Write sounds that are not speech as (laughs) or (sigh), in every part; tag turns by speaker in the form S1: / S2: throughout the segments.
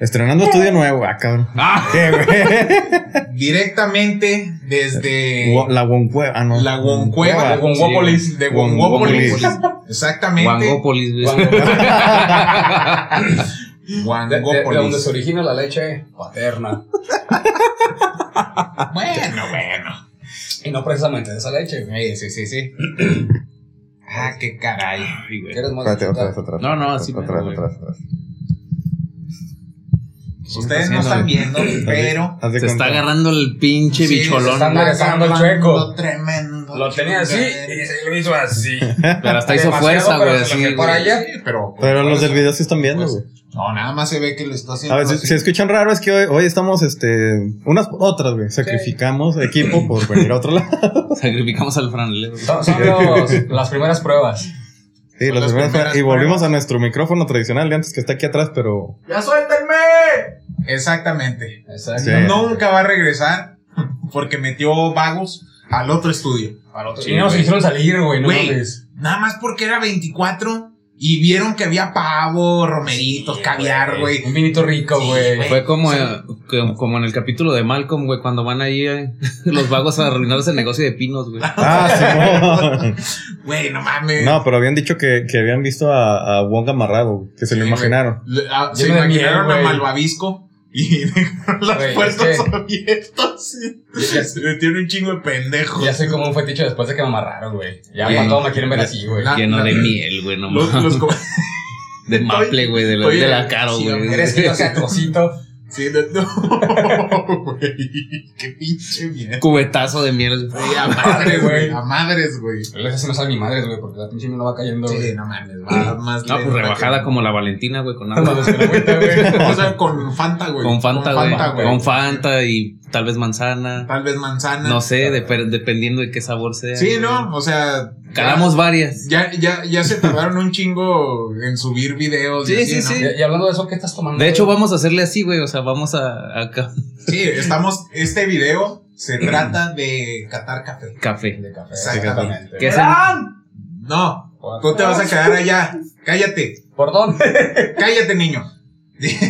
S1: Estrenando estudio nuevo, ah, cabrón.
S2: Ah.
S1: ¿Qué, güey?
S3: Directamente desde
S1: Wo- La Woncueva. Ah, no.
S3: la Woncueva, de Wonguópolis, de
S1: Wonguópolis.
S3: Wonguópolis. Exactamente.
S2: Guangópolis, güey.
S4: De, de- de donde se
S3: Wangópolis.
S4: origina la leche paterna.
S3: Bueno, bueno.
S4: Y no precisamente de esa leche. güey.
S3: Sí, sí, sí,
S4: (clears throat)
S3: sí. Ah, qué caray.
S2: Ay, güey.
S4: ¿Quieres más?
S5: Espérate, otra vez, otra vez.
S2: No, no, así
S5: Otra
S2: mero,
S5: vez,
S2: güey.
S5: otra vez, otra vez.
S3: Ustedes no están viendo,
S1: (clears throat)
S3: pero.
S1: Haz de
S2: Se está
S1: cuenta.
S2: agarrando el pinche
S3: Sí, se
S2: bicholón.
S3: está
S4: agarrando el chueco.
S3: Tremendo.
S4: Lo tenía así
S3: chingadera.
S4: y lo hizo así.
S2: Pero hasta hizo
S4: Demasiado,
S2: fuerza,
S4: pero
S2: güey.
S4: se lo
S2: así,
S4: que para
S2: güey.
S4: allá.
S3: Sí, pero.
S1: Pero los del video sí están viendo, güey.
S3: No, nada más se ve que lo está haciendo.
S1: A ver, si,
S3: así.
S1: si escuchan raro es que hoy, hoy estamos, este, unas por otras, güey. Sacrificamos equipo por venir a otro lado.
S2: (laughs) Sacrificamos al franelero.
S4: Son, son los- las primeras pruebas.
S1: Sí,
S3: Son
S1: las
S3: las
S1: primeras-
S3: primeras
S1: y volvimos a
S3: pruebas.
S1: nuestro micrófono tradicional de antes que está aquí atrás, pero
S4: ¡Ya suéltenme!
S3: Exactamente.
S4: Exacto.
S1: Sí.
S3: Nunca va a regresar (laughs) porque metió vagos al otro estudio.
S4: Al otro-
S2: Sí,
S4: y no nos
S2: güey.
S4: hicieron salir, güey. No
S3: Güey.
S4: mames.
S3: Nada más porque era 24 y vieron que había pavo, romeritos, caviar, güey.
S4: Un vinito rico,
S3: Sí,
S4: güey.
S3: güey.
S2: Fue como, eh, como- como en el capítulo de Malcolm, güey, cuando van ahí eh, (laughs) los vagos a arruinarse el negocio de pinos, güey.
S1: Ah, Simón.
S3: Güey, no mames.
S1: No, pero habían dicho que, que habían visto a, a Wong amarrado, güey, que se lo
S3: Sí,
S1: imaginaron. (laughs)
S3: Le- ah, se
S4: Lleno de
S3: imaginaron
S4: miel,
S3: a
S4: güey.
S3: Malvavisco y (laughs) dejaron las
S4: Güey, es
S3: puertas
S4: que-
S3: abiertas.
S4: Ya-
S3: Se metieron un chingo de pendejos.
S4: Ya soy como un fetiche después de que me amarraron, güey. Ya
S3: Güey.
S4: para todo me quieren ver así, güey.
S3: La-
S2: Lleno
S3: la-
S2: de miel, güey, no
S3: Los,
S2: mames.
S3: los co-
S2: De maple, güey, de la,
S3: Oye,
S2: de la caro,
S3: sí,
S2: güey.
S4: ¿Crees que yo sea (laughs) trocito?
S3: Sí, no, (laughs) no, güey. Qué pinche mierda.
S2: Cubetazo de miel.
S3: Sí, a madres, güey. A madres, güey.
S4: Les hacemos a mi madre, güey, porque la pinche miel no va cayendo, güey. (laughs)
S3: Sí, no mames, va más
S2: No, pues
S3: lenta
S2: rebajada
S3: que-
S2: como la Valentina, güey, con
S4: No
S2: agua.
S4: (laughs) mames, con agüita, güey. (laughs)
S3: O sea, con Fanta, güey.
S2: Con Fanta, güey.
S3: güey.
S2: Con Fanta y tal vez manzana.
S3: Tal vez manzana.
S2: No sé, depe- dependiendo de qué sabor sea.
S3: Sí,
S2: güey.
S3: no, o sea.
S2: Calamos varias.
S3: Ya, ya, ya se tardaron un chingo en subir videos. y
S2: Sí,
S3: así,
S2: sí,
S3: ¿no?
S2: sí.
S4: Y, y hablando de eso, ¿qué estás tomando?
S2: De hecho,
S4: güey?
S2: vamos a hacerle así, güey. O sea, vamos a acá.
S3: Sí, estamos. Este video se trata de catar café.
S2: (laughs) Café.
S4: De café.
S3: Exactamente.
S2: ¿Qué es
S3: No, tú te vas a quedar allá. Cállate,
S4: Perdón.
S3: cállate, niño.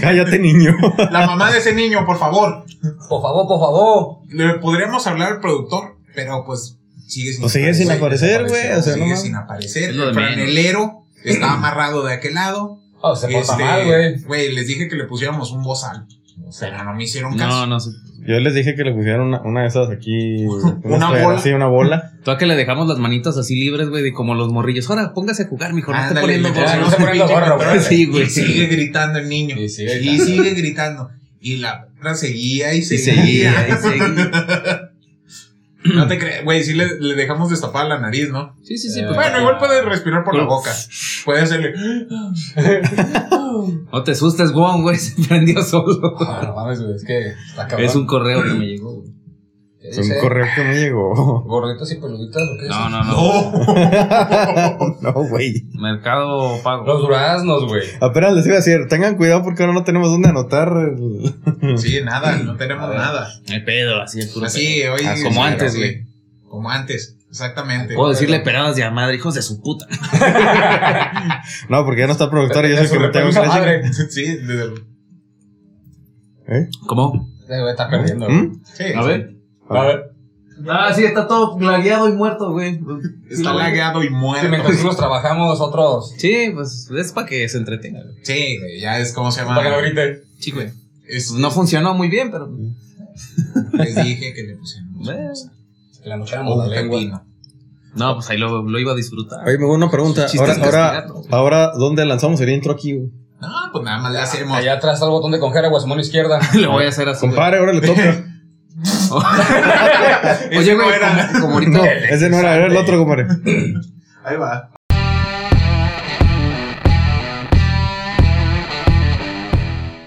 S1: Cállate, niño.
S3: La mamá de ese niño, por favor.
S4: Por favor, por favor.
S3: Le podríamos hablar al productor, pero pues sigue sin
S1: Pues sigue sin aparecer, güey. O sea, no
S3: sigue
S1: mames.
S3: sin aparecer.
S2: Es lo de
S3: El franelero
S2: (clears throat)
S3: está amarrado de aquel lado.
S4: Oh, se porta
S3: Este,
S4: mal, güey.
S3: Güey, les dije que le pusiéramos un bozal. Pero no me hicieron
S2: No,
S3: caso.
S2: no sé.
S1: Yo les dije que le pusieran una, una de esas aquí.
S3: Una
S1: esfera,
S3: bola.
S1: Sí, una bola. (laughs)
S2: Tú a que le dejamos las manitas así libres, güey, de como los morrillos. Ahora, póngase a jugar, mijo. No esté
S3: Ándale,
S2: poniendo
S3: literal,
S4: gorro,
S2: cosas.
S4: no se poniendo
S3: pinche
S4: gorro,
S3: control.
S2: Sí, güey.
S3: Y sigue gritando el niño.
S4: Y
S3: Y
S4: sigue
S3: sigue, gritando.
S4: gritando.
S3: Y la perra seguía y
S2: Sí,
S3: seguía.
S2: seguía, y seguía.
S3: No te creas, güey, sí le, le dejamos destapar la nariz, ¿no?
S2: Sí, sí, sí.
S4: Eh,
S2: pues,
S3: Bueno, igual puede respirar por la
S2: Pero-
S3: boca. Puede hacerle.
S2: no te asustes, Wong, güey. (laughs) Se prendió solo.
S4: Ah, no mames, güey. Es que está cabrón.
S2: Es un correo que me llegó, güey.
S4: ¿Qué
S1: Es un
S4: dice?
S1: correo que me (laughs) llegó.
S4: Gorditos y peluditas, ¿o qué
S2: No,
S4: dice?
S2: no, no.
S3: ¡No!
S1: no, güey.
S2: Mercado pago.
S4: Los duraznos, güey.
S1: Apenas les iba a decir, tengan cuidado porque ahora no tenemos dónde anotar. el-
S3: Sí, nada, no tenemos
S4: A ver.
S3: nada.
S2: El pedo, así el puro
S3: Así, este, hoy.
S2: Ah, como
S3: sí,
S2: antes,
S3: sí,
S2: güey.
S3: Como antes,
S2: pedo.
S3: exactamente.
S2: Puedo decirle peradas de a madre, hijos de su puta.
S1: No, porque ya no está el productor y yo soy el que me tengo que
S4: Su
S1: la
S4: madre.
S3: (laughs) Sí, desde-
S2: ¿Cómo?
S4: Este güey está
S1: chica.
S4: perdiendo.
S1: ¿Mm?
S3: sí,
S2: A ver.
S4: A ver,
S2: Ah, sí, está todo lagueado y muerto, güey.
S3: Está lagueado y
S4: si
S3: muerto.
S4: mientras unos trabajamos, otros.
S2: Sí, pues es para que se entretenga, güey.
S3: Sí, güey, ya es como se llama.
S4: Para que no grite.
S2: Sí, güey.
S3: Es-
S2: No funcionó muy bien, pero.
S3: les dije que le pusieron
S2: Eh.
S4: Que le
S3: o
S4: anocháramos
S3: un
S4: la lengua.
S3: pepino.
S2: No, pues ahí lo, lo iba a disfrutar.
S1: Oye, me hubo una pregunta.
S2: Chistes
S1: Ahora, ahora,
S2: castigados.
S1: ahora, ¿dónde lanzamos el intro aquí, güey?
S3: No, pues nada más le hacemos.
S4: Allá atrás está el botón de congera, güey, su mano izquierda.
S2: (laughs) Lo voy a hacer así. güey.
S1: Compadre, ahora le toca. (laughs)
S2: Oye,
S3: Ese
S2: güey, pues,
S3: no era.
S2: como, como
S3: (laughs)
S2: ahorita.
S1: No, ese no era, era el otro, compadre.
S3: Ahí va.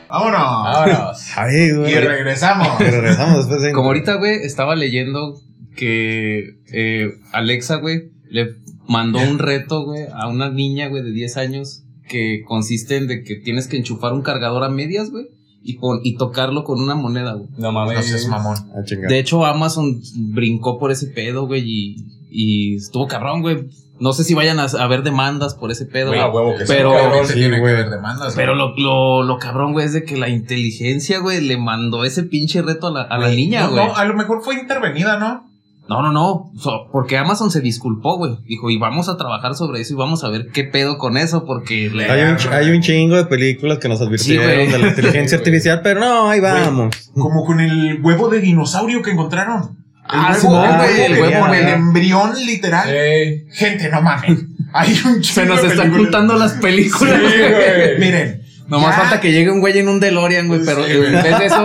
S3: Vámonos.
S4: Vámonos.
S1: Ahí,
S3: y
S1: güey.
S2: (laughs)
S3: regresamos.
S1: Que regresamos después de.
S2: Como ahorita, güey, estaba leyendo que eh, Alexa, güey, le mandó un reto, güey, a una niña, güey, de 10 años, que consiste en de que tienes que enchufar un cargador a medias, güey, y, pon- y tocarlo con una moneda, güey.
S4: No mames.
S3: No seas mamón.
S1: Ah, chinga.
S2: De hecho, Amazon brincó por ese pedo, güey, y Y estuvo cabrón, güey. No sé si vayan a, a haber demandas por ese pedo.
S4: Güey,
S2: güey.
S4: a huevo que sí.
S2: pero-
S3: Obviamente
S1: sí,
S3: tiene
S1: güey.
S3: que haber demandas.
S2: Pero lo, lo, lo cabrón, güey, es de que la inteligencia, güey, le mandó ese pinche reto a la, a la niña,
S3: No,
S2: güey.
S3: No, ah. a lo mejor fue intervenida, ¿no?
S2: No, no, no. So- porque Amazon se disculpó, güey. Dijo, y vamos a trabajar sobre eso y vamos a ver qué pedo con eso, porque le-
S1: Hay un, ch- hay un chingo de películas que nos advirtieron
S2: güey.
S1: de la inteligencia
S4: Sí, güey.
S1: artificial, pero no, ahí vamos.
S2: Mm.
S3: Como con el huevo de dinosaurio que encontraron. El
S2: Ah,
S3: huevo,
S2: Simón,
S1: güey,
S3: el
S1: el
S3: huevo,
S1: huevo,
S3: con el
S1: ajá.
S3: embrión literal.
S4: Ey,
S3: Gente, no mames. Hay un
S2: Eh. se
S3: chingo
S2: nos
S3: de
S2: están
S3: películas.
S2: juntando las
S4: Sí,
S2: películas. (laughs)
S4: güey.
S3: Miren,
S2: Nomás
S3: Ya.
S2: falta que llegue un güey en un DeLorean, güey, pero
S3: Sí,
S2: en
S3: güey.
S2: vez de eso,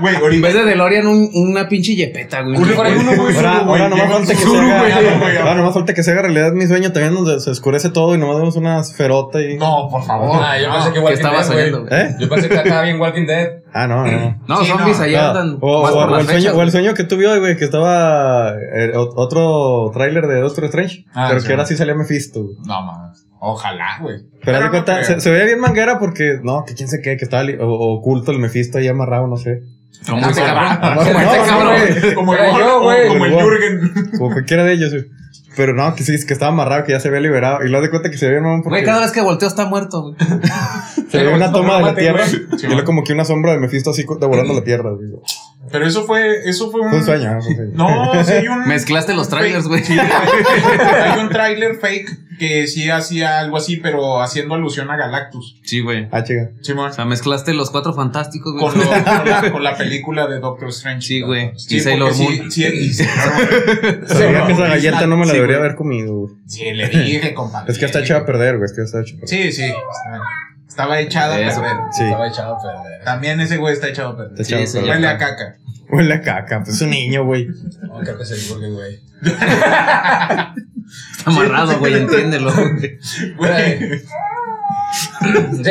S3: güey,
S2: en
S3: ahorita.
S2: vez de DeLorean, un- una pinche yepeta, güey.
S3: Uno por
S4: Ahora-
S3: uno, güey,
S1: Ahora,
S3: solo, güey,
S1: ahora nomás
S3: llega
S1: falta que se
S3: solo, güey,
S1: haga,
S3: güey,
S1: ahora nomás falta que se haga realidad mi sueño también donde se oscurece todo y nomás vemos una esferota y.
S3: No, por favor.
S4: Ah, yo
S3: no.
S4: pensé que
S2: que
S4: Walking
S2: estaba
S4: Dead,
S2: soñando,
S4: güey.
S2: güey.
S1: ¿Eh?
S4: Yo pensé que estaba bien Walking Dead.
S1: Ah, no, no.
S2: No,
S3: Sí,
S2: zombies
S3: no.
S2: ahí
S1: Ah,
S2: andan.
S1: o,
S2: más
S1: o-
S2: por
S1: o
S2: las
S1: el sueño,
S2: fechas,
S1: o el sueño que tuve hoy, güey, que estaba eh, o- otro tráiler de Doctor Strange,
S3: Ah,
S1: pero
S3: sí,
S1: que ahora
S3: güey.
S1: sí salía Mephisto, güey.
S3: No mames. Ojalá, güey.
S1: Pero haz de
S3: no
S1: cuenta,
S3: creo.
S1: se, se veía bien manguera porque, no, que quién se qué, que estaba li- o- oculto el Mephisto ahí amarrado, no sé.
S2: Como este
S3: Ah,
S2: cabrón.
S1: no,
S2: Como este
S1: no,
S2: cabrón.
S1: güey.
S3: Como el,
S4: Era yo, güey.
S3: como el
S1: Pero bueno.
S3: Jürgen.
S1: Como cualquiera de ellos, güey. Pero no, que sí, es que estaba amarrado, que ya se había liberado. Y lo de cuenta que se veía mamón porque
S2: Güey, cada vez que volteo está muerto, güey.
S1: se veía una toma de la
S4: Mate,
S1: tierra.
S4: güey.
S1: Y luego como que una sombra de Mephisto así devorando la tierra, güey.
S3: Pero eso fue, eso fue un.
S1: Fue un sueño, ¿no? Fue un sueño.
S3: No, sí hay un.
S2: Mezclaste los trailers, güey.
S3: Sí, hay un tráiler fake que sí hacía algo así, pero haciendo alusión a Galactus.
S2: Sí, güey.
S1: Ah, chica.
S3: Simón.
S2: O sea, mezclaste los cuatro fantásticos, güey.
S3: Con, lo- con la, con la película de Doctor Strange.
S2: Sí, güey.
S3: Sí,
S2: Y Sailor
S3: porque sí-
S2: Moon.
S3: Sí,
S1: (laughs)
S3: y Sailor Moon.
S1: Sabía que esa galleta no me la
S3: Sí,
S1: debería
S3: güey.
S1: haber comido, güey.
S3: Sí, le
S2: (laughs)
S3: dije, compadre.
S1: Es que está hecha a perder, güey. Es que está hecha a perder.
S3: Sí, sí. está- Estaba echada a
S2: Eso.
S3: perder.
S1: Sí.
S4: Estaba echado a perder.
S3: También ese güey está echado a perder.
S1: Está hecha
S2: Sí, sí,
S1: a perder.
S3: Huele a caca.
S1: Huele a caca, pues es un niño, güey.
S4: No, creo que es el Burger, güey.
S2: Está amarrado, güey,
S3: (laughs)
S2: entiéndelo. güey.
S3: Güey.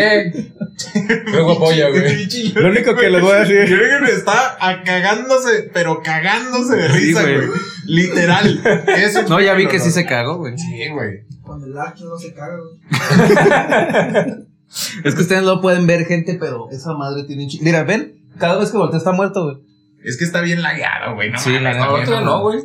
S4: Sí. Luego pollo, güey.
S1: Lo único que les voy a decir-
S3: Jürgen está a cagándose, pero cagándose de
S2: Sí,
S3: risa,
S2: güey.
S3: güey. Literal. Eso
S2: No, ya vi que sí
S3: sí
S2: se cagó, güey.
S3: Sí, güey.
S5: Con el hacha no se caga, güey.
S2: Es que ustedes no pueden ver, gente, pero esa madre tiene un chi- Mira, ven, cada vez que voltea está muerto, güey.
S3: Es que está bien lagueado, güey. No
S2: Sí,
S3: mames,
S2: la
S3: está
S2: neta,
S3: bien
S4: Otro no,
S3: lagueado.
S4: güey.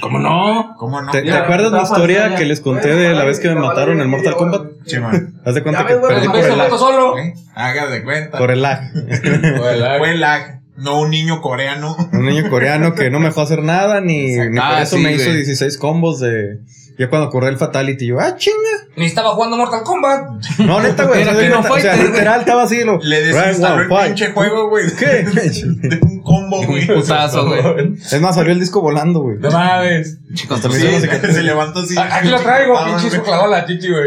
S2: ¿Cómo no?
S3: ¿Cómo no?
S1: ¿Te, te
S5: Ya,
S1: acuerdas la
S5: está
S1: historia
S5: pasando
S1: que
S5: ya.
S1: les conté de la vez que me
S5: Ya vale,
S1: mataron en Mortal
S5: ya vale.
S1: Kombat?
S3: Sí, man.
S1: Haz de cuenta
S5: Ya
S1: que
S5: ves, güey,
S1: perdí
S5: la
S1: por
S5: vez
S1: el
S5: se
S1: lag.
S4: mató solo.
S3: ¿Eh? Haga de cuenta.
S1: Por el lag.
S4: Hola.
S2: (laughs)
S3: Fue lag, no un niño coreano.
S1: Un niño coreano que no me dejó hacer nada ni, ni
S2: Ah,
S1: por eso
S2: sí,
S1: me hizo
S2: güey.
S1: 16 combos de. Ya cuando ocurrió el Fatality, yo, ah, chinga.
S4: Ni estaba jugando Mortal Kombat.
S1: No, neta, güey.
S2: Era
S1: o sea,
S2: King of
S1: neta, o sea,
S2: Fighters, güey.
S1: literal estaba así. Lo,
S3: Le
S1: Round
S3: desinstaló
S1: one,
S3: el
S1: fight.
S3: pinche juego, güey.
S1: (laughs) ¿Qué?
S3: (laughs) De un combo, güey.
S2: Un putazo,
S3: (laughs)
S2: güey.
S1: Es más, salió el disco volando, güey.
S4: No mames.
S2: Chicos,
S1: Hasta me
S2: también
S1: hizo-
S3: Sí, se levanta así.
S4: A- Aquí lo traigo,
S3: Ah,
S4: pinche
S3: güey.
S4: suclavada, chichi, güey.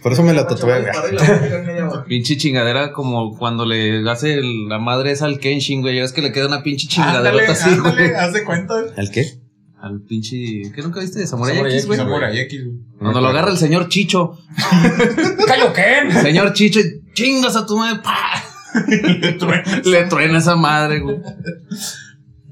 S1: Por eso me lo tatué, güey.
S5: Para y la boca en media, güey.
S2: Pinche chingadera como cuando le hace el- la madre esa al Kenshin, güey. Ya ves que le queda una pinche
S3: Ándale,
S2: chingaderota así, güey.
S3: ándale, haz de cuenta.
S1: ¿El qué?
S2: Al pinche. ¿Qué nunca viste de Samurai
S4: Samurai
S2: X, güey?
S4: X, güey.
S3: Samurai X, güey.
S2: Cuando lo agarra el señor Chicho.
S4: ¿Cayo
S2: El
S4: Ken?
S2: señor Chicho, y chingas a tu madre. ¡pa!
S3: Le truena.
S2: (laughs) Le truena esa madre, güey.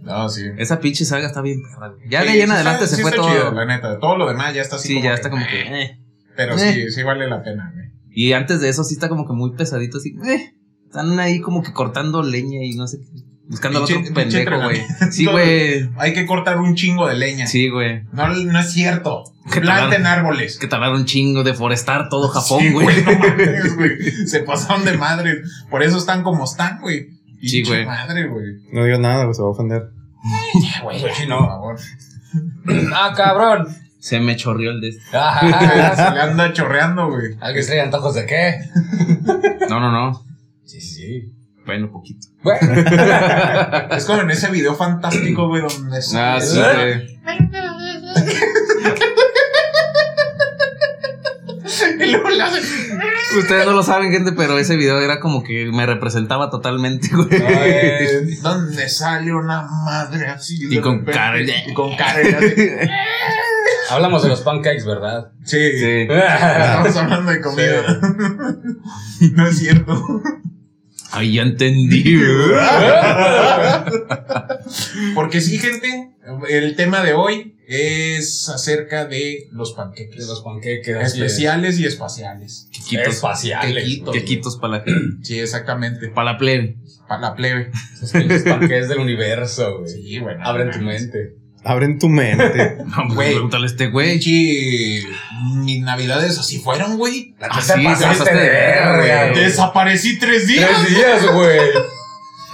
S3: No, sí.
S2: Esa pinche saga está bien perra, güey. Ya
S3: Sí,
S2: de ahí en
S3: sí
S2: adelante
S3: está-
S2: se
S3: sí
S2: fue
S3: está
S2: todo.
S3: chido, la neta. Todo lo demás ya está así.
S2: sí, ya está como que. eh.
S3: Pero
S2: eh.
S3: sí, sí vale la pena, güey.
S2: Y antes de eso sí está como que muy pesadito, así. eh, Están ahí como que cortando leña y no sé. qué, Buscando al otro
S3: Pinche- pinche
S2: pendejo, güey. Sí, (laughs) güey.
S3: Hay que cortar un chingo de leña.
S2: Sí, güey.
S3: No, no es cierto.
S2: Que
S3: Planten árboles.
S2: Que tardaron un chingo de forestar todo Japón,
S3: Sí,
S2: güey. (laughs)
S3: no mames, güey. (laughs) Se pasaron de madre. Por eso están como están, güey.
S2: Sí,
S3: Pinche
S2: güey.
S3: madre, güey.
S1: No digo nada, güey, se va a ofender.
S4: Güey,
S3: Por
S4: no.
S3: favor.
S4: Ah, cabrón.
S2: Se me chorrió el de este.
S4: Ah,
S3: (laughs) Se le anda chorreando, güey.
S4: ¿Alguien trae antojos de qué?
S2: No, no, no.
S4: Sí, sí.
S2: Bueno, poquito.
S4: Bueno,
S3: Es como en ese video fantástico, güey, donde es-
S2: Ah, (laughs) sí,
S4: ¿Eh?
S2: güey.
S3: (laughs) Y luego le hace-
S2: Ustedes no lo saben, gente, pero ese video era como que me representaba totalmente, (laughs) güey.
S4: no, eh,
S3: donde sale una madre así.
S2: Y
S3: de
S2: con
S3: repente,
S2: cara.
S3: y con cara. y así.
S4: hablamos de los pancakes, ¿verdad?
S3: Sí,
S2: Sí.
S3: (laughs)
S4: Ah.
S3: Estamos hablando de comida. (laughs) no es cierto.
S2: Ay, ya entendí, güey. (laughs)
S3: Porque sí, gente, el tema de hoy es acerca de los panqueques.
S4: De los pancakes. así es.
S3: especiales y espaciales.
S2: Quiquitos.
S4: Espaciales.
S3: Quequitos.
S2: Quequitos para la,
S3: Sí, exactamente.
S2: para la plebe.
S3: Para la plebe.
S4: Esos pinches pancakes del universo, güey.
S3: Sí, bueno.
S4: Ah, Abren tu mente.
S1: Abren tu mente.
S3: (laughs)
S2: No,
S3: Güey.
S2: güey. Pregúntale a este güey.
S3: Pinche, mis navidades así fueron, güey.
S4: La
S2: Ah, sí, pasaste de verga,
S4: verga,
S2: Ah, güey.
S3: Desaparecí tres días.
S4: Tres días, güey.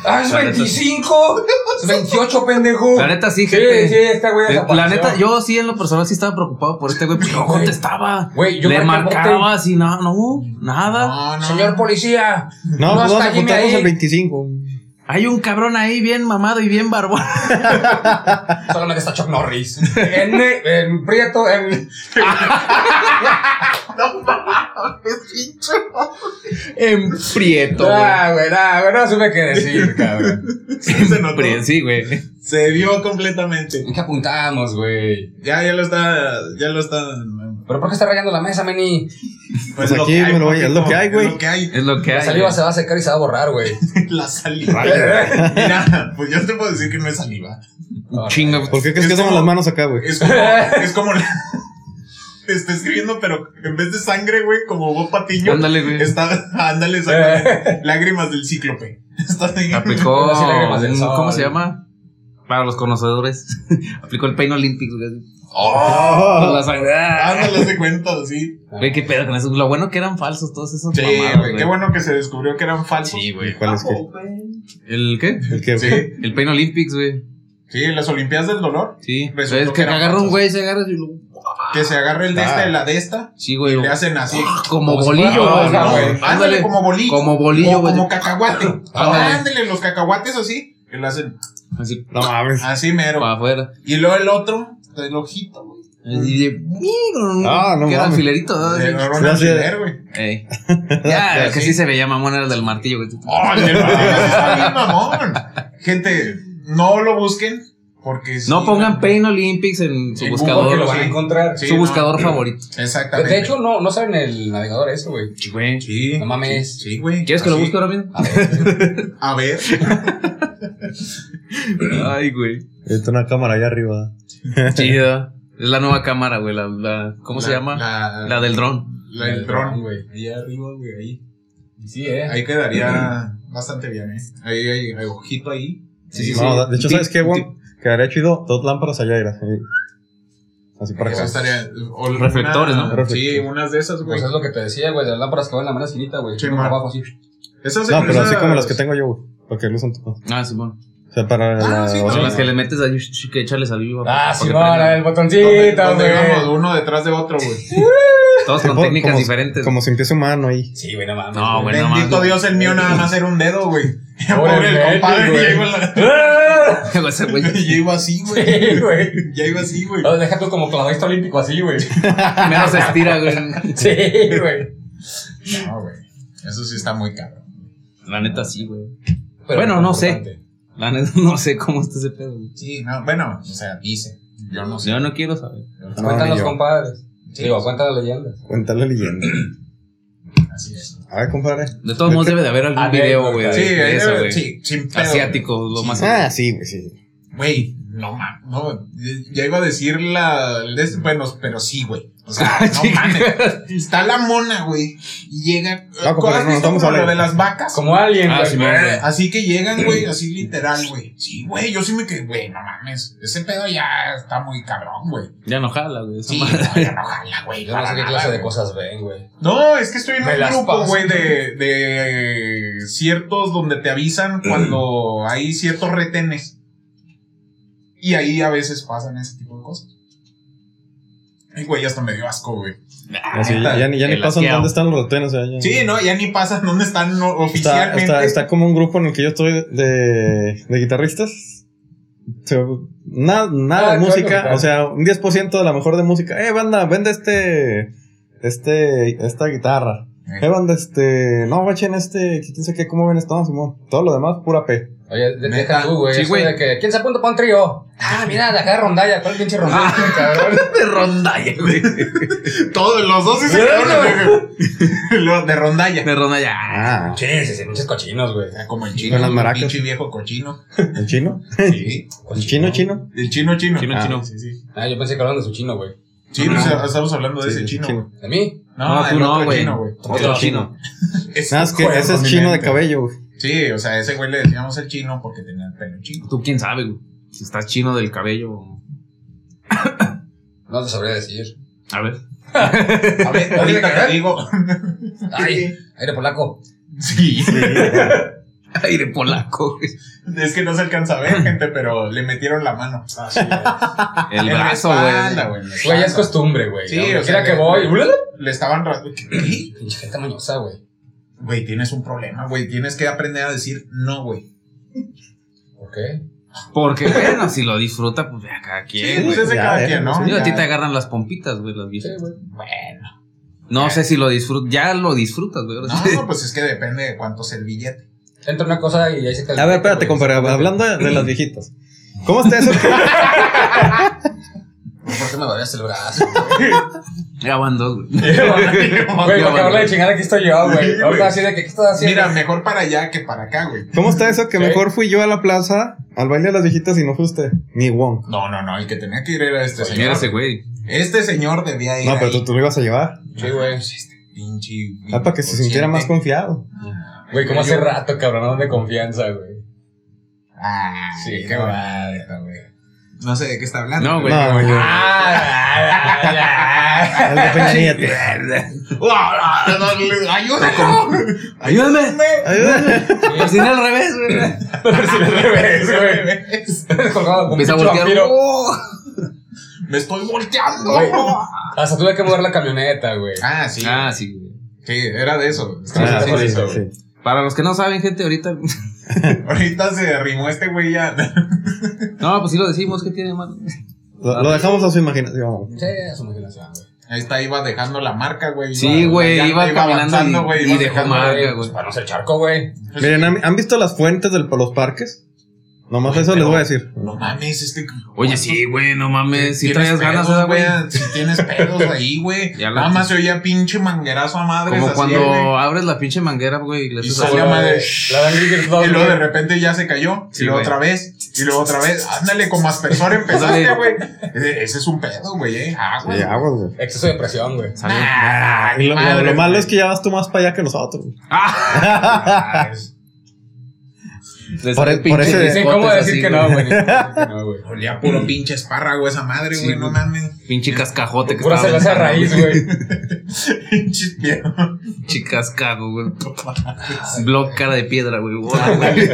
S4: Ah, es
S2: La neta.
S4: 25. Es 28, pendejo.
S2: La neta, sí,
S4: Sí,
S2: gente.
S4: sí, esta güey
S2: Eh, La
S4: desapareció.
S2: neta, yo sí en lo personal sí estaba preocupado por este güey, porque no
S4: güey.
S2: contestaba.
S4: Güey, yo
S2: Le
S4: marqué al bote.
S2: marcaba así, no, no, nada.
S3: No, no. (laughs)
S4: Señor policía.
S1: No, pues
S4: hasta
S1: vamos a
S4: allí me
S1: juntarnos
S4: ahí.
S1: el 25.
S2: Hay un cabrón ahí bien mamado y bien barbón.
S4: Solamente está Chuck Norris.
S2: (laughs)
S4: En, en Prieto, en.
S2: en prieto, güey.
S4: Ah, güey, nah, güey, no supe qué decir, cabrón.
S3: se notó.
S2: Pri- Sí, güey.
S3: Se vio completamente.
S4: ¿En qué apuntamos, güey?
S3: Ya, ya lo está. Ya lo está.
S4: ¿Pero por qué está rayando la mesa, Meni?
S1: Pues aquí, me lo voy- es lo que hay, güey.
S3: Es lo que hay. (laughs)
S2: Es lo que
S4: La
S2: hay.
S4: saliva
S2: güey.
S4: se va a secar y se va a borrar, güey.
S3: La saliva. Mira, pues yo te puedo decir que no es saliva.
S4: Ahora,
S2: Chinga, (laughs)
S1: (laughs)
S4: güey.
S1: ¿Por qué crees
S3: Es
S1: que tengo
S3: como-
S1: las manos acá, güey?
S3: Es como. es como la- (laughs) Te está escribiendo, pero en vez de sangre, güey, como vos patiño.
S2: Ándale, güey.
S3: Está. (laughs) Ándale,
S4: (laughs)
S3: sangre. lágrimas del cíclope. (laughs) Está
S2: Aplicó.
S4: Las lágrimas del
S2: un-
S4: sol.
S2: ¿Cómo se llama? Para los conocedores. (laughs) Aplicó el Pain Olympics, güey. Con
S1: Oh,
S2: la sangre. Ah,
S3: Ándale, se cuenta, sí.
S2: Güey, qué pedo con eso. Lo bueno que eran falsos todos esos
S3: Sí,
S2: mamadas,
S3: güey. Qué bueno que se descubrió que eran falsos.
S2: Sí, güey.
S1: ¿Cuál (laughs) es que?
S5: Open.
S2: ¿El qué?
S1: El que
S3: Sí,
S2: El Pain Olympics, güey.
S3: sí, las Olimpiadas del Dolor.
S2: Sí.
S3: Resultó
S2: Es
S3: que
S2: que
S3: eran
S2: agarra
S3: falsos.
S2: un güey, se agarra y lo-
S3: Que se agarra el de esta
S1: Ah.
S3: y la de esta.
S2: Sí, güey. ¡Ah!
S3: Le hacen así. Ah,
S2: Como
S4: Como si
S2: bolillo,
S4: fuera
S2: güey.
S4: rosa,
S2: ¿no?
S4: güey.
S3: Ándale,
S2: Ándale.
S3: como bolillo.
S2: Como bolillo,
S3: O
S2: güey.
S3: como cacahuate.
S2: (laughs) Ándale.
S3: Ándale, los cacahuates así. Que lo hacen
S2: Así,
S1: No mames.
S3: así mero.
S2: para afuera.
S3: Y luego el otro, el ojito, güey.
S2: Así de, "Mira,
S1: Ah, no
S2: que era
S1: mames.
S2: filerito. ¿no?
S3: Le
S2: Así.
S3: agarraron
S1: se
S3: el
S1: hace-
S3: primer, güey.
S2: Ey. Ya, el que sí se veía mamón era el del martillo, güey.
S3: Oh, el del martillo sí está bien mamón. Gente, no lo busquen. Porque sí,
S2: No pongan Pain Olympics en su
S3: En
S4: Porque lo
S2: buscador.
S4: van a
S3: Sí.
S4: encontrar.
S3: Sí,
S2: Su
S3: no.
S2: buscador favorito.
S4: De,
S3: Exactamente.
S4: de hecho, no, no saben el navegador eso, güey.
S2: Güey.
S3: sí.
S4: No mames.
S3: Sí, güey.
S2: ¿Quieres que lo
S3: Así.
S2: busque ahora mismo?
S4: A ver,
S3: A ver.
S2: Ay, güey.
S1: Está una cámara allá arriba.
S2: Chida. Es la nueva cámara, güey. La, la- ¿Cómo se
S3: La-
S2: llama? La,
S3: La,
S2: del dron.
S3: la del dron, güey.
S4: güey.
S3: Ahí arriba, güey, ahí.
S4: Sí, eh.
S3: Ahí quedaría bastante bien, ¿eh? Ahí hay hay ojito ahí.
S2: Sí, sí, sí.
S1: No, de hecho,
S2: Sí,
S1: ¿sabes qué,
S2: sí.
S1: güey? Quedaría chido dos lámparas allá, era. ahí. Así para
S3: Eso
S1: acá.
S3: estaría. o alguna-
S2: Reflectores, ¿no?
S3: Sí,
S1: Reflectores.
S3: unas de esas, güey.
S4: Pues es lo que te decía, güey, de las lámparas que van en la mano esquinita, güey.
S3: Sí,
S4: Uno
S3: man.
S4: abajo, así.
S3: Esas
S1: No, pero así
S3: esas-
S1: como las que tengo yo, güey. Porque lucen todas.
S2: Ah, sí, bueno.
S1: O sea, para
S3: Ah,
S1: la-
S3: sí,
S1: o sea,
S2: Son las que le metes ahí sh- que echarle saliva.
S4: Ah,
S2: para
S4: sí,
S2: que
S4: man,
S2: prenda.
S4: el
S3: Donde,
S4: botoncito,
S3: donde íbamos
S4: güey.
S3: uno detrás de otro, güey.
S2: Todos con
S1: Tipo,
S2: técnicas
S1: como-
S2: diferentes. (laughs)
S1: Como si empiece humano ahí.
S4: Sí, güey, no mames.
S2: No, güey. nada más,
S3: Bendito
S2: güey.
S3: Dios, el mío nada más era un dedo, güey.
S4: Pobre
S3: Pobre el
S4: Betty,
S3: compadre,
S4: güey.
S3: ya iba, la-
S4: ¡Ah!
S2: Ese
S3: (laughs)
S2: güey.
S3: ya iba así,
S4: Sí,
S3: güey.
S4: güey.
S3: Ya iba así, güey.
S4: (laughs)
S2: Ah.
S4: No, Deja tú como clavadista olímpico así, (laughs) güey.
S2: Menos se estira, güey.
S4: Sí, güey.
S3: No, güey. Eso sí está muy caro.
S2: La neta, sí, güey.
S4: Pero
S2: Bueno, no sé.
S4: importante.
S2: La neta, (laughs) no sé cómo está ese pedo, güey.
S3: Sí, no, bueno, o sea, dice. Yo no sé.
S2: Yo no quiero saber.
S1: No,
S4: Cuentan
S1: ni
S4: los
S1: yo.
S4: compadres.
S3: Sí,
S4: Digo, cuentan las leyendas.
S1: Cuenta la leyenda.
S3: así es.
S1: A ver, compadre.
S2: De todos modos, debe de haber
S3: Ah,
S2: algún
S4: Anécdota,
S2: video, güey.
S4: sí,
S3: Sí,
S2: de- de eso,
S3: eh,
S2: güey.
S3: sí, sin pedo.
S2: Asiático, lo
S3: Sí.
S2: más.
S1: Ah, sí, güey, sí.
S3: Güey, no mames. No, ya iba a decir la. el de este- bueno, pero sí, güey.
S2: (laughs)
S3: O sea,
S2: Ah,
S3: no mames. Está la mona, güey. Y llega.
S1: No, compadre,
S3: ¿Has
S1: no,
S3: visto
S1: estamos
S3: como lo
S1: hablando.
S3: de las vacas?
S4: Como alguien,
S2: Ah, sí,
S4: güey.
S2: güey.
S3: Así que llegan, güey, así literal, güey. Sí, güey, yo sí me quedé, güey, no mames. Ese pedo ya está muy cabrón, güey.
S2: Ya no jala, güey. esa (laughs)
S3: Sí,
S2: madre.
S3: no, ya no jala, güey.
S4: Yo no sé
S3: para
S4: qué
S3: nada,
S4: clase de
S3: güey.
S4: cosas ven, Ah, güey.
S3: No, es que estoy en
S4: Me
S3: un
S4: las
S3: grupo,
S4: paso.
S3: güey, de, de eh, ciertos donde te avisan
S1: Mm.
S3: cuando hay ciertos retenes. Y ahí a veces pasan ese tipo de cosas. Ay, güey, hasta me dio asco, güey.
S1: Así,
S3: Ah, neta,
S1: ya ni, ya ni
S2: el
S1: pasan
S2: asqueado.
S1: dónde están los retenes. o sea, ya-
S3: Sí, no, ya ni pasan dónde están no-
S1: Está,
S3: oficialmente.
S1: está, está como un grupo en el que yo estoy de, de guitarristas. Se- na- nada
S4: Ah,
S1: de
S4: claro,
S1: música,
S4: claro.
S1: o sea, un 10% a lo mejor de música. Eh, banda, vende este, este, esta guitarra. Eh, banda, este, no, echen este, quién sabe qué, cómo ven esto, Simón. Todo lo demás, pura P.
S4: Oye, de-
S3: Neta.
S4: deja tú, güey.
S2: Sí,
S4: eso
S2: güey.
S4: de que, ¿Quién se apunta para un trío? Ah, mira, de acá de rondalla. ¿Cuál pinche rondalla, (laughs) cabrón?
S2: de rondalla, güey.
S3: (laughs) Todos los dos sí se quedaron. (laughs) Lo de rondalla.
S2: De rondalla.
S1: Ah,
S4: Sí, sí, sí, pinches cochinos, güey.
S3: Como el chino,
S1: Con las
S3: el
S1: maracas.
S3: pinche viejo cochino.
S1: ¿el chino?
S3: Sí.
S1: ¿El chino, chino?
S3: El chino chino.
S2: Chino,
S3: Ah,
S2: chino.
S3: Sí, sí.
S4: Ah, yo pensé que hablaban de su chino, güey.
S3: Sí, pues, estamos hablando de
S1: Sí,
S3: ese
S1: sí,
S3: chino.
S1: chino.
S3: güey.
S4: ¿De mí?
S3: No,
S2: No, Ah, tú
S3: el
S2: no,
S3: otro
S2: güey.
S3: chino, güey.
S2: Otro chino.
S1: Nada, es que ese es chino de cabello, güey.
S3: Sí, o sea, ese güey le decíamos el chino porque tenía el pelo chino.
S2: Tú quién sabe, güey. Si estás chino del cabello. o-
S4: No te sabría decir.
S2: A ver. (laughs)
S3: A ver, ahorita te digo. (laughs)
S4: Ay, aire polaco.
S3: Sí.
S2: Aire polaco. güey.
S3: Es que no se alcanza a ver, gente, pero le metieron la mano.
S2: El
S3: (laughs) En la
S2: brazo,
S3: espalda,
S2: güey.
S3: güey. en la
S4: Güey, ya es
S3: espalda.
S4: costumbre, güey.
S3: Sí,
S4: Sí,
S3: o sea,
S4: que
S3: le-
S4: voy.
S3: Le estaban rasgando. ¿Qué?
S4: Pinche gente mañosa, güey.
S3: Güey, tienes un problema, güey. Tienes que aprender a decir no, güey.
S4: ¿Por
S2: Porque, bueno, si lo disfruta, pues ya cada quien,
S3: Sí,
S2: güey.
S3: pues es de
S1: ya,
S3: cada
S1: ya,
S3: quien, ¿no?
S1: sí,
S2: Digo, a ti
S3: Ya.
S2: te agarran las pompitas, güey, las viejas.
S4: güey.
S3: Bueno.
S2: No sé si lo disfrutas, ya lo disfrutas, güey. ahora
S3: No,
S2: sí.
S3: no, pues es que depende de cuánto es el billete.
S4: Entra una cosa y ahí se
S1: A ver, espérate, compadre.
S4: Pues,
S1: Hablando de, de las viejitas. ¿Cómo está eso?
S4: ¿Por qué me dolías (laughs) el brazo?
S2: (laughs) Ya van dos, güey.
S4: Eh, Güey, para acabarla de chingar, aquí estoy yo, güey. Ahorita así de que, ¿qué estás haciendo?
S3: Mira, mejor para allá que para acá, güey.
S1: ¿Cómo está eso que
S4: ¿Qué?
S1: mejor fui yo a la plaza al baile de las viejitas y no fue usted? Ni Wong.
S3: No, no, no. El que tenía que ir era este señor.
S2: Pues, Mira ese güey.
S3: Este señor debía ir.
S1: No, pero
S3: ahí.
S1: tú, tú lo ibas a llevar.
S4: Sí, güey.
S3: Pues este pinche.
S1: Ah, para que se
S3: inconsciente.
S1: sintiera más confiado.
S4: Güey, como hace
S3: Yo-
S4: rato, cabrón, no de confianza, (laughs) güey.
S3: Ah,
S4: Sí, qué
S3: no,
S4: madre, güey.
S3: No sé de qué está hablando.
S2: No, güey.
S1: No, güey.
S4: Ah,
S1: El de Peña Nieto.
S3: Ayúdame.
S2: Ayúdame.
S1: Ayúdame.
S2: Persina Pues, al revés, güey.
S4: (laughs) Colgado como
S2: Empieza a
S4: pinche
S2: voltear.
S4: vampiro.
S2: ¡Oh!
S3: Me estoy volteando.
S4: Güey. Hasta tuve que mover la camioneta, güey.
S3: Ah, sí.
S2: Ah, sí, güey.
S3: Sí, era de eso.
S1: Ah,
S4: sí,
S1: sí,
S4: sí,
S1: sí.
S2: Para los que no saben, gente, ahorita. (laughs)
S3: Ahorita se arrimó este güey ya.
S2: No, pues sí lo decimos, ¿qué tiene mal?
S1: Lo, lo dejamos a su imaginación.
S4: Sí, a su imaginación, güey.
S3: Ahí está, iba dejando la marca, güey.
S2: Sí, güey,
S3: ya
S2: iba caminando y- y dejó
S3: iba dejando,
S2: marca,
S3: güey.
S2: güey.
S4: Pues para no ser charco, güey.
S1: Miren, ¿han, han visto las fuentes de los parques? Nomás
S3: Güey,
S1: eso les
S3: pero-
S1: voy a decir.
S3: No mames, este.
S2: Oye, sí, güey, no mames. Si
S3: Tienes
S2: traes ganas,
S3: pedos,
S2: ¿verdad, güey.
S3: Si tienes pedos
S2: (laughs)
S3: ahí, güey.
S2: Ya la-
S3: Nada más se oía pinche manguerazo a madres.
S2: Como
S3: así,
S2: cuando
S3: güey.
S2: abres la pinche manguera, güey, y le
S3: Y
S2: haces
S3: sale
S2: así.
S3: a madre.
S4: La Dan Grigger
S3: Y
S4: 2,
S3: luego de
S4: güey.
S3: repente ya se cayó.
S2: Sí,
S3: y luego
S2: güey.
S3: otra vez. Y luego otra vez. Ándale,
S2: (laughs)
S3: como aspersor empezaste,
S2: Ándale.
S3: güey. E- Ese es un pedo,
S2: (laughs)
S3: güey, eh. Ah, güey.
S1: Sí, aguas, güey.
S4: Exceso de presión, güey.
S2: Sale.
S3: Nah, ni
S1: Ah, Lo, lo- lo
S3: madres,
S1: malo
S3: güey.
S1: es que ya vas tú más para allá que nosotros.
S2: ¡Ah!
S3: Ah, es-
S2: Le
S1: Por
S2: sale
S1: el- por
S2: pinches
S1: ese-
S4: Dicen cómo
S2: riscotes
S4: decir
S2: así,
S4: que no, güey. Dicen que no, güey.
S3: Olía puro pinche espárrago esa madre,
S2: Mm. Sí,
S3: güey. No
S2: güey.
S3: mames. (laughs)
S2: Pinche cascajote que
S4: Pura
S2: estaba
S4: cerveza de
S2: aventando,
S4: raíz,
S2: güey.
S4: güey.
S3: Pinches piernas.
S2: Pinche cascajo, güey.
S3: Ah,
S2: Block cara de piedra, güey. Guau, güey.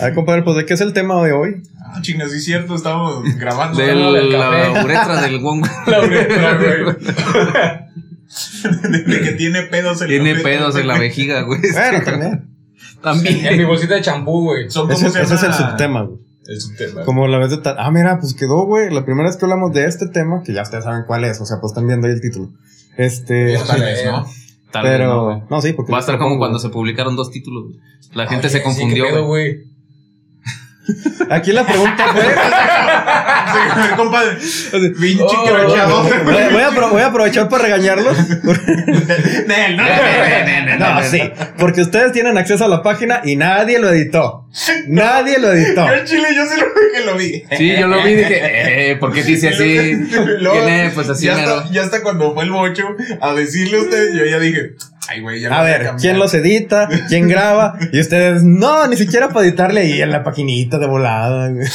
S1: A ver, compadre, pues ¿de qué es el tema de (laughs) hoy?
S3: Ah, chingas, sí es cierto, estábamos grabando.
S2: De
S4: no, del café.
S2: la uretra del Wong. güey.
S4: La uretra, güey.
S3: (laughs) De que tiene pedos en
S2: Tiene
S3: la
S2: pedos en la vejiga, güey.
S1: Bueno, también.
S4: (laughs) En mi
S2: También.
S4: bolsita de champú, güey.
S3: Son como
S1: Ese,
S3: se
S1: ese es el
S3: llama?
S1: subtema, güey.
S4: El subtema.
S1: Como la vez de tal. Ah, mira, pues quedó, güey. La primera vez que hablamos de este tema, que ya ustedes saben cuál es, o sea, pues están viendo ahí el título. Este.
S3: Tal vez, ¿no?
S1: (laughs)
S2: Tal vez no, güey.
S1: Pero. No, sí, porque.
S2: Va a estar como cuando se publicaron dos títulos. güey. La gente se confundió, güey.
S4: güey.
S1: Aquí la pregunta fue.
S3: Sí, a ver, compadre. Pinche
S4: Oh,
S3: crochadote,
S1: Voy,
S3: güey.
S1: voy a, apro- voy a aprovechar para regañarlos.
S3: Nel, no,
S1: No, sí. Porque ustedes tienen acceso a la página y nadie lo editó. Nadie lo editó.
S3: (laughs) Yo en Chile, yo sí lo vi que lo vi.
S2: Sí, yo lo vi y dije, eh, ¿por qué dice así?
S3: (laughs) Luego,
S2: Tiene, pues así
S3: ya,
S2: mero.
S3: hasta, ya hasta cuando fue el bocho a decirle a usted, yo ya dije, ay, güey, ya lo
S1: A
S3: voy
S1: ver,
S3: cambiar.
S1: ¿quién los edita? ¿Quién graba? Y ustedes, no, ni siquiera para editarle ahí en la paginita de volada. güey.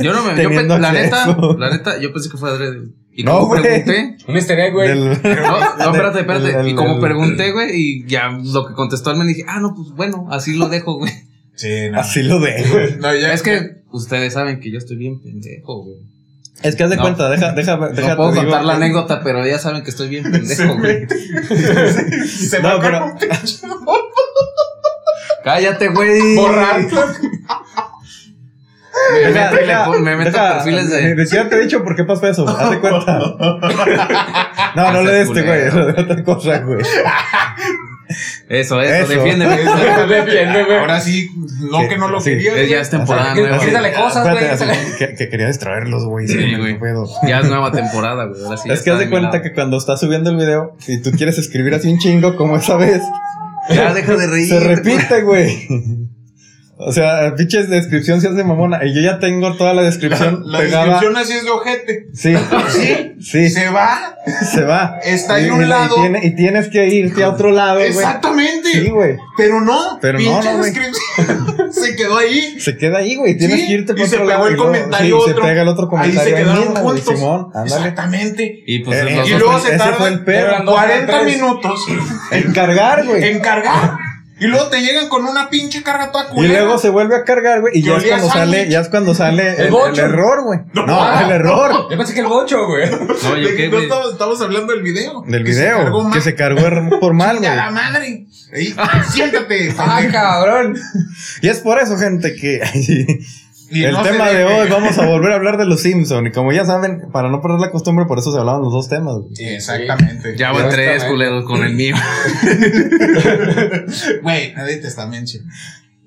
S2: Yo no me. Yo, pe-
S1: Teniendo
S2: la neta,
S1: acceso.
S2: la neta, yo pensé que fue adrede. Y
S1: No,
S2: como
S1: güey.
S2: pregunté.
S4: Un easter egg, güey. (laughs)
S1: Del- (laughs)
S2: No, no, espérate,
S1: El-
S2: espérate.
S1: el-
S2: Y como
S1: el-
S2: pregunté, güey, y ya lo que contestó él me dije, ah, no, pues bueno, así lo dejo, güey.
S3: Sí, no. (laughs)
S1: Así lo dejo.
S3: No, ya,
S2: Es que ustedes saben que yo estoy bien pendejo, güey.
S1: Es que haz de
S2: No.
S1: cuenta, deja, deja, deja.
S2: No puedo
S1: te digo- eh,
S2: contar la anécdota, pero ya saben que estoy bien pendejo, güey.
S3: se
S1: No,
S3: va a
S1: pero-
S3: un pinche
S1: (laughs)
S2: Cállate, güey.
S3: borrar.
S2: Me
S1: Eh, Deja-
S2: meto, y le
S1: deja-
S2: pon- me meto
S1: deja-
S2: perfiles
S1: ni-
S2: de.
S1: Ni siquiera te he dicho por qué pasó eso. Haz de cuenta.
S2: (laughs)
S1: No, no le de este, güey. Lo de otra cosa, güey.
S2: Eso, eso,
S1: Eso.
S2: defiéndeme.
S4: (laughs) Defiende, güey.
S3: Ahora sí, no
S1: Sí,
S3: que no lo
S1: sí.
S3: quería.
S2: Es- Ya es temporada
S1: Así-
S2: nueva.
S1: así-
S4: Quítale cosas, güey,
S1: espérate,
S4: quítale.
S1: así que, que quería distraerlos, güey. sí,
S2: Sí,
S1: no
S2: güey.
S1: puedo.
S2: Ya es nueva temporada, güey. Ahora sí ya
S1: es que haz
S2: está
S1: de
S2: mi
S1: cuenta
S2: lado.
S1: que cuando estás subiendo el video, si tú quieres escribir así un chingo como esa vez,
S2: Ya deja de reír.
S1: se repite, güey. O sea, pinches descripción se hace mamona. Y yo ya tengo toda la descripción
S3: La
S1: pegada.
S3: descripción así es de ojete.
S2: (laughs)
S1: Sí,
S3: Sí.
S1: sí,
S3: Se va,
S1: se va.
S3: está ahí
S1: Y-
S3: a
S1: y-
S3: un
S1: y
S3: lado.
S1: tiene- y tienes que irte a otro lado, güey.
S3: Exactamente.
S1: Sí, güey.
S3: Pero no,
S1: Pero no,
S3: pinche
S1: no, güey.
S3: descripción. (laughs) se quedó ahí.
S1: Se queda ahí, güey. Tienes
S3: Sí,
S1: que irte
S3: y
S1: para
S3: se
S1: otro
S3: pegó
S1: lado.
S3: el
S1: y luego-
S3: comentario
S1: sí,
S3: otro.
S1: se pega el otro
S3: Ahí
S1: comentario.
S3: se quedaron
S1: mismo, güey,
S3: juntos.
S1: Simón,
S3: (laughs)
S1: ándale.
S3: Exactamente.
S2: Y pues
S1: Eh,
S2: los
S1: eh,
S2: dos
S3: Y luego
S1: Ese fue
S3: se
S1: el
S3: tardan
S1: pedo.
S4: Eran dos,
S3: 40
S4: eran tres.
S3: minutos
S1: Encargar, güey.
S3: en cargar. Y luego te llegan con una pinche carga toda
S1: Y
S3: culera. (laughs)
S1: luego se vuelve a cargar, güey. Y
S3: Que
S1: ya es
S3: olía
S1: cuando
S3: sándwich.
S1: sale, ya es cuando sale el, el
S4: bocho.
S1: error, güey. No,
S4: Ah.
S1: el error.
S4: Yo pensé que el bocho, güey.
S2: No,
S3: De-
S2: yo qué,
S3: no
S2: güey.
S3: estamos, estamos hablando del video.
S1: Del
S3: Que se cargó
S1: video.
S3: mal.
S1: Que se cargó er- por mal,
S3: (laughs) Chinga
S1: güey.
S3: la madre.
S2: (laughs)
S3: Ahí, siéntate.
S4: Ah,
S3: pendejo.
S4: cabrón.
S1: Y es por eso, gente, que (laughs)
S3: Y
S1: el
S3: no se
S1: tema de
S3: deje.
S1: hoy vamos
S3: (laughs)
S1: a volver a hablar de los Simpson. Y como ya saben, para no perder la costumbre, por eso se hablaban los dos temas, güey.
S3: Sí, exactamente.
S2: Ya van tres
S4: Exactamente.
S2: culeros con el mío.
S3: Güey, nadie te está menche.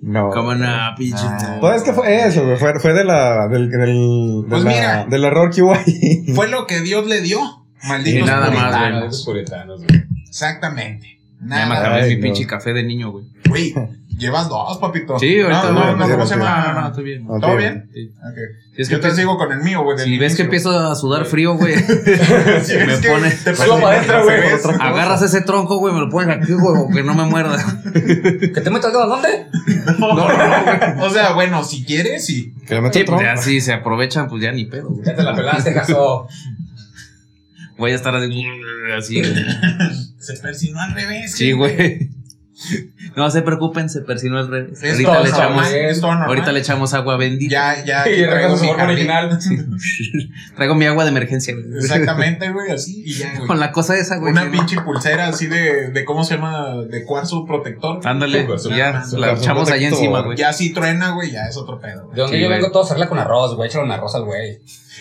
S1: No.
S2: Como no, pinche.
S3: Ah.
S1: Pues es que fue eso, güey. Fue, fue de la, del, del, de
S3: Pues
S1: la-
S3: mira.
S1: del error que hubo ahí.
S3: Fue lo que Dios le dio. Malditos
S2: Y nada más,
S3: puritanos.
S2: güey.
S4: Ah, esos puritanos, güey.
S3: Exactamente.
S2: Ya me
S3: Nada más.
S2: acabé
S1: Ay,
S2: mi
S1: no.
S2: pinche café de niño, güey.
S3: Güey, llevas dos, papito.
S2: Sí, ahorita
S3: No,
S2: voy,
S3: no, no,
S1: ahorita
S3: ¿cómo se
S1: voy.
S3: llama?
S2: No, no, estoy bien.
S1: Ok.
S3: ¿Todo bien?
S2: Sí.
S3: Ok.
S2: Si es que
S3: Yo te
S2: empiezo-
S3: sigo con el mío, güey. del
S2: si ves que
S3: inicio.
S2: empiezo a sudar frío, güey.
S3: Si ves
S2: me
S3: que
S2: pone-
S3: Te
S4: Sigo maestra, güey.
S3: Otra-
S2: (laughs) Agarras ese tronco, güey, me lo pones aquí, güey, o que no me
S3: (laughs)
S2: muerda.
S4: ¿Que te metas a dónde?
S2: No, no, no, güey.
S3: O sea, bueno, si quieres, sí.
S1: Que le meto
S2: Sí,
S1: otro.
S2: pues ya si se aprovechan, pues ya ni pedo, güey.
S4: Ya te la pelaste, Jaso.
S2: Voy a estar así, así, güey.
S3: Se persinó al revés. eh,
S2: Sí, güey. No se preocupen, se persinó al revés.
S3: Es
S2: Ahorita
S3: todo
S2: le echamos,
S3: normal, es todo normal.
S2: ahorita le echamos agua bendita.
S3: Ya, ya. aquí
S4: Y
S3: traigo
S4: regresas a
S3: mi
S4: su forma
S3: jardín.
S4: original.
S2: Traigo mi agua de emergencia, güey.
S3: Exactamente, güey, así. Y ya, güey.
S2: Con la cosa esa, güey.
S3: Una
S2: que-
S3: pinche pulsera así de, de, ¿cómo se llama? De cuarzo protector.
S2: Ándale,
S3: Su-
S2: ya
S3: su-
S2: la
S1: su-
S2: echamos allá
S1: protector.
S2: encima, güey.
S3: Ya si truena, güey, ya es otro pedo,
S4: De
S3: güey.
S4: donde
S2: Sí,
S4: yo
S2: güey.
S4: vengo todo hacerla con arroz, güey. Échale un arroz al güey.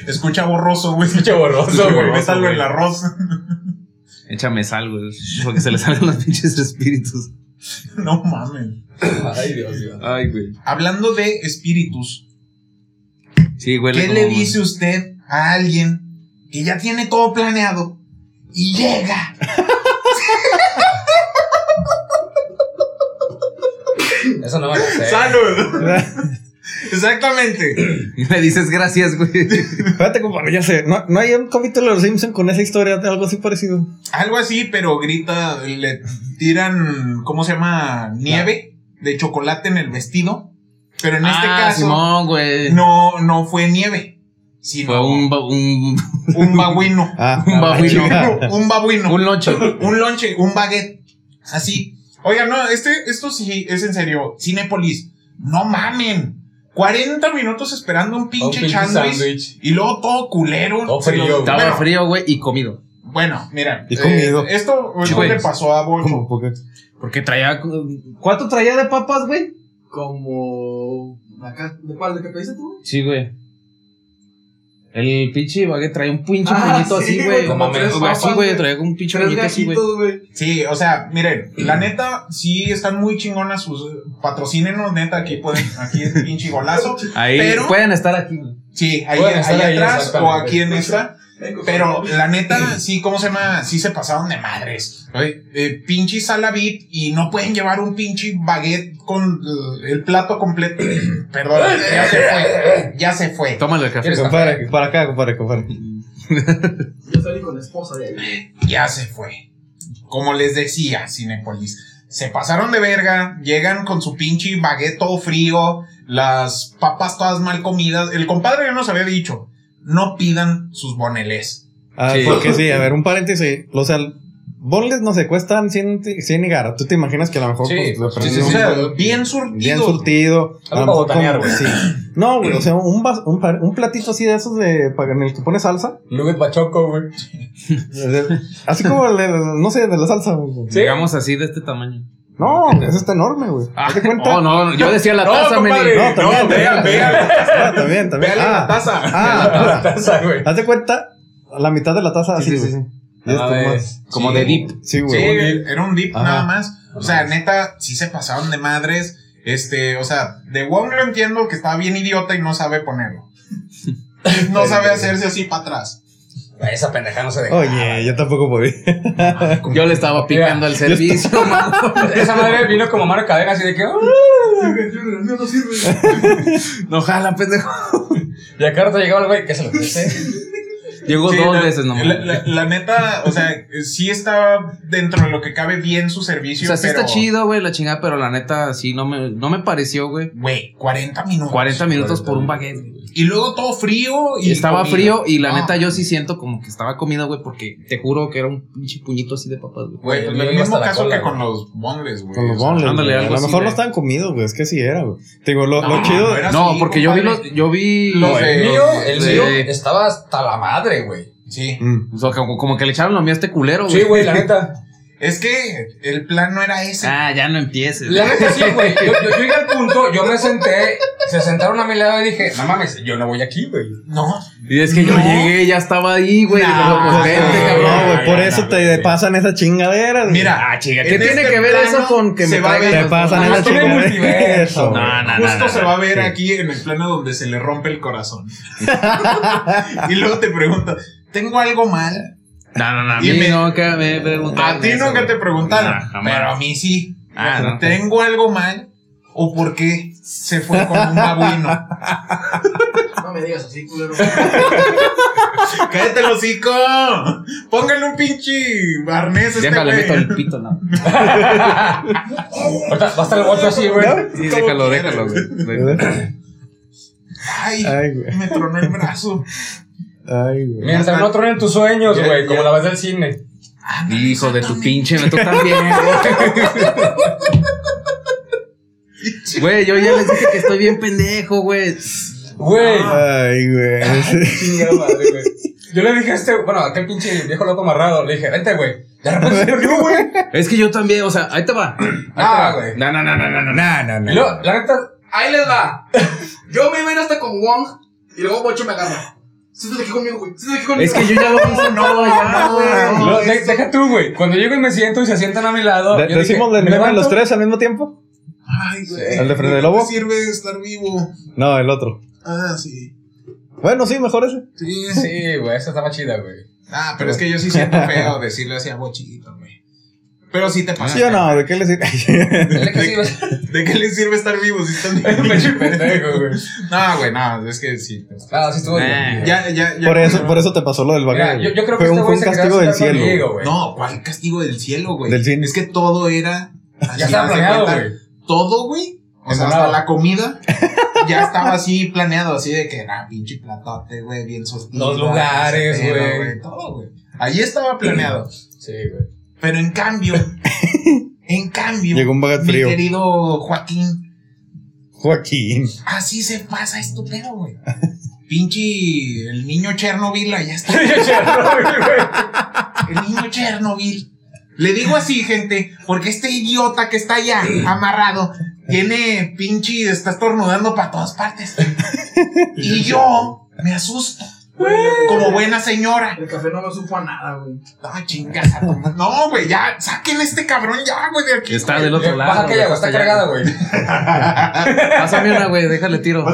S3: Escucha borroso, güey.
S4: Pinche borroso,
S3: Escucha
S4: güey.
S3: borroso, Métalo
S2: güey.
S3: el arroz.
S2: Échame sal, güey. Porque se le salen los pinches espíritus.
S3: (laughs) No mames.
S4: Ay, Dios, Dios.
S2: Ay, güey.
S3: Hablando de espíritus,
S2: Sí, güey.
S3: ¿qué le dice usted a alguien que ya tiene todo planeado y llega?
S4: Eso no me lo
S2: Eh.
S4: sé.
S3: ¡Salud! (laughs) Exactamente.
S2: (laughs) Le dices gracias, güey.
S1: Espérate, compadre, ya sé. No, no hay un capítulo de los Simpson con esa historia, algo así parecido.
S3: Algo así, pero grita, le tiran, ¿cómo se llama? Nieve de chocolate en el vestido. Pero en este
S2: ah,
S3: caso,
S2: Simón, güey.
S3: no, no fue nieve, sino
S2: Fue un, ba- un,
S3: un babuino.
S1: Ah,
S2: (laughs) un babuino.
S3: (laughs) un babuino.
S2: un loncho.
S3: Un lonche, un baguette. Así. Oiga, no, este, esto sí es en serio. Cinépolis, no mamen. 40 minutos esperando un
S4: Un
S3: pinche,
S4: pinche
S3: sándwich.
S4: sándwich.
S3: Y luego todo culero.
S4: Todo
S3: Se
S4: frío,
S3: lo-
S4: güey.
S2: Estaba
S3: bueno,
S2: frío, güey, y comido.
S3: Bueno, mira.
S1: Y comido.
S3: esto
S2: Sí,
S3: no
S2: güey.
S3: le pasó a Bolcho.
S1: ¿Cómo? ¿Por qué?
S2: Porque traía. cu- ¿Cuánto traía de papas, güey?
S5: Como. Acá, ¿De cuál? ¿De qué pediste tú?
S2: Sí, güey. El pinche baguette traía un pinche
S5: Ah,
S2: moñito
S5: sí,
S2: así,
S5: güey,
S2: güey.
S5: como
S4: tres
S2: Como así,
S5: papas,
S2: güey.
S5: güey.
S2: Traía un pinche
S5: Tres
S2: moñito así, güey.
S5: gajitos, güey.
S3: Sí, o sea, miren, la neta, sí están muy chingonas sus. Patrocínenos, neta, aquí pueden, aquí es pinche
S4: (laughs)
S3: golazo.
S2: Ahí
S3: Pero-
S2: pueden estar aquí, güey.
S3: Sí, ahí,
S4: Pueden estar
S3: ahí
S4: ahí,
S3: atrás o
S4: exactamente.
S3: aquí en esta.
S5: Ven, cojo.
S3: Pero la neta, sí, ¿cómo se llama? Sí se pasaron de madres. Oye, eh, pinche salabit y no pueden llevar un pinche baguette con eh, el plato completo. Perdón, ya se fue. Ya se fue.
S2: Tómale el café.
S4: ¿Quieres
S1: Compadre, para acá, compadre, compadre.
S5: Yo salí con la esposa de ahí.
S3: ya se fue. Como les decía, Cinepolis. Se pasaron de verga, llegan con su pinche baguette todo frío, las papas todas mal comidas. El compadre ya nos había dicho, no pidan sus bonelés.
S1: Ah,
S2: Sí.
S1: porque sí, a ver, un paréntesis. O sea, bonles no se cuestan 100, ti- 100 y garra. Tú te imaginas que a lo mejor
S4: Sí,
S1: pues, lo
S4: sí, sí,
S1: prenden
S3: o
S1: un-
S3: sea, bien surtido.
S1: bien surtido.
S4: Algo para botanear, güey.
S1: sí. No, güey, o sea, un, vas- un, par- un platito así de esos de, pa- en el que pone salsa.
S4: Nugget Bachoco, güey.
S1: de- así como el de, no sé, de la salsa. güey.
S4: Sí.
S2: Llegamos así de este tamaño.
S1: No, eso está enorme, güey.
S4: Ah.
S1: ¿Te cuenta?
S2: Oh, no, no, yo decía la taza,
S4: compadre.
S2: Meni.
S1: No, también,
S4: vea,
S1: también,
S4: vea.
S1: Ah, también, también.
S3: Véale la
S1: Ah,
S3: taza.
S1: ah, (laughs)
S4: La taza, güey.
S1: haz de cuenta, la mitad de la taza,
S2: Sí,
S1: así,
S2: sí,
S1: sí,
S2: sí.
S1: sí. Ya
S4: Ah,
S1: está
S4: ves.
S1: más.
S2: Como
S3: Sí.
S2: de deep. Ah,
S1: Sí,
S3: Sí,
S1: güey.
S3: era un dip
S1: Ajá.
S3: nada más. O sea, neta, sí se pasaron de madres. Este, o sea, de Wong lo entiendo
S2: (laughs)
S3: que estaba bien idiota y no sabe ponerlo. No sabe hacerse así para atrás.
S4: Esa pendeja no se dejaba.
S1: Oye, yo tampoco podía.
S2: Yo le estaba picando el servicio.
S4: Esa madre vino como mano de cadena así de que. "Uh".
S5: El mío no sirve.
S2: (laughs) no jala, pendejo.
S4: Y acá ahorita llegaba el güey que se lo puse.
S2: Llegó
S3: Sí,
S2: dos
S3: la-
S2: veces nomás.
S3: La, la- la neta, o sea, sí está dentro de lo que cabe bien su
S2: o
S3: servicio.
S2: sea, sí
S3: pero,
S2: está chido, güey, la chingada, pero la neta sí no me, no me pareció, güey.
S3: Güey, 40 minutos.
S2: 40 minutos por un baguette. güey.
S3: Y luego todo frío. Y
S2: Y estaba
S3: comida.
S2: frío y la
S3: No.
S2: neta yo sí siento como que estaba comida, güey, porque te juro que era un pinche puñito así de papas, güey.
S3: Güey,
S4: Yo
S3: pues,
S4: me
S3: el
S4: iba hasta
S3: mismo
S4: la
S3: caso
S4: cola,
S3: que con
S4: güey.
S3: los bonles,
S1: (laughs)
S3: güey.
S1: Con los
S3: O sea,
S1: bonles.
S2: Ándale,
S1: güey. a
S2: algo
S1: lo
S2: así
S1: mejor
S2: de-
S1: no estaban comidos, güey. Es que sí era, güey. Te digo, lo,
S3: No,
S1: lo chido.
S3: no era
S2: No,
S3: así,
S2: porque yo vi
S3: compadre.
S2: los, yo vi
S3: Los
S4: No,
S3: de-
S4: el mío, el
S2: de-
S4: mío estaba hasta la madre, güey.
S3: Sí.
S1: Mm.
S2: o sea, como, como que le echaron lo mío a este culero, güey.
S4: Sí, güey, la neta.
S3: Es que el plan no era ese.
S2: Ah, ya no empieces.
S4: La neta sí, güey. Yo, yo- yo llegué al punto, yo me senté, se sentaron a mi lado y dije, no mames, yo no voy aquí, güey.
S3: No.
S2: Y es que yo
S3: No.
S2: llegué, ya estaba ahí, güey.
S3: No,
S2: Pero, pues,
S3: no,
S2: vente,
S3: no,
S2: cabrón.
S1: No, güey, por
S4: ya,
S1: eso
S4: ya,
S1: te
S4: güey.
S1: pasan esas chingaderas. güey.
S3: Mira.
S2: Ah, chinga, ¿qué
S3: En
S2: tiene
S3: este
S2: que ver
S3: plano
S2: eso con que
S3: se
S2: me
S3: va a
S2: traigan
S3: ver-
S1: Te
S2: los-
S1: pasan
S4: no,
S1: esas
S4: no tiene
S1: chingaderas. (laughs)
S4: multiverso.
S1: güey.
S2: Ah, No, no,
S3: Justo
S2: no,
S3: se
S2: no,
S3: va a ver
S1: sí.
S3: aquí en el plano donde se le rompe el corazón. (laughs) y luego te pregunto, ¿tengo algo mal?
S2: No, no, no. A
S3: Y
S2: mí
S3: me-
S2: nunca me preguntaron.
S3: A ti
S2: Ah, eso,
S3: nunca
S2: güey.
S3: te preguntaron,
S2: No, jamás.
S3: pero a mí sí.
S2: Ah, no.
S3: ¿Tengo algo mal? ¿O por qué se fue con un babuino?
S2: (laughs)
S5: No me digas así, culero.
S3: ¡Cállate el hocico! Póngale un pinche arnés a este
S2: Déjale, meto
S3: güey.
S2: el pito,
S3: (laughs)
S2: no.
S4: Ahorita va a estar el bocho así, güey.
S2: Sí,
S3: Como
S2: déjalo,
S3: quieras.
S2: déjalo, güey.
S3: Ay,
S1: Ay, güey.
S3: me tronó el brazo.
S1: Ay, güey.
S4: Mientras no truenen tus sueños,
S3: Ya,
S4: güey,
S3: ya.
S4: como la vez del cine.
S2: Hijo de tu pinche, me toca bien, güey. Güey, yo ya les dije que estoy bien pendejo, güey.
S4: Güey.
S1: Ay, güey.
S4: Ah, Chingada madre, güey. Yo le dije a este, bueno, a aquel pinche viejo loco amarrado, le dije, vente, güey. De repente se (laughs) perdió,
S1: (laughs)
S4: güey.
S2: Es que yo también, o sea, ahí te va.
S4: Ah, güey.
S2: No, no, no, no, no, no.
S1: No, no,
S4: Y luego, la neta,
S5: (laughs) Ahí les va. Yo me ven hasta con Wong y luego Bocho me agarra. Siéntate aquí conmigo, güey. Siéntate aquí conmigo.
S2: Es que yo ya lo hice, no, ya, güey.
S4: lo- de- deja tú, güey. Cuando llego y me siento y se sientan a mi lado.
S1: ¿De-
S4: yo dije,
S1: ¿Decimos
S4: ¿me
S1: el nombre de los
S4: levanto?
S1: tres al mismo tiempo?
S3: Ay, güey.
S1: ¿El de Frente
S3: ¿De
S1: del
S3: qué
S1: Lobo?
S3: te sirve estar vivo?
S1: No, el otro.
S3: Ah, sí.
S1: Bueno, sí, mejor ese.
S3: Sí.
S4: Sí, güey, esa estaba chida, güey.
S3: Ah, pero es que yo sí siento feo decirle así a Bochito, güey. Pero sí te pasa.
S1: ¿Sí o no? ¿De qué le sirve? (laughs)
S4: Dile que sí, güey.
S3: ¿De qué le sirve estar vivo si están
S4: (laughs) Me eché
S3: vivos?
S4: pendejo, güey.
S3: No, güey, no, es que sí. te-
S4: No, sí estuvo
S2: Nah.
S4: divertido.
S3: Ya, ya, ya.
S1: Por eso, por eso te pasó lo del
S4: Mira,
S1: bagre.
S4: yo,
S1: güey.
S4: yo creo
S1: Fue
S4: que este
S1: un, fue
S4: güey
S1: un
S4: se quedó
S1: castigo del
S4: sentado
S1: cielo. güey.
S4: conmigo, güey.
S3: No, ¿cuál castigo del cielo, güey?
S1: Del cine.
S3: Es que todo era. así,
S4: ya estaba
S3: haz de
S4: planeado,
S3: cuenta,
S4: güey.
S3: Todo, güey. O sea,
S4: Embolado.
S3: hasta la comida ya estaba así planeado, así de que, ah, pinche platote, güey, bien surtido.
S4: Los lugares,
S3: etcétera,
S4: güey.
S3: Todo, güey. Ahí estaba planeado.
S4: Sí, güey.
S3: Pero en cambio, en cambio,
S1: Llegó un baguette
S3: mi
S1: frío.
S3: querido Joaquín,
S1: Joaquín.
S3: así se pasa esto, pero, güey. Pinche el niño Chernobyl, allá está. El niño Chernobyl. Le digo así, gente, porque este idiota que está allá amarrado tiene pinche, está estornudando para todas partes. Y yo me asusto. Como buena señora.
S5: El café no me supo a nada, güey.
S3: No, chingas a tu madre. No, güey, ya, saquen a este cabrón ya, güey, de aquí.
S2: Está del otro lado.
S4: Baja aquella, güey, está
S2: allá.
S4: cargada, güey.
S2: Pásame una, güey, déjale tiro.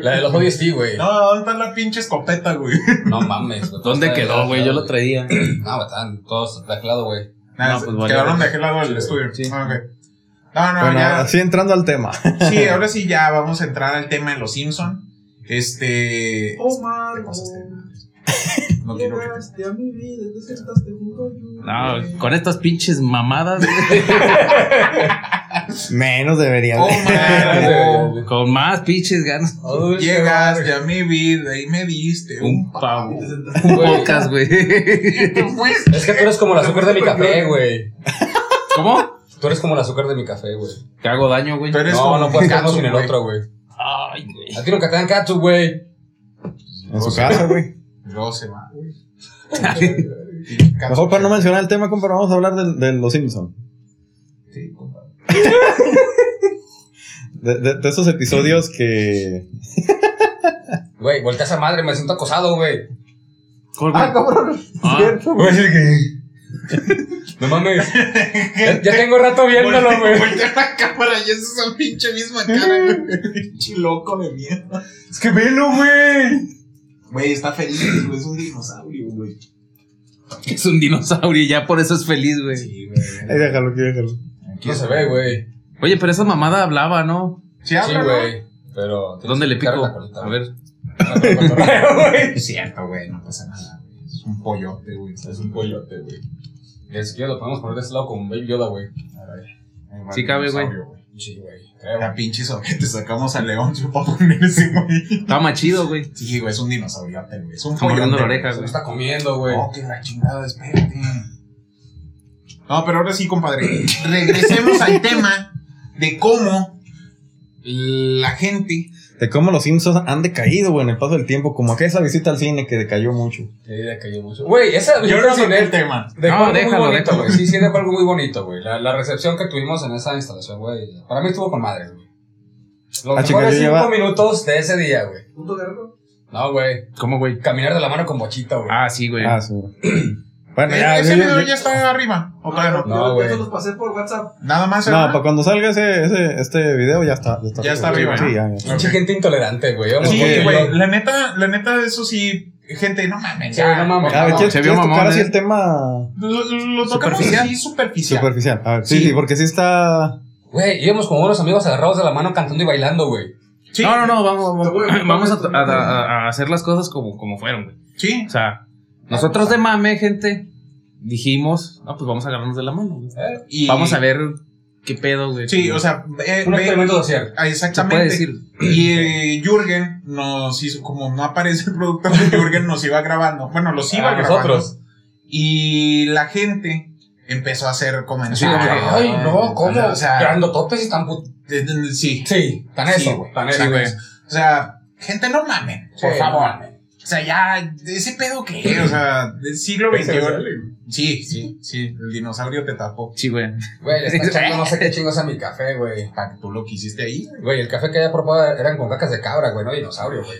S4: La de los ODST, güey.
S3: No, ¿dónde está la pinche escopeta, güey?
S4: No mames, güey.
S2: ¿Dónde quedó, güey? Yo lo traía.
S4: No, güey, están todos de aquel lado, güey.
S3: Nada,
S2: pues, vale,
S3: quedaron de
S2: vale.
S3: aquel lado del estudio.
S2: Sí.
S3: Ah, ok. No, no,
S1: Bueno,
S3: Ah, ya.
S1: así entrando al tema.
S3: Sí, ahora sí ya vamos a entrar al tema de los Simpson. Este.
S5: Oh, man.
S3: Te pasaste. No quiero que te-
S5: a mi vida, te sentaste junto a
S2: No, con estas pinches mamadas,
S1: Menos debería.
S3: Oh,
S1: de-
S4: (laughs)
S3: man.
S2: con más pinches ganas.
S4: Oh,
S3: Llegaste a mi vida y me diste un
S2: Un
S3: pa.
S2: pavo.
S4: güey.
S2: Pocas, güey.
S4: Es que tú eres como el azúcar de mi café, güey.
S2: ¿Cómo?
S4: Tú eres como el azúcar de mi café, güey.
S2: Te hago daño, güey.
S3: Tú eres
S4: No,
S3: como
S4: no
S3: mi
S4: puedes quedarnos
S3: Katsu,
S4: sin el
S3: güey.
S4: otro, güey.
S2: Ay, güey.
S4: A ti nunca te dan Katsu, güey.
S1: En su casa, güey.
S3: No se va. (laughs)
S1: Mejor para no mencionar el tema, compa, vamos a hablar del- de, los Simpsons.
S3: Sí, compadre.
S1: (laughs) De, de- de esos episodios que.
S4: Güey, voltea esa madre, me siento acosado, güey.
S2: ¿Cuál,
S5: (laughs)
S2: güey?
S1: cabrón.
S2: Ah. cierto,
S4: Güey, sí que. (laughs)
S3: (laughs)
S4: No mames. ya, ya tengo rato viéndolo,
S3: Volte- (laughs)
S4: güey.
S3: voltea la cámara y esa es la (laughs) pinche misma cara, güey. Pinche loco de mierda.
S4: Es que velo, güey.
S3: Güey, está feliz, güey. Es un dinosaurio, güey.
S2: Es un dinosaurio y ya por eso es feliz, güey.
S3: Sí, güey.
S1: Ahí déjalo, aquí déjalo.
S4: No se ve, güey.
S2: Oye, pero esa mamada hablaba, ¿no?
S3: Sí,
S4: Sí,
S3: habla, güey.
S4: güey. Pero. tienes
S2: ¿Dónde
S4: que
S2: le
S4: picar
S2: pico?
S4: la colita,
S2: A
S4: güey. (laughs)
S2: ver.
S3: Es cierto, güey. No pasa nada, güey. Es un pollote, güey.
S4: Es un pollote, güey. Ni siquiera lo podemos poner de este lado como un Baby Yoda, güey.
S3: Ahí va
S2: Sí
S3: el
S2: cabe, güey.
S3: dinosaurio,
S4: Sí, güey.
S3: La pinche (laughs) te sacamos a León, yo para poner ese güey.
S2: Estaba más chido, güey.
S3: Sí, güey, es un dinosauriote, güey. Es un
S2: Está mordiendo la
S3: pollote,
S2: oreja,
S3: güey.
S4: Se lo
S2: güey.
S4: está comiendo, güey.
S3: Oh, que la chingada, espérate. No, pero ahora sí, compadre. Regresemos al tema de cómo la gente.
S1: De cómo los Simpsons han decaído, güey, en el paso del tiempo. Como que esa visita al cine que decayó mucho.
S4: Sí, le cayó mucho. Güey, esa.
S3: Yo
S4: esa
S3: resolví
S4: cine-
S3: el tema.
S4: Dejó
S2: No,
S4: algo
S2: déjalo,
S4: muy bonito,
S2: déjalo.
S4: güey. Sí, sí, dejó algo muy bonito, güey. La, la recepción que tuvimos en esa instalación, güey. Para mí estuvo con madre, güey. Los
S1: Ah, chica,
S4: mejores
S1: yo
S4: cinco
S1: lleva-
S4: minutos de ese día, güey.
S5: ¿Punto guerrero?
S4: No, güey.
S2: ¿Cómo, güey?
S4: Caminar de la mano con bochita, güey.
S2: Ah, sí, güey.
S1: Ah, sí. güey. Bueno,
S3: Eh,
S1: ya,
S3: ese
S1: yo- yo-
S3: video
S1: yo-
S3: ya está arriba. ¿o todavía no?
S5: yo-
S4: No,
S5: Ah, yo
S4: güey.
S5: se los pasé por WhatsApp.
S3: Nada más.
S1: No,
S3: ¿verdad?
S1: para cuando salga ese, ese, este video ya está. Ya está,
S3: Ya está arriba,
S1: Sí,
S3: ¿no?
S1: ya, ya.
S4: Pinche
S3: Ok.
S4: gente intolerante, güey. Vamos,
S3: Sí,
S4: porque
S3: güey.
S4: yo-
S3: La neta, la neta, eso sí. Gente, no mames.
S4: Sí,
S3: ya.
S4: no mames.
S1: A ver,
S4: Ah,
S1: ¿quieres,
S2: se vio
S1: quieres tocar
S2: mamón,
S1: así
S2: eh.
S1: el tema
S3: Lo, lo tocamos
S2: Superficial.
S3: así, superficial.
S1: superficial? A ver, sí,
S3: Sí.
S1: sí, porque sí está.
S4: Güey, íbamos como unos amigos agarrados de la mano cantando y bailando, güey.
S3: Sí,
S2: No, no, no, vamos,
S5: Te voy
S2: vamos,
S5: a contar
S2: vamos
S5: esto.
S2: a, a- a- a hacer las cosas como, como fueron, güey.
S3: sí.
S2: O sea, nosotros de mame, gente, dijimos, ah, pues vamos a agarrarnos de la mano, güey.
S4: ¿Eh?
S3: Y-
S2: Vamos a ver qué pedo, güey.
S3: Sí, o sea, eh,
S4: Un
S3: ve-
S4: experimento social.
S3: ah,
S2: se puede
S3: exactamente.
S2: decir.
S3: Y eh, Jürgen nos hizo, como no aparece el productor (laughs) de Jürgen, nos iba grabando. Bueno, los iba
S4: A
S3: grabando.
S4: Ah, nosotros.
S3: Y la gente empezó a hacer comentarios.
S2: Sí, como que,
S4: Ay, no, ¿cómo?
S3: Ah, O sea,
S4: Grandototes y tan put...
S3: de- de- de- Eh, sí.
S4: Sí, tan
S3: Sí,
S4: eso, güey. Tan
S3: sí,
S4: eso.
S3: güey. O sea, gente, no mamen, por
S4: Sí,
S3: favor.
S4: no mames.
S3: O sea, ya, ¿ese pedo qué? O sea, del siglo
S4: ¿Qué se le sale,
S3: XXI. Sí, sí, sí. El dinosaurio te tapó.
S2: Sí, güey.
S4: Güey, le está
S3: (laughs)
S4: echando no sé qué chingos a mi café, güey.
S3: Para que tú lo quisiste ahí.
S4: Güey, el café que había probado eran con cacas de cabra, güey, no dinosaurio, güey.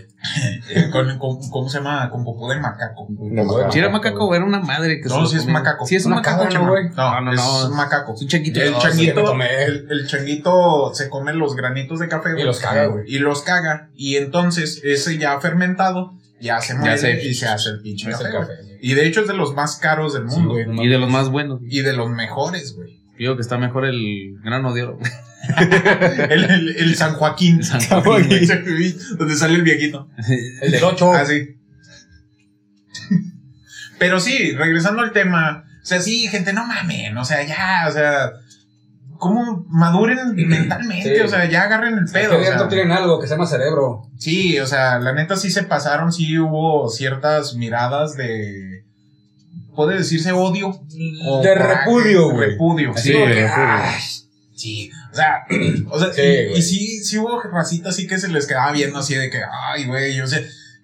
S3: Eh, con, con- ¿Cómo se llama? Con popó de macaco.
S1: No,
S4: Güey,
S2: Si era macaco, güey, era una madre que se
S3: No,
S2: lo
S3: sí es
S2: comió.
S3: macaco.
S2: Sí, es un macaco,
S4: Macaco,
S2: no,
S4: güey.
S3: No,
S2: No, no,
S3: es
S2: no.
S3: un macaco.
S2: Es un changuito.
S3: El
S4: No, sí que
S3: changuito,
S4: me tomé.
S3: el, el changuito se come los granitos de café, güey.
S4: los caga, güey.
S3: Y los caga. Y entonces, ese ya fermentado, ya se muere
S2: se-
S3: y se hace el pinche
S4: No es
S3: café.
S4: el
S3: güey.
S4: café, güey.
S3: Y de hecho es de los más caros del mundo.
S4: güey, no
S2: Y de los más buenos.
S3: y de los mejores, güey.
S2: Digo que está mejor el grano de oro. güey.
S3: El, el- el San Joaquín.
S2: El San Joaquín,
S3: (laughs) güey. Donde sale el viejito.
S4: El del 8.
S3: Ah, sí. Pero sí, regresando al tema. O sea, sí, gente, no mamen. O sea, ya, o sea. ¿Cómo maduren mentalmente?
S4: Sí.
S3: O sea, ya agarren el pedo. o sea.
S4: dentro tienen algo que se llama cerebro.
S3: Sí, o sea, la neta sí se pasaron, sí hubo ciertas miradas de. ¿Puede decirse odio?
S1: Oh,
S3: O
S4: De
S3: coraje,
S4: repudio, güey.
S3: Repudio.
S4: Así
S3: Sí,
S4: como que,
S1: güey,
S4: ah,
S3: sí. O sea, o sea
S4: Sí,
S3: y,
S4: güey.
S3: y sí, sí hubo racita así que se les quedaba viendo así de que, ay, güey, o sea,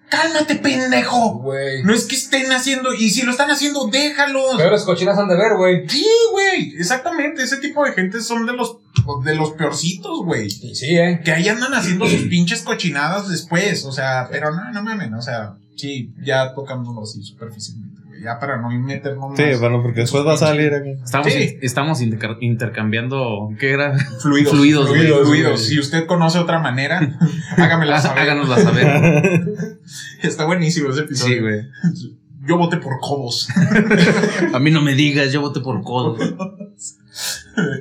S3: cálmate, pendejo.
S4: güey.
S3: No es que estén haciendo, y si lo están haciendo, déjalos.
S4: Peores cochinas han de ver, güey.
S3: Sí, güey, exactamente. Ese tipo de gente son de los, de los peorcitos, güey.
S4: Y sí, eh.
S3: Que ahí andan haciendo sus pinches cochinadas después, o sea, pero no, no mamen, o sea, sí, ya tocándolo así superficialmente, güey, ya para no meternos
S1: Sí,
S3: más
S1: bueno, porque después va a salir eh, aquí.
S2: Estamos,
S3: Sí.
S2: in- estamos interca- intercambiando. ¿Qué era? (laughs)
S3: fluidos,
S2: fluidos,
S3: fluidos,
S4: güey.
S3: fluidos. Si usted conoce otra manera, hágamela saber.
S2: Háganosla saber. (laughs)
S3: Está buenísimo ese episodio.
S2: Sí, güey.
S3: Yo voté por Cobos. (laughs)
S2: A mí no me digas, yo voté por codo. (laughs)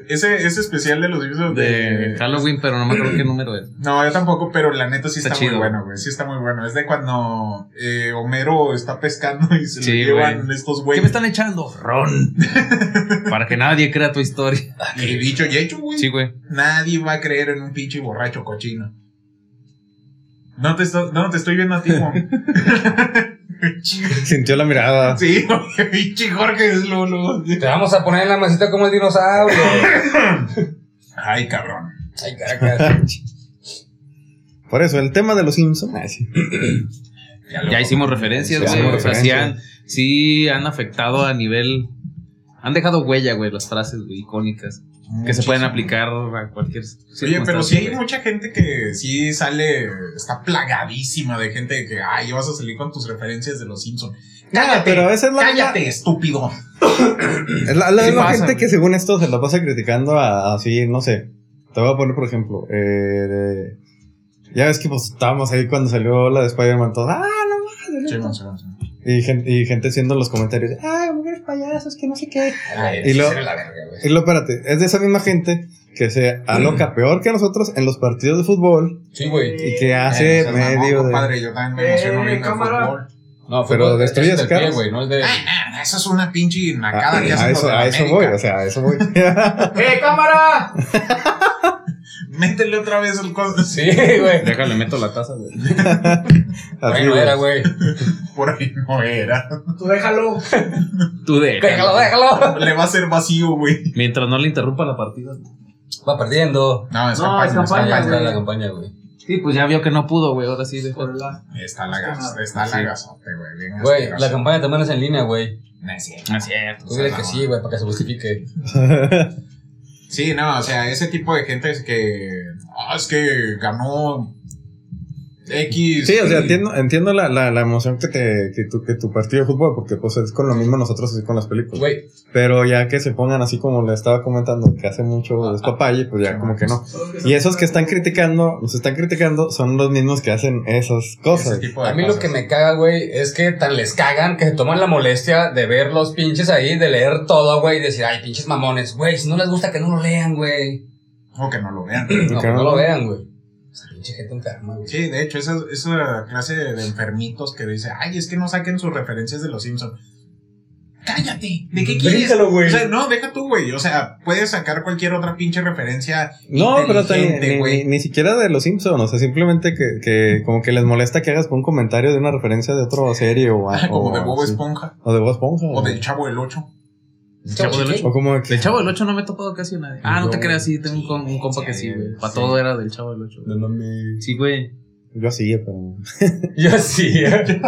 S3: ese, ese especial de los episodios
S2: De
S3: de...
S2: Halloween, pero no me acuerdo qué número es.
S3: No, yo tampoco, pero la neta sí está,
S2: Está
S3: muy
S2: chido.
S3: bueno, güey. Sí está muy bueno. Es de cuando eh, Homero está pescando y se
S2: Sí,
S3: lo llevan
S2: güey.
S3: estos
S2: ¿Qué me
S3: güeyes.
S2: están echando? Ron. (laughs) Para que nadie crea tu historia.
S3: Y dicho y hecho, güey.
S2: Sí, güey.
S3: Nadie va a creer en un pinche borracho cochino. No te, esto- no te estoy viendo a ti,
S2: (laughs)
S3: Juan.
S1: Sintió la mirada.
S3: sí, güey, pinche Jorge es Lolo.
S4: Te vamos a poner en la mesita como el dinosaurio.
S3: Ay, cabrón.
S4: Ay, caracas.
S1: Por eso, el tema de los Simpsons. ah, sí.
S2: (laughs)
S3: lo-
S2: Ya hicimos referencias,
S1: Ya
S2: güey.
S1: hicimos
S2: O sea, sí han,
S1: referencias.
S2: sí han afectado a nivel. Han dejado huella, güey, las frases güey, icónicas. Que se
S3: Muchísimo.
S2: pueden aplicar a cualquier.
S3: Oye, pero sí
S2: circunstancia,
S3: hay
S2: güey.
S3: mucha gente que sí sale, está plagadísima de gente que, ay, vas a salir con tus referencias de los Simpsons. Cállate,
S1: pero esa es la-
S3: cállate, estúpido.
S1: Es la, la-
S2: Sí
S1: la
S2: pasa,
S1: gente
S2: güey.
S1: que según esto se la pasa criticando a- así, no sé. Te voy a poner, por ejemplo, eh, de- ya ves que pues estábamos ahí cuando salió la de Spider-Man, todos, ah, no de
S3: Sí,
S1: neta.
S3: Monserrat, sí.
S1: Y, gente, y gente haciendo los comentarios, "Ah, ay, mujeres payasos, que no sé qué.
S4: Ay,
S1: Y
S4: sí,
S1: lo-
S4: era la verga, güey.
S1: Y luego, espérate, es de esa misma gente que se aloca peor que nosotros en los partidos de fútbol
S4: Sí, güey.
S1: y que
S3: Eh,
S1: hace
S3: no seas mamón,
S1: medio de...
S3: compadre, yo también me emociono
S5: Eh,
S3: viendo el
S5: cámara.
S3: fútbol.
S4: No,
S1: pero
S4: fútbol,
S1: destruyes
S4: ese es del pie,
S1: carros.
S4: güey, no es de.
S3: Ah, Eso es una pinche
S1: A,
S3: nacada que
S1: Ah, a
S3: hacen los
S1: eso,
S3: de la
S1: a eso
S3: América.
S1: voy, o sea, a eso voy.
S5: ¡Eh, cámara!
S3: (laughs) Métele otra vez el coso. (laughs)
S4: (laughs) Sí, güey.
S2: Déjale, meto la taza, güey.
S1: Así,
S4: Bueno,
S1: güey.
S4: era, güey.
S3: Por ahí no era. (laughs)
S5: Tú déjalo.
S2: Tú déjalo.
S4: Déjalo, déjalo.
S3: Le va a ser vacío, güey.
S2: Mientras no le interrumpa la partida.
S4: Va perdiendo.
S3: No, es
S5: No,
S3: campaña,
S5: es
S3: es
S5: campaña,
S4: Ahí
S3: campaña.
S4: está
S5: güey.
S4: la campaña, güey.
S2: Sí, pues ya vio que no pudo, güey. Ahora sí, déjalo.
S5: Por el lado.
S3: Está la gas, está la gasote, güey. bien
S4: Güey,
S3: asqueroso.
S4: la campaña también es en línea, güey.
S3: No es cierto.
S2: Ah, cierto.
S4: Tú crees que sí, güey, para que se (laughs) justifique.
S3: Sí, no, o sea, ese tipo de gente es que. Ah, es que ganó. X.
S1: Sí, o sea, entiendo, entiendo la, la, la emoción que te que tu, que tu partido de fútbol, porque pues es con lo mismo nosotros así con las películas.
S4: Güey,
S1: Pero ya que se pongan así como le estaba comentando, que hace mucho despapalle, pues ya como que no. Y esos que están criticando, los están criticando, son los mismos que hacen esas
S3: Ese
S1: cosas.
S3: tipo de
S4: a mí lo
S3: cosas.
S4: que me caga, güey, es que tan les cagan que se toman la molestia de ver los pinches ahí, de leer todo, güey, y decir, ay, pinches mamones, güey, si no les gusta que no lo lean, güey.
S3: O que no lo
S1: (clears throat)
S3: vean.
S4: No, que
S1: Claro.
S4: no lo vean, güey. Esa pinche gente enferma, güey.
S3: Sí, de hecho, esa, esa clase de enfermitos que dice, ay, es que no saquen sus referencias de los Simpsons. Cállate, ¿de qué quieres?
S4: Bríncalo, güey.
S3: O sea, no, deja tú, güey. O sea, puedes sacar cualquier otra pinche referencia.
S1: No, pero también,
S3: inteligente,
S1: ni,
S3: güey.
S1: ni- ni siquiera de los Simpsons, o sea, simplemente que, que como que les molesta que hagas un comentario de una referencia de otra serie o, a-
S3: (laughs) Ah, Como
S1: o
S3: de Bob
S1: así.
S3: Esponja,
S1: O de Bob Esponja.
S3: o del Chavo
S1: (laughs)
S3: del Ocho.
S2: Chavo del Ocho.
S1: O como que-
S2: Del Chavo del 8 no me he topado casi a nadie. Ah, no te
S4: No,
S2: creas, sí, tengo un, com- un compa que sí, güey. Para todo era del Chavo del 8.
S4: No mames.
S2: Sí, güey.
S1: Yo sí, pero...
S4: Yo (laughs) sí, eh.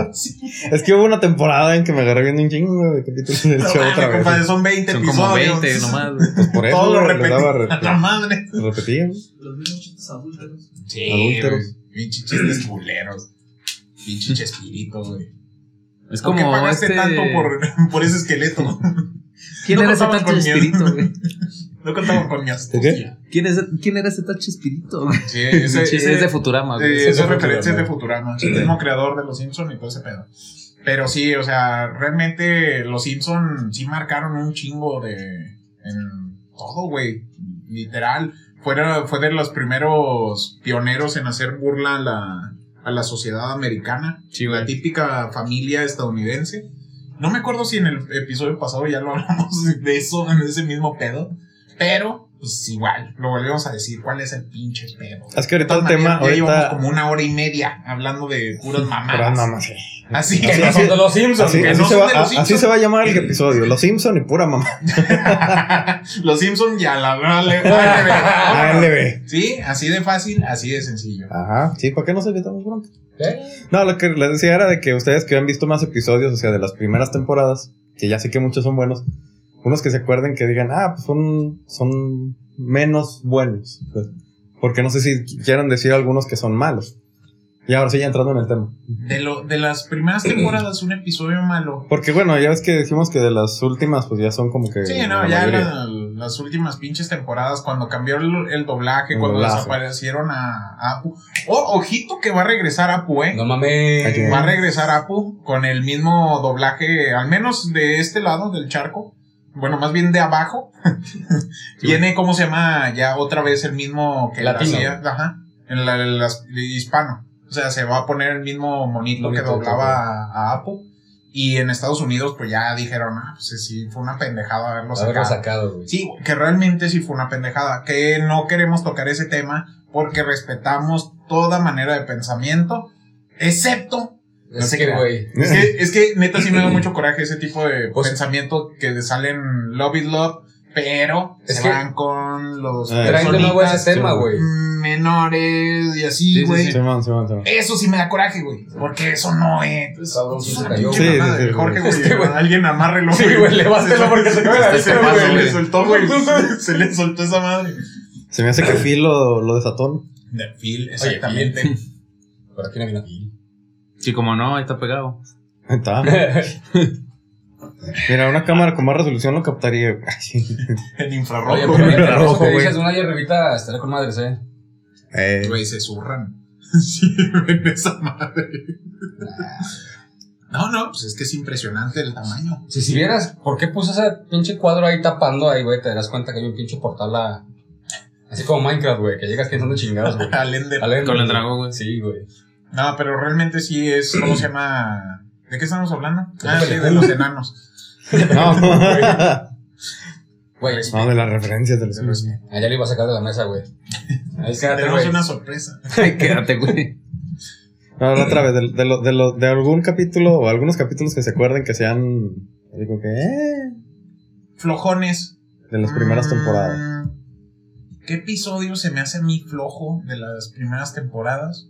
S1: Es que hubo una temporada en que me agarré viendo un chingo de capítulos del
S3: No
S1: show
S3: mames,
S1: otra vez.
S3: compadre, son 20
S2: Son como
S3: episodios.
S2: 20
S3: (laughs)
S2: nomás, güey.
S1: Por eso
S3: Todo lo
S1: güey, les
S3: (laughs)
S1: daba
S3: repetí. La madre.
S1: re- repetía. güey.
S5: Los mismos chistes adultos.
S3: Sí, güey.
S1: Adúlteros.
S3: Pinche chistes culeros. Pinche chespirito, güey.
S2: Es
S3: ¿Por
S2: como
S3: qué pagaste
S2: este...
S3: tanto por, (laughs) por
S1: (laughs)
S3: ese esqueleto?
S2: ¿Quién
S3: no
S2: era ese
S3: contabas
S2: tacho
S3: con miedo?
S2: espíritu, güey?
S3: No contamos con mi astucia.
S2: ¿Quién, es, ¿Quién era ese tacho espíritu, güey?
S3: Sí, ese,
S2: Pinche-
S3: ese-
S2: es de Futurama, güey.
S3: Eh,
S2: Ese
S3: esa
S2: fue
S3: referencia es de
S2: Futurama.
S3: Futurama, el mismo creador de Los Simpsons y todo ese pedo. Pero sí, o sea, realmente Los Simpsons sí marcaron un chingo de. en todo, güey. Literal. Fuera, fue de los primeros pioneros en hacer burla a la, a la sociedad americana.
S2: Sí,
S3: La
S2: güey.
S3: típica familia estadounidense. No me acuerdo si en el episodio pasado ya lo (laughs) hablamos de eso, en ese mismo pedo. Pero, pues igual, lo volvemos a decir. ¿Cuál es el pinche pedo?
S1: Es que ahorita
S3: Todas
S1: el tema...
S3: maneras, ya llevamos
S1: Ahorita...
S3: como una hora y media hablando de puras mamadas.
S1: Pero nada más, sí.
S3: Así
S4: Que
S3: que
S4: no
S1: así-
S4: son de los Simpsons,
S1: Así,
S3: que
S4: güey.
S1: así
S3: no
S1: se
S3: son
S1: va,
S3: de
S1: a-
S3: los
S1: así
S3: Simpsons.
S1: se va a llamar el episodio. Los Simpson y pura mamá.
S3: (laughs) los Simpsons ya la ALB.
S1: ALB.
S3: Sí, así de fácil, así de sencillo.
S1: Ajá. Sí, ¿para qué nos evitamos bronca?
S4: ¿Eh?
S1: No, lo que les decía era de que ustedes que han visto más episodios, o sea, de las primeras temporadas, que ya sé que muchos son buenos, unos que se acuerden que digan, ah, pues son, son menos buenos. pues, porque no sé si quieran decir algunos que son malos. Y ahora sí, ya entrando en el tema.
S3: De, lo, de las primeras temporadas, un episodio malo.
S1: Porque bueno, ya ves que dijimos que de las últimas, pues ya son como que.
S3: Sí, no,
S1: la
S3: ya
S1: mayoría.
S3: la- las últimas pinches temporadas, cuando cambió el, el doblaje,
S1: El
S3: cuando
S1: doblaje.
S3: desaparecieron a, a Apu. Oh, ojito que va a regresar Apu, eh.
S4: No mames.
S1: Aquí.
S3: Va a regresar Apu con el mismo doblaje, al menos de este lado del charco. Bueno, más bien de
S4: (laughs)
S3: abajo. Viene, ¿cómo se llama? Ya otra vez el mismo que la
S4: Latino.
S3: hacía. Ajá. En la, en las- hispano. O sea, se va a poner el mismo monito que
S4: Monito,
S3: doblaba
S4: todo.
S3: a, a Apu. Y en Estados Unidos, pues ya dijeron, ah, pues sí, fue una pendejada haberlo
S4: Haberlo
S3: sacado.
S4: sacado, güey.
S3: Sí, que realmente sí fue una pendejada, que no queremos tocar ese tema porque respetamos toda manera de pensamiento, excepto... No
S4: Es
S3: se
S4: que,
S3: crean.
S4: güey.
S1: (laughs)
S3: Es que, es que neta sí me da mucho coraje ese tipo de
S4: O sea-
S3: pensamiento que le salen love is love, pero
S4: Es
S3: se
S4: que- Ah,
S3: van con los
S1: Traen de
S4: Traen de nuevo ese tema,
S1: sí,
S4: güey.
S3: menores y así,
S2: Sí, sí,
S3: güey.
S2: sí.
S1: Simón, Simón, Simón.
S3: Eso sí me da coraje, güey, porque eso no es...
S4: Cabrón, sí
S3: Es
S4: se
S3: una
S4: cayó,
S3: pinche
S1: güey. Sí,
S3: mamada
S1: sí,
S3: de
S1: sí,
S3: Jorge,
S4: güey.
S3: güey.
S4: Este, güey.
S3: Alguien amárrelo.
S4: Sí, güey, levántelo porque se cae la
S3: Se
S4: letra,
S3: pasó,
S4: güey.
S3: le soltó,
S4: (laughs)
S3: güey. Se le soltó esa madre.
S1: Se me hace que Phil lo, lo desató.
S3: De Phil,
S4: Oye,
S3: exactamente.
S4: Por aquí no (laughs) vino aquí.
S2: Sí, como no, ahí está pegado.
S1: Ahí Está. Mira, una cámara con más resolución lo captaría. (laughs)
S3: en
S4: Oye,
S3: infrarrojo,
S4: pero
S3: güey.
S4: mientras
S1: rojo,
S4: eso que
S1: güey.
S4: dices una hierbita estará con madres, eh.
S1: Eh,
S4: (laughs)
S3: Güey, se zurran. Sí, ven esa madre. No, no, pues es que es impresionante el tamaño.
S4: Si, si vieras, ¿por qué puse ese pinche cuadro ahí tapando ahí, güey? Te darás cuenta que hay un pinche portal a... Así como Minecraft, güey, que llegas pensando chingados, güey.
S3: Al Ender.
S4: Al
S2: (laughs)
S4: Ender,
S2: Con el
S4: güey.
S2: dragón, güey.
S4: Sí, güey.
S3: No, pero realmente sí es, ¿cómo se llama? ¿De qué estamos hablando?
S4: De
S3: Ah,
S4: la
S3: sí, de los enanos.
S1: (laughs) No,
S4: Güey,
S1: no de las referencias del
S3: De los-
S4: allá Ah, lo iba a sacar de la mesa, güey. Ahí quédate,
S3: Tenemos
S4: güey.
S3: una sorpresa.
S2: Quédate, güey.
S1: No, la otra vez, de, de, lo- de, lo- de algún capítulo o algunos capítulos que se acuerden que sean. Digo que. eh,
S3: Flojones.
S1: de las primeras
S3: Mm,
S1: temporadas.
S3: ¿Qué episodio se me hace a mí flojo de las primeras temporadas?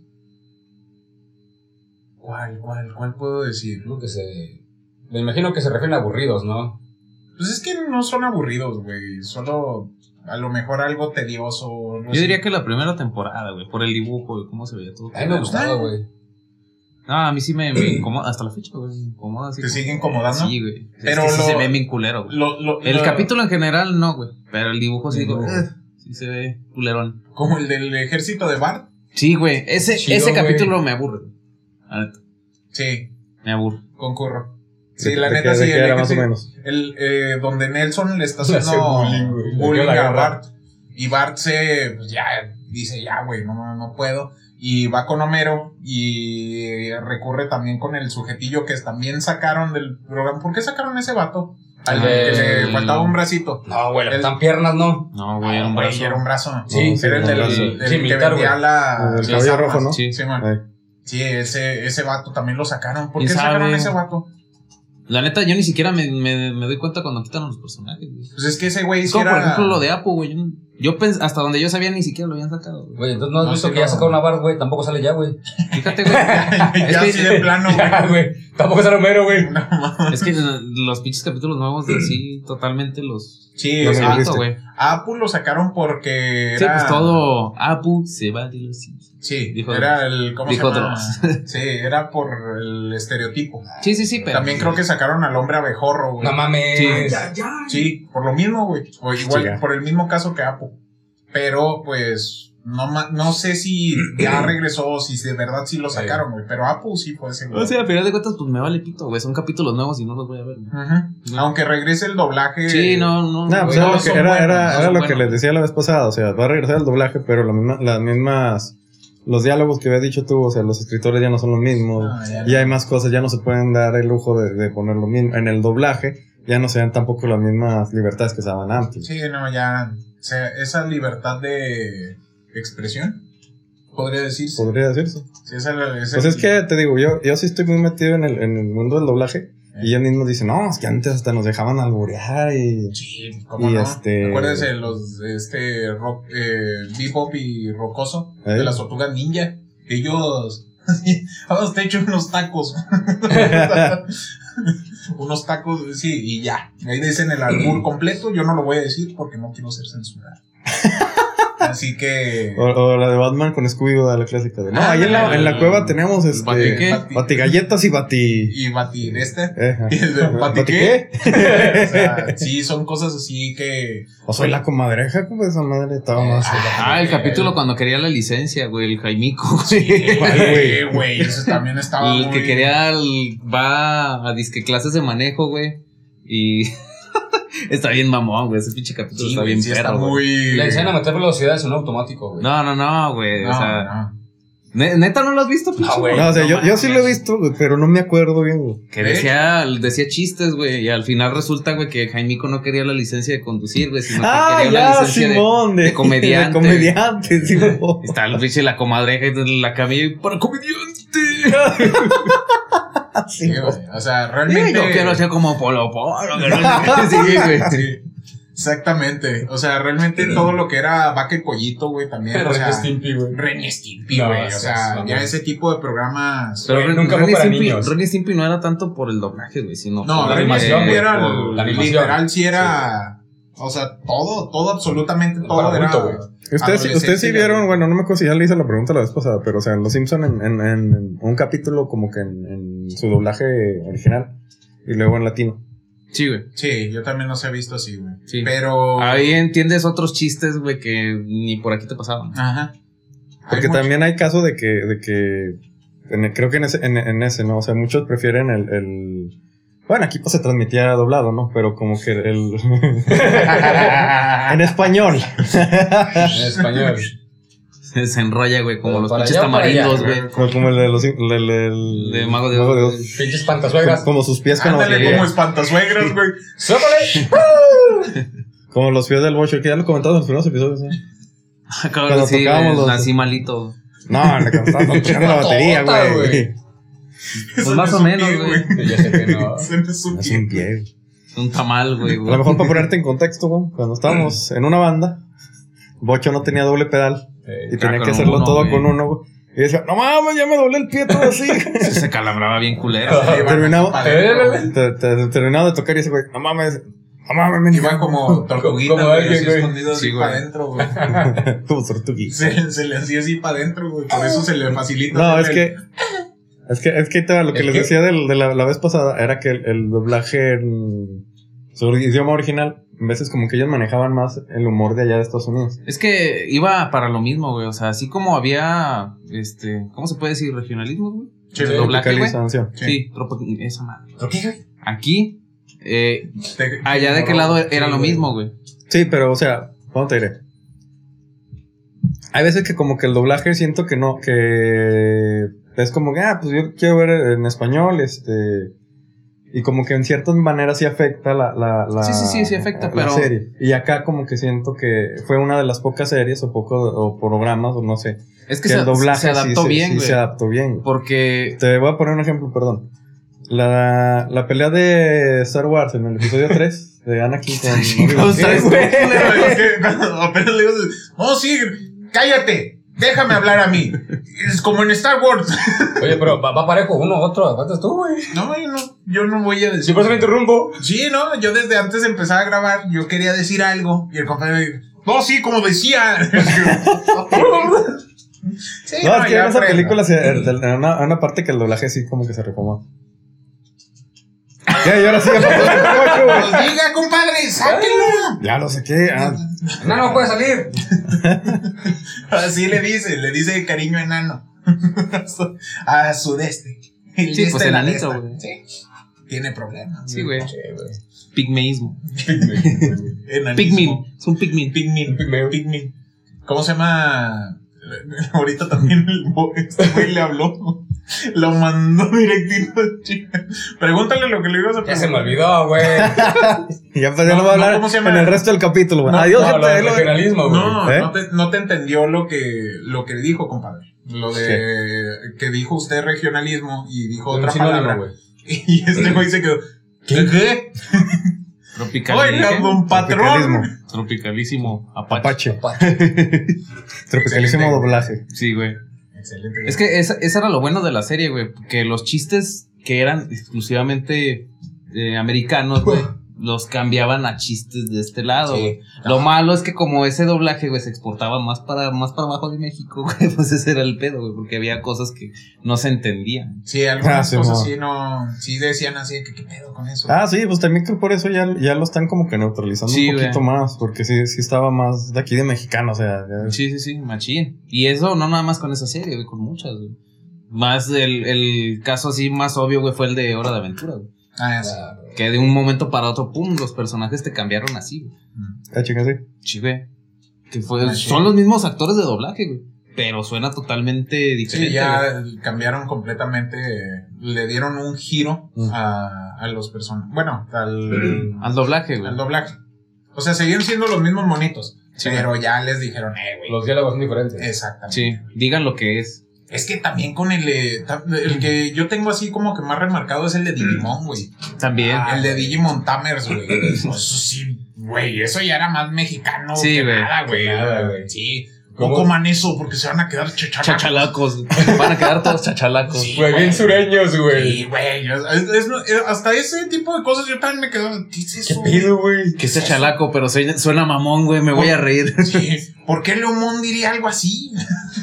S3: ¿Cuál, cuál, cuál puedo decir?
S4: Creo que se... Me imagino que se refieren a aburridos, ¿no?
S3: Pues es que no son aburridos, güey. Solo a lo mejor algo tedioso. no sé.
S2: Yo diría que la primera temporada, güey, por el dibujo, güey, cómo se veía todo.
S4: A mí me
S2: No,
S4: gustaba, güey.
S2: a mí sí me,
S3: (clears throat)
S2: me incomoda, hasta la fecha, güey, me incomoda. así
S3: ¿Te
S2: como-
S3: sigue incomodando?
S2: Sí, güey.
S3: Pero
S2: Pero es que sí
S3: lo-
S2: se ve bien culero, güey.
S3: Lo- lo-
S2: El
S3: lo-
S2: capítulo en general no, güey, pero el dibujo sí,
S4: El
S2: digo,
S4: dibujo.
S1: Eh.
S2: "Ugh", sí se ve culerón.
S3: Como el del ejército de Bart.
S2: Sí, güey, ese,
S4: Chido,
S2: ese
S4: güey.
S2: capítulo me aburre, güey. La neta,
S3: Sí,
S2: Me aburre.
S3: concurro. Sí,
S1: De-
S3: la
S1: de
S3: neta
S1: que- de
S3: sí.
S1: que
S3: El,
S1: era más o
S3: ejército-
S1: menos.
S3: el, eh, donde Nelson le está
S4: (laughs) Le hace
S3: haciendo
S4: bullying,
S3: bullying,
S4: güey. Le queda la
S3: a
S4: garra.
S3: Bart. Y Bart se pues, ya dice, ya, güey, no, no, no puedo. Y va con Homero y recurre también con el sujetillo que también sacaron del programa. ¿Por qué sacaron ese vato? Al
S2: Ah,
S3: que le
S2: el-
S3: faltaba un bracito.
S4: No, güey, le
S3: El-
S4: faltan piernas, ¿no.
S2: No, Ah, güey, era un
S3: Ah, Güey,
S2: brazo.
S3: Era un brazo.
S4: Sí,
S1: sí,
S3: era el
S1: un
S3: del,
S1: brazo.
S3: del
S4: Sí,
S3: que
S4: militar,
S3: vendía
S4: güey.
S3: la...
S1: El del
S3: las
S1: cabello
S3: armas.
S1: rojo, ¿no?
S2: Sí.
S3: Sí, man.
S1: Ay.
S3: Sí, ese, ese vato también lo sacaron. ¿Por
S2: ¿Quién
S3: qué sacaron
S2: sabe?
S3: ese vato?
S2: La neta, yo ni siquiera me, me, me doy cuenta cuando quitan a los personajes, güey.
S3: Pues es que ese güey
S2: Es
S3: sí
S2: como,
S3: era...
S2: por ejemplo, lo de Apu, güey. Yo, yo pens- hasta donde yo sabía ni siquiera lo habían sacado, güey.
S4: Güey, entonces no has
S3: No,
S4: visto
S3: sí,
S4: que
S3: no.
S4: ya sacaron a Bart, güey. Tampoco sale ya, güey. (laughs)
S2: Fíjate,
S3: (laughs)
S2: güey. (laughs) Es
S3: (laughs) ya
S2: que-
S3: así de plano, güey.
S4: Ya, güey. Tampoco sale Homero, güey.
S2: Es que eh, los pinches capítulos nuevos de sí, totalmente los.
S3: Sí,
S1: No
S2: Los
S1: me
S3: a-
S2: evito,
S1: dijiste.
S2: güey.
S3: a Apu lo sacaron porque
S2: Sí,
S3: era...
S2: pues todo. Apu se va de los Simpsons.
S3: Sí,
S2: Dijo-
S3: era el... ¿Cómo
S2: dijo
S3: se llama? (laughs) Sí, era por el estereotipo.
S2: Sí, sí, sí, pero.
S3: También creo que sacaron al hombre abejorro, güey.
S4: No mames.
S2: Sí.
S5: Ah, Ya, ya.
S3: Sí, por lo mismo, güey. O igual,
S1: Sí, ya.
S3: por el mismo caso que Apu. Pero, pues, no, ma- no sé si ya regresó o si de verdad sí lo sacaron, güey. Pero Apu sí puede ser. güey.
S2: O sea, al final de cuentas, pues me vale pito, güey. Son capítulos nuevos y no los voy a ver. güey.
S3: Ujú. Aunque regrese el doblaje.
S2: Sí, no, no.
S1: No, pues
S2: güey.
S1: era
S3: no
S1: lo que,
S3: son
S1: era,
S3: buenos,
S1: era-
S2: no
S1: era
S2: son
S1: lo que
S2: buenos.
S1: les decía la vez pasada. O sea, va a regresar el doblaje, pero la misma- las mismas. Los diálogos que habías dicho tú, o sea, los escritores ya no son los mismos.
S3: Ah, ya
S1: Y hay más cosas, ya no se pueden dar el lujo de, de poner lo mismo. En el doblaje, ya no se dan tampoco las mismas libertades que se daban antes.
S3: Sí, no, ya. o sea, esa libertad de expresión, podría decirse.
S1: Podría decirse.
S3: Sí, esa, esa-
S1: Pues es que te digo, yo, yo sí estoy muy metido en el, en el mundo del doblaje.
S3: Eh.
S1: Y ellos mismos dicen, no, es que antes hasta nos dejaban alburear y.
S3: Sí, cómo
S1: y
S3: no.
S1: este-
S3: Acuérdense de los este rock, eh, bebop y rocoso
S1: ¿Eh?
S3: de las tortugas ninja. Ellos (laughs) ahora te echo unos tacos. (laughs) unos tacos, sí, y ya. Ahí dicen el albur completo, yo no lo voy a decir porque no quiero ser
S1: (laughs)
S3: censurado. Así que
S1: O, o la de Batman con Scooby-Doo, la clásica de. No,
S3: Ah,
S1: ahí en la,
S2: el-
S1: en la cueva tenemos
S2: el
S1: este.
S2: bate- ¿qué?
S3: bati-
S1: Batigalletas y bati.
S3: y
S1: (laughs)
S3: batir este.
S1: Eh, ajá.
S3: Y el de bati- ¿qué?
S1: ¿Batiqué?
S3: O sea, sí, son cosas así que
S1: O soy la comadreja, como esa madre estaba
S3: Eh,
S1: más.
S2: Ah, el capítulo cuando quería la licencia, güey. El Jaimico,
S3: (laughs)
S2: güey.
S1: ¿cuál,
S3: Eh,
S1: güey?
S3: güey, eso también
S2: (laughs)
S3: estaba
S2: Y el que
S3: muy-
S2: quería el- va a disque clases de manejo, güey. Y (laughs) está bien mamón, güey. Ese pinche capítulo
S3: Sí,
S2: está
S3: güey,
S2: bien
S3: sí
S2: perro,
S3: está
S2: güey.
S3: muy eh,
S4: Le enseñan a meter velocidades en un automático, güey.
S2: No, no, no, güey.
S3: No,
S2: o sea,
S3: no.
S2: ne- neta no lo has visto, pinche.
S4: Ah, güey.
S1: No, o sea, yo, yo
S2: mames.
S1: sí lo he visto, güey, pero no me acuerdo bien, güey.
S2: Que decía, decía chistes, güey. Y al final resulta, güey, que Jaimico no quería la licencia de conducir, güey, sino que
S1: Ah,
S2: quería una
S1: ya,
S2: licencia de-
S1: Simón, (laughs) de,
S2: de comediante.
S1: De comediante, (laughs) Simón.
S2: Está el pinche la comadreja en la camilla y para comediante.
S3: Sí,
S1: ah, Simón.
S3: güey, o sea,
S2: Yo
S3: realmente.
S2: quiero
S3: (laughs)
S2: ser como Polo Polo. que no sé qué. Sí, güey.
S3: Sí, Exactamente. O sea, realmente todo lo que era vaca y pollito, güey, también. O
S4: Ren
S3: sea,
S4: y Stimpy, güey.
S3: Ren y Stimpy,
S4: No,
S3: güey. O
S4: sí,
S3: sea,
S4: sí,
S3: ya
S4: no.
S3: ese tipo de programas.
S2: Pero
S4: Güey,
S2: Ren-
S4: nunca fue
S2: Ren y
S4: para
S2: Stimpy-
S4: niños.
S2: Ren y Stimpy no era tanto por el doblaje, güey, sino
S3: No,
S2: por
S3: la
S4: la
S3: animación,
S4: animación,
S3: güey,
S2: eh,
S3: era
S2: por-
S3: el-
S4: la animación.
S3: literal, sí era. O sea, todo, todo, absolutamente todo
S4: Para
S3: era.
S4: adulto, güey.
S1: Ustedes,
S3: Adolescencia,
S1: ustedes sí
S3: güey.
S1: vieron, bueno, no me acuerdo si ya le hice la pregunta la vez pasada, pero o sea, en Los Simpson en, en- en un capítulo como que en, en su doblaje original y luego en latino.
S2: Sí, güey.
S3: Sí, yo también los he visto así, güey.
S2: Sí.
S3: Pero.
S2: Ahí entiendes otros chistes, güey, que ni por aquí te pasaban. (laughs)
S3: Ajá. Hay
S1: Porque
S3: (laughs) mucho-
S1: también hay caso de que, de que en- creo que en ese, en, en ese, ¿no? O sea, muchos prefieren el, el- Bueno, aquí pues se transmitía doblado, ¿no? Pero como que el... (laughs) en español.
S4: En español.
S2: Se se enrolla, güey, como
S4: Pero
S2: los
S4: para
S2: pinches
S4: allá o para allá,
S2: tamarindos, güey. (laughs)
S1: Como, como el de los... El, el- el-
S2: De Mago de
S1: Mago
S2: Oz.
S1: Oz.
S4: Pinches pantasuegras.
S1: (laughs) Como, como sus pies con
S3: Ándale
S1: batería.
S3: como espantazuegras, güey.
S4: ¡Sócale!
S1: Como los pies del Watcher, que ya lo comentamos en los primeros episodios, ¿eh? ¿no?
S2: Acabo de
S1: Cuando
S2: decir,
S1: tocábamos
S2: Ah,
S1: los-
S2: güey, nací malito.
S1: No, le cantamos la batería,
S4: Patota,
S1: güey.
S2: Pues más o menos, güey.
S4: Yo sé que
S3: (laughs)
S4: no.
S3: Se me subió.
S1: Así en pie.
S2: Un tamal, güey.
S1: A lo mejor para ponerte en contexto, güey, cuando estábamos en una banda, Bocho no tenía doble pedal y
S4: Eh,
S2: Ah,
S1: tenía
S2: con
S1: que hacerlo
S2: uno,
S1: todo
S2: güey.
S1: con uno, güey. Y decía, no mames, ya me doblé el pie todo
S2: (laughs)
S1: así.
S2: Se- Se calabraba bien culero.
S3: Iban
S1: Ah, Terminamos-
S3: para
S4: eh,
S3: adentro,
S1: Te- te- Terminado de tocar y ese güey, no mames, no mames,
S3: güey.
S1: men, (laughs)
S3: Iban como tortuguitas,
S4: Como
S3: güey,
S4: alguien,
S3: así
S4: güey.
S3: escondidos
S2: Sí,
S3: así
S2: güey.
S3: para adentro, güey.
S2: (laughs)
S1: como tortuguí.
S3: Se, se le hacía así para adentro, güey. Por eso se le facilita.
S1: No,
S3: hacer
S1: es
S3: el-
S1: que. Es que, es que te- lo que
S4: ¿El
S1: les
S4: qué?
S1: decía del- de la, la vez pasada era que el, el doblaje en su idioma original, a veces como que ellos manejaban más el humor de allá de Estados Unidos.
S2: Es que iba para lo mismo, güey. O sea, así como había, este, ¿cómo se puede decir? Regionalismo, güey.
S3: Sí,
S2: El doblaje, güey.
S1: Localización.
S3: Sí.
S2: Sí, tropo- esa madre.
S4: ¿Por qué, güey?
S2: Aquí, eh,
S3: Te-
S2: allá de qué
S3: (laughs)
S2: lado era lo mismo, güey.
S1: Sí, pero o sea, ¿cómo te diré? Hay veces que como que el doblaje siento que no, que es como que, ah, pues yo quiero ver en español, este... Y como que en ciertas maneras sí afecta la, la, la-
S2: Sí, sí, sí, sí afecta,
S1: la
S2: pero-
S1: serie. Y acá como que siento que fue una de las pocas series o poco o programas o no sé.
S2: Es
S1: Que,
S2: que, se,
S1: el doblaje
S2: se
S1: sí,
S2: adaptó
S1: se-
S2: bien,
S1: sí
S2: güey.
S1: se adaptó bien. güey.
S2: porque
S1: Te voy a poner un ejemplo, perdón. La, la pelea de Star Wars en el episodio 3 de Anakin
S2: (laughs)
S1: con Obi-Wan.
S2: Los tres, güey.
S3: Pero es que cuando apenas le digo, no, sí, cállate, déjame hablar a mí. Es como en Star Wars. (laughs)
S4: Oye, pero va, va parejo uno, otro. ¿Cuántas tú, güey?
S3: No, yo no, yo no voy a decir.
S4: me interrumpo.
S3: Sí, no, yo desde antes de empezar a grabar, yo quería decir algo. Y el compañero me dijo, no, sí,
S1: (laughs)
S3: como decía. (laughs) sí,
S1: No, es que
S3: ya
S1: en esa
S3: aprendo.
S1: película se- el- el- en una, en una parte que el doblaje sí como que se reformó. Ya, y ahora sí, ya pasó el coche, güey.
S3: Pues diga, compadre, sáquenlo.
S1: Ya no sé qué. ah,
S4: No, no puede salir.
S3: Así le dice, le dice de cariño enano. (laughs) a sudeste. El
S2: Sí,
S3: yeste
S2: pues
S3: de este la
S2: enanito,
S3: lesta.
S2: güey.
S3: Sí. Tiene problemas.
S2: Sí, güey.
S4: Sí, güey.
S2: Pigmeísmo.
S3: (laughs) Enanismo.
S2: Pigmin. Es un pigmin.
S3: Pigmin.
S4: Pigmeo.
S3: Pigmin. ¿Cómo se llama? (laughs) Ahorita también el bo- este güey le habló. Lo mandó (laughs) directito a China. Pregúntale lo que le ibas a
S4: Ya se me
S3: preguntar.
S4: olvidó, güey.
S1: y ya, pues, ya
S3: No,
S1: no va a
S3: no,
S1: hablar
S3: ¿cómo se llama?
S1: en el resto del capítulo, güey.
S3: No,
S1: Adiós,
S4: No,
S1: gente.
S4: lo del
S1: ahí lo-
S4: regionalismo, güey.
S3: No,
S1: ¿Eh?
S3: no, te, no te entendió lo que, lo que dijo, compadre. Lo de que dijo usted regionalismo y dijo
S4: Un
S3: otra
S4: sinónimo,
S3: palabra.
S4: güey.
S3: (laughs) Y este güey se quedó. ¿Qué? ¿Qué? Oiga,
S2: Tropicalísimo.
S3: don patrón.
S1: Tropicalismo.
S2: Tropicalísimo. Apache.
S1: Apache. (laughs)
S4: Pache.
S1: Tropicalísimo
S3: Excelente.
S1: doblaje.
S2: Sí, güey.
S3: Excelente.
S2: Es que esa, esa era lo bueno de la serie, güey. Que los chistes que eran exclusivamente eh, americanos, güey, los cambiaban a chistes de este lado,
S3: Sí.
S2: güey. Lo malo es que como ese doblaje, güey, se exportaba más para, más para abajo de México, (laughs) güey, pues ese era el pedo, güey, porque había cosas que no se entendían.
S3: Sí, algunas
S1: Ah, sí,
S3: cosas
S1: mo.
S3: sí, no, sí decían así, que qué pedo con eso.
S1: Ah, sí, pues también creo por eso ya, ya lo están como que neutralizando
S2: Sí,
S1: un
S2: güey.
S1: poquito más. Porque sí, sí estaba más de aquí de mexicano, o sea. ya-
S2: Sí, sí, sí, machín. Y eso no nada más con esa serie, güey, con muchas, güey. Más el, el caso así más obvio, güey, fue el de Hora de Aventura, güey.
S3: Ah, ya sé.
S4: Ah, güey.
S2: Que de un momento para otro, pum, los personajes te cambiaron así, güey.
S1: Ah, chinga, sí.
S2: Sí, güey. Que fue,
S3: Machín.
S2: son los mismos actores de doblaje, güey. Pero suena totalmente diferente.
S3: Sí,
S2: güey.
S3: ya cambiaron completamente, eh, le dieron un giro
S1: Mm.
S3: a, a los personajes, bueno,
S2: (clears throat)
S3: al,
S2: Al doblaje, güey.
S3: al doblaje. O sea, seguían siendo los mismos monitos,
S2: Sí,
S3: pero ya les dijeron, eh, güey.
S4: Los diálogos son diferentes.
S3: Exactamente.
S2: Sí, digan lo que es.
S3: Es que también con el, eh, ta- el que yo tengo así como que más remarcado es el de Digimon, güey.
S2: También.
S4: Ah,
S3: el de
S4: güey.
S3: Digimon Tamers, güey. Eso sí, güey, eso ya era más mexicano
S2: Sí,
S3: que
S2: güey.
S3: nada, güey.
S4: Que nada, güey.
S3: Sí.
S4: ¿Cómo?
S3: No coman eso porque se van a quedar chachacos.
S2: Chachalacos. Van a quedar todos chachalacos.
S3: Sí,
S4: Güey, bien sureños,
S3: Sí,
S4: güey.
S3: güey. es- es- es- hasta ese tipo de cosas yo también me quedo. ¿Qué es
S4: ¿Qué
S3: eso?
S4: pedo, güey?
S2: Que sea chalaco, pero suena, suena mamón, güey. Me voy a reír.
S3: Sí, ¿Por qué Leomón diría algo así? (laughs)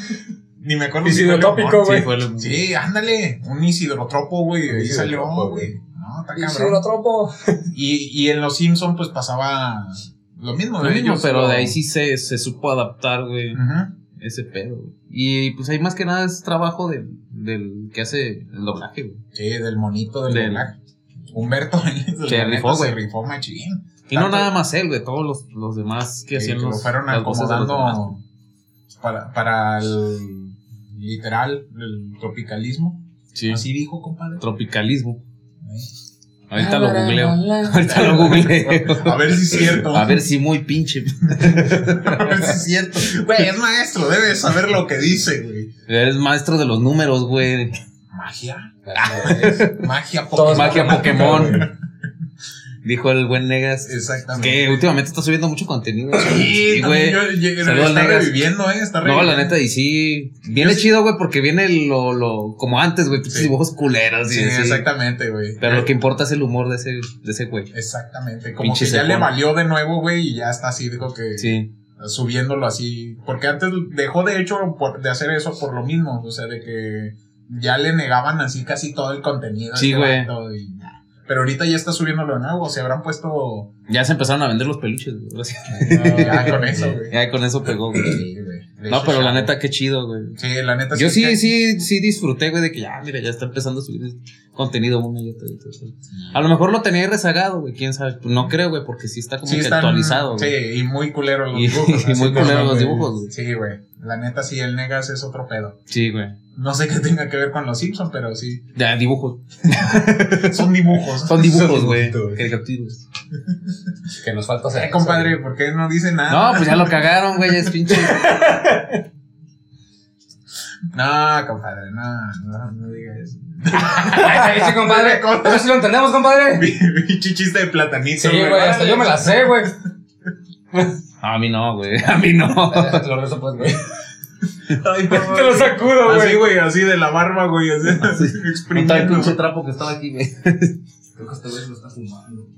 S3: Ni me acuerdo
S4: Y si
S3: fue
S4: tópico,
S3: Leomón.
S4: güey.
S2: Sí, fue lo-
S3: Sí, ándale. Un isidrotropo, güey. Ahí salió,
S4: Isidrotropo,
S3: güey. No,
S1: Ah,
S3: está
S4: Y si lo
S3: cabrón.
S5: (laughs)
S4: atropo.
S3: Y, y en Los Simpson pues pasaba lo mismo.
S2: Lo mismo,
S3: ellos
S2: pero
S3: lo-
S2: de ahí sí se, se supo adaptar, güey.
S3: Ujú.
S2: Ese pedo, güey. Y pues ahí más que nada es trabajo de, del que hace el doblaje, güey.
S3: Sí, del monito del
S2: Del-
S3: doblaje. Humberto (laughs) Benítez del
S2: Se
S3: planeta
S2: rifó, güey.
S3: Se rifó machín.
S2: Y no
S3: Tanto-
S2: nada más él, güey, todos los, los demás que
S3: Que
S2: hacían
S3: lo
S2: los,
S3: fueron
S2: las voces de los demás.
S3: acomodando para, para el literal, el tropicalismo.
S2: Sí,
S3: Así
S2: (laughs)
S3: dijo, compadre.
S2: tropicalismo. Ahorita lo googleo. Ahorita lo
S3: (laughs) A
S2: googleo.
S3: ver si es cierto.
S2: A ver si muy pinche.
S3: (laughs) A ver si es cierto. Güey, es maestro, debe saber lo que dice, güey.
S2: Eres maestro de los números, güey.
S3: Magia.
S4: Ah,
S3: (laughs) Magia
S4: Todo
S3: Pokémon.
S4: es
S2: Magia
S4: güey.
S2: Pokémon. Dijo el buen Negas.
S3: Exactamente.
S2: Que últimamente está subiendo mucho contenido.
S3: Sí,
S2: Sí,
S3: también
S2: güey.
S3: yo llegué-
S2: Saludos,
S3: está
S2: negas.
S3: reviviendo, eh, está
S2: No,
S3: reviviendo.
S2: la neta, y sí. Viene
S3: Yo sí-
S2: chido, güey, porque viene lo, lo. Como antes, güey, pinches
S3: Sí.
S2: dibujos culeros.
S3: Sí,
S2: y así.
S3: exactamente, güey.
S2: Pero lo que importa es el humor de ese, de ese güey.
S3: Exactamente, como
S2: Pinche
S3: que ya
S2: secón.
S3: le valió de nuevo, güey, y ya está así, digo que
S2: Sí.
S3: subiéndolo así, porque antes dejó de hecho por- de hacer eso por lo mismo, o sea, de que ya le negaban así casi todo el contenido. a
S2: Sí,
S3: este
S2: güey.
S3: vato y- Pero ahorita ya está subiéndolo de nuevo, se habrán
S2: (laughs)
S3: puesto eh,
S2: Ya se empezaron a vender los peluches, güey. ahora sí.
S3: ya con eso, güey.
S2: Ya con eso pegó, güey.
S3: Sí, güey. De
S2: No,
S3: hecho,
S2: pero
S3: ya,
S2: la
S3: güey.
S2: neta, qué chido, güey.
S3: Sí, la neta
S2: Yo
S3: que-
S2: sí, sí, sí disfruté, güey, de que ya, mira, ya está empezando a subir contenido una y otra y otra. A lo mejor lo tenía ahí rezagado, güey, quién sabe. Pues No creo, güey, porque sí está como
S3: sí
S2: que
S3: están-
S2: actualizado. güey.
S3: Sí, y muy culero los
S2: Y- (laughs)
S3: dibujos.
S2: y
S3: así
S2: muy
S3: como,
S2: culero los
S3: güey.
S2: dibujos, güey.
S3: Sí, güey. La neta, sí, el Negas es otro pedo.
S2: Sí, güey.
S3: No sé qué tenga que ver con los Simpsons, pero sí.
S2: Ya, dibujos.
S3: (laughs) Son dibujos.
S2: Son dibujos, güey.
S3: dibujitos,
S2: Caricaturas.
S4: Que nos falta hacer.
S3: Eh, compadre, ¿por qué no dice nada?
S2: No, pues ya lo cagaron, güey, ya es
S3: (laughs)
S2: pinche.
S3: No, compadre, no, no, no diga eso. (laughs)
S4: (laughs) Sí, compadre. Eso sí lo entendemos, compadre.
S3: Pinche chiste de platanito.
S4: Sí, güey, hasta yo me la sé, güey.
S2: No, a mí no, güey. A mí no.
S4: Te (laughs) lo rezo, pues, güey.
S3: Ay, por favor.
S4: Te lo sacudo,
S3: Así,
S4: güey.
S3: güey, así de la barba, güey, así,
S2: Con tal
S3: exprimiendo.
S2: pinche trapo que estaba aquí, güey.
S5: Creo que este güey se lo está fumando. güey.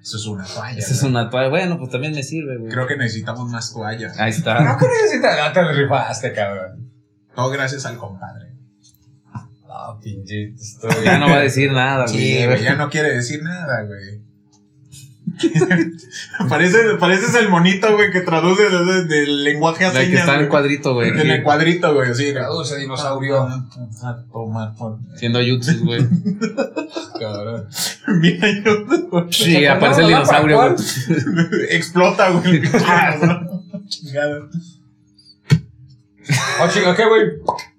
S3: Eso es una toalla.
S2: Esa es
S3: güey.
S2: una toalla. Bueno, pues también me sirve, güey.
S3: Creo que necesitamos más toallas.
S2: Ahí
S4: No
S2: está.
S4: con eso Ah, sí te, no te rifaste, cabrón.
S3: Todo gracias al compadre.
S4: No, Ah, pinche. Estoy...
S2: (laughs) Ya no va a decir nada, güey. (laughs)
S3: Sí, güey, ya no quiere decir nada, güey. (laughs) Parece- pareces el monito, güey, que traduce de- de- del lenguaje a
S2: La que
S3: señas,
S2: está en
S3: güey.
S2: cuadrito, güey.
S3: En el cuadrito, güey, sí.
S4: Traduce, Oh, dinosaurio.
S3: A tomar por-
S2: Siendo jutsu,
S3: (laughs)
S2: güey.
S4: Cabrón.
S3: Mira, yo. (laughs)
S2: Sí, aparece el dinosaurio, güey. (laughs)
S3: Explota, güey. el pinche dinosaurio. Chingada.
S4: Oh, chinga, ¿qué, güey?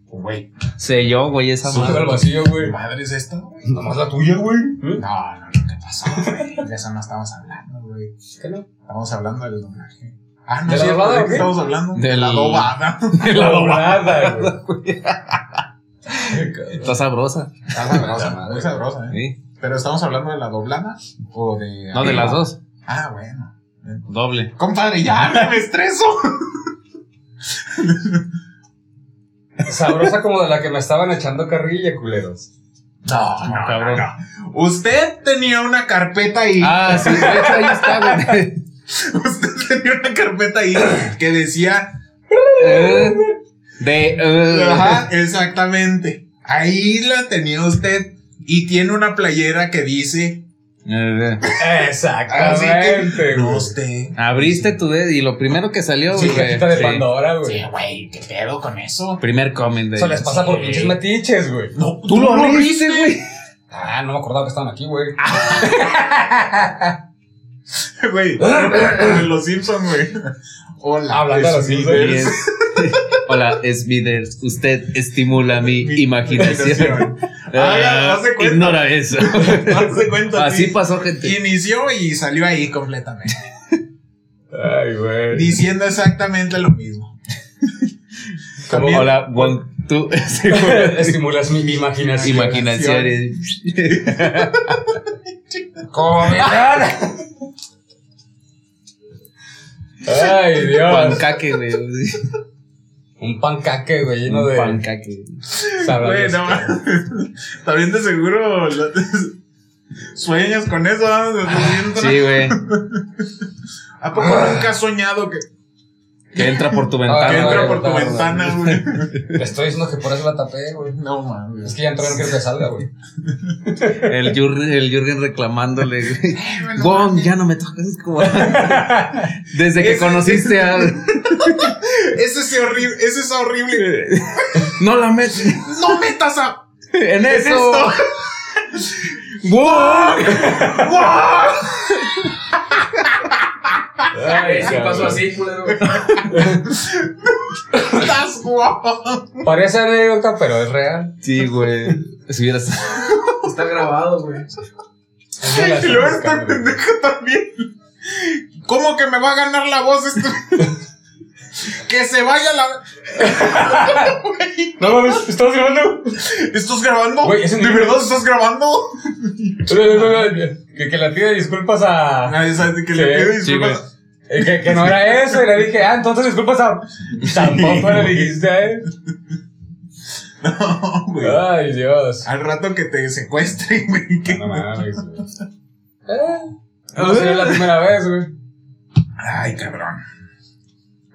S3: Güey,
S2: Sé yo, güey, esa
S4: Se
S2: madre.
S4: al vacío,
S3: ¿qué
S4: güey.
S3: madre es esta, güey?
S4: Nomás la tuya, güey.
S3: No, no, no, ¿qué pasó, güey? De eso no estamos hablando, güey.
S4: ¿Qué no?
S3: Estamos hablando del doblaje. Ah, no,
S4: ¿De
S3: es
S4: la
S3: cierto,
S4: doblada
S3: ¿de
S4: o
S3: qué
S4: qué?
S3: estamos hablando?
S2: Del-
S3: la
S2: (laughs)
S3: dobada. (laughs)
S4: La doblada, güey.
S2: Está sabrosa. (laughs)
S3: Está sabrosa, muy sabrosa, ¿eh?
S2: Sí.
S3: Pero estamos hablando de la doblada o de.
S2: No, de las dos.
S3: Ah, bueno.
S2: Doble.
S3: Compadre, ya (laughs) habla, me estreso.
S4: Sabrosa como de la que me estaban echando carrilla, culeros.
S3: No, no, no,
S2: cabrón.
S3: no. Usted tenía una carpeta y.
S2: Ah, sí, de hecho ahí está, güey.
S3: (laughs)
S2: (laughs)
S3: Usted tenía una carpeta ahí que decía.
S2: Eh, De. eh,
S3: Ajá, exactamente. Ahí la tenía usted. Y tiene una playera que dice.
S2: eh,
S3: Así Ah, que.
S4: Exactamente,
S3: No,
S4: güey.
S3: usted.
S2: Abriste tu dedo y lo primero que salió,
S4: Sí,
S2: güey.
S4: cajita de
S2: sí.
S4: Pandora, güey.
S3: Sí, güey, ¿qué pedo con eso?
S2: Primer comment de.
S4: Eso les pasa por
S3: Sí.
S4: pinches metiches, güey.
S3: No,
S2: Tú lo abriste, güey.
S4: Ah, no me acordaba que estaban aquí, güey.
S2: (laughs)
S3: Güey, de los Simpsons, güey. Hola.
S4: Hablando de los
S3: es mi
S4: Simpsons.
S3: Bers-
S2: (laughs) Hola, es Viders. Usted estimula mi,
S3: mi
S2: imaginación. (laughs)
S3: Ah, ya, haz de cuenta.
S2: ignora eso.
S3: (laughs) Haz de cuenta,
S2: Así
S3: sí.
S2: pasó, gente.
S3: Inició y salió ahí completamente.
S4: Ay, güey.
S3: Diciendo exactamente lo mismo.
S4: Como
S3: También-
S2: Hola, one, (laughs) two. sí, güey.
S4: (laughs) Estimulas mi imaginación.
S2: Imaginaciones.
S4: ¡Comer! Ay, Dios.
S2: Pancaque, güey.
S4: Un pancaque, güey, lleno
S2: Un
S4: de.
S2: Pancaque.
S3: Güey, no mames. También de seguro lo- sueñas con eso. ¿no? De- de- de-
S2: Sí, güey.
S3: ¿A poco nunca has soñado que,
S2: Que entra por tu
S3: que
S4: Ah,
S2: ventana.
S3: entra
S4: güey,
S3: por tu
S4: no,
S3: ventana, güey?
S4: Te estoy diciendo que por eso la tapé, güey.
S3: No
S4: Es
S3: mames.
S4: que ya entró, no quiero que salga, güey.
S2: El Jürgen, el Jürgen reclamándole, güey.
S3: Ay, no
S2: Gon,
S3: mames.
S2: ya no me tocas como (laughs) Desde que
S3: Ese-
S2: conociste a. (laughs)
S3: Ese es horrible. Ese es horrible.
S1: No la metes
S3: ¡No metas a.
S1: en eso.
S2: (laughs)
S3: (laughs) ¡Wow!
S4: Ay,
S5: Si pasó
S4: cabrón.
S5: así, culero.
S3: ¡Estás guau!
S4: Parece anécdota, pero es real.
S2: Sí, güey. Si hubieras.
S5: Está grabado, güey.
S4: Es de las
S3: (laughs) Y luego
S4: cosas,
S3: este
S4: cabrón.
S3: pendejo también. ¿Cómo que me va a ganar la voz este? que se vaya la.
S1: No mames, ¿estás grabando?
S3: ¿Estás grabando?
S4: Güey, es un
S3: ¿De
S4: libro.
S3: verdad estás grabando?
S4: que, que le pide disculpas a.
S3: Nadie sabe de que le
S4: Sí,
S3: pido
S2: sí, güey.
S3: disculpas. (laughs)
S4: eh, Que, que no era eso. Y le dije, ah, entonces disculpas a. Tampoco le dijiste a él.
S3: no, güey.
S4: Ay, Dios.
S3: Al rato que te secuestren, (laughs) güey. que-
S4: No mames, güey. Eh, No sería la primera vez, güey.
S3: Ay, cabrón.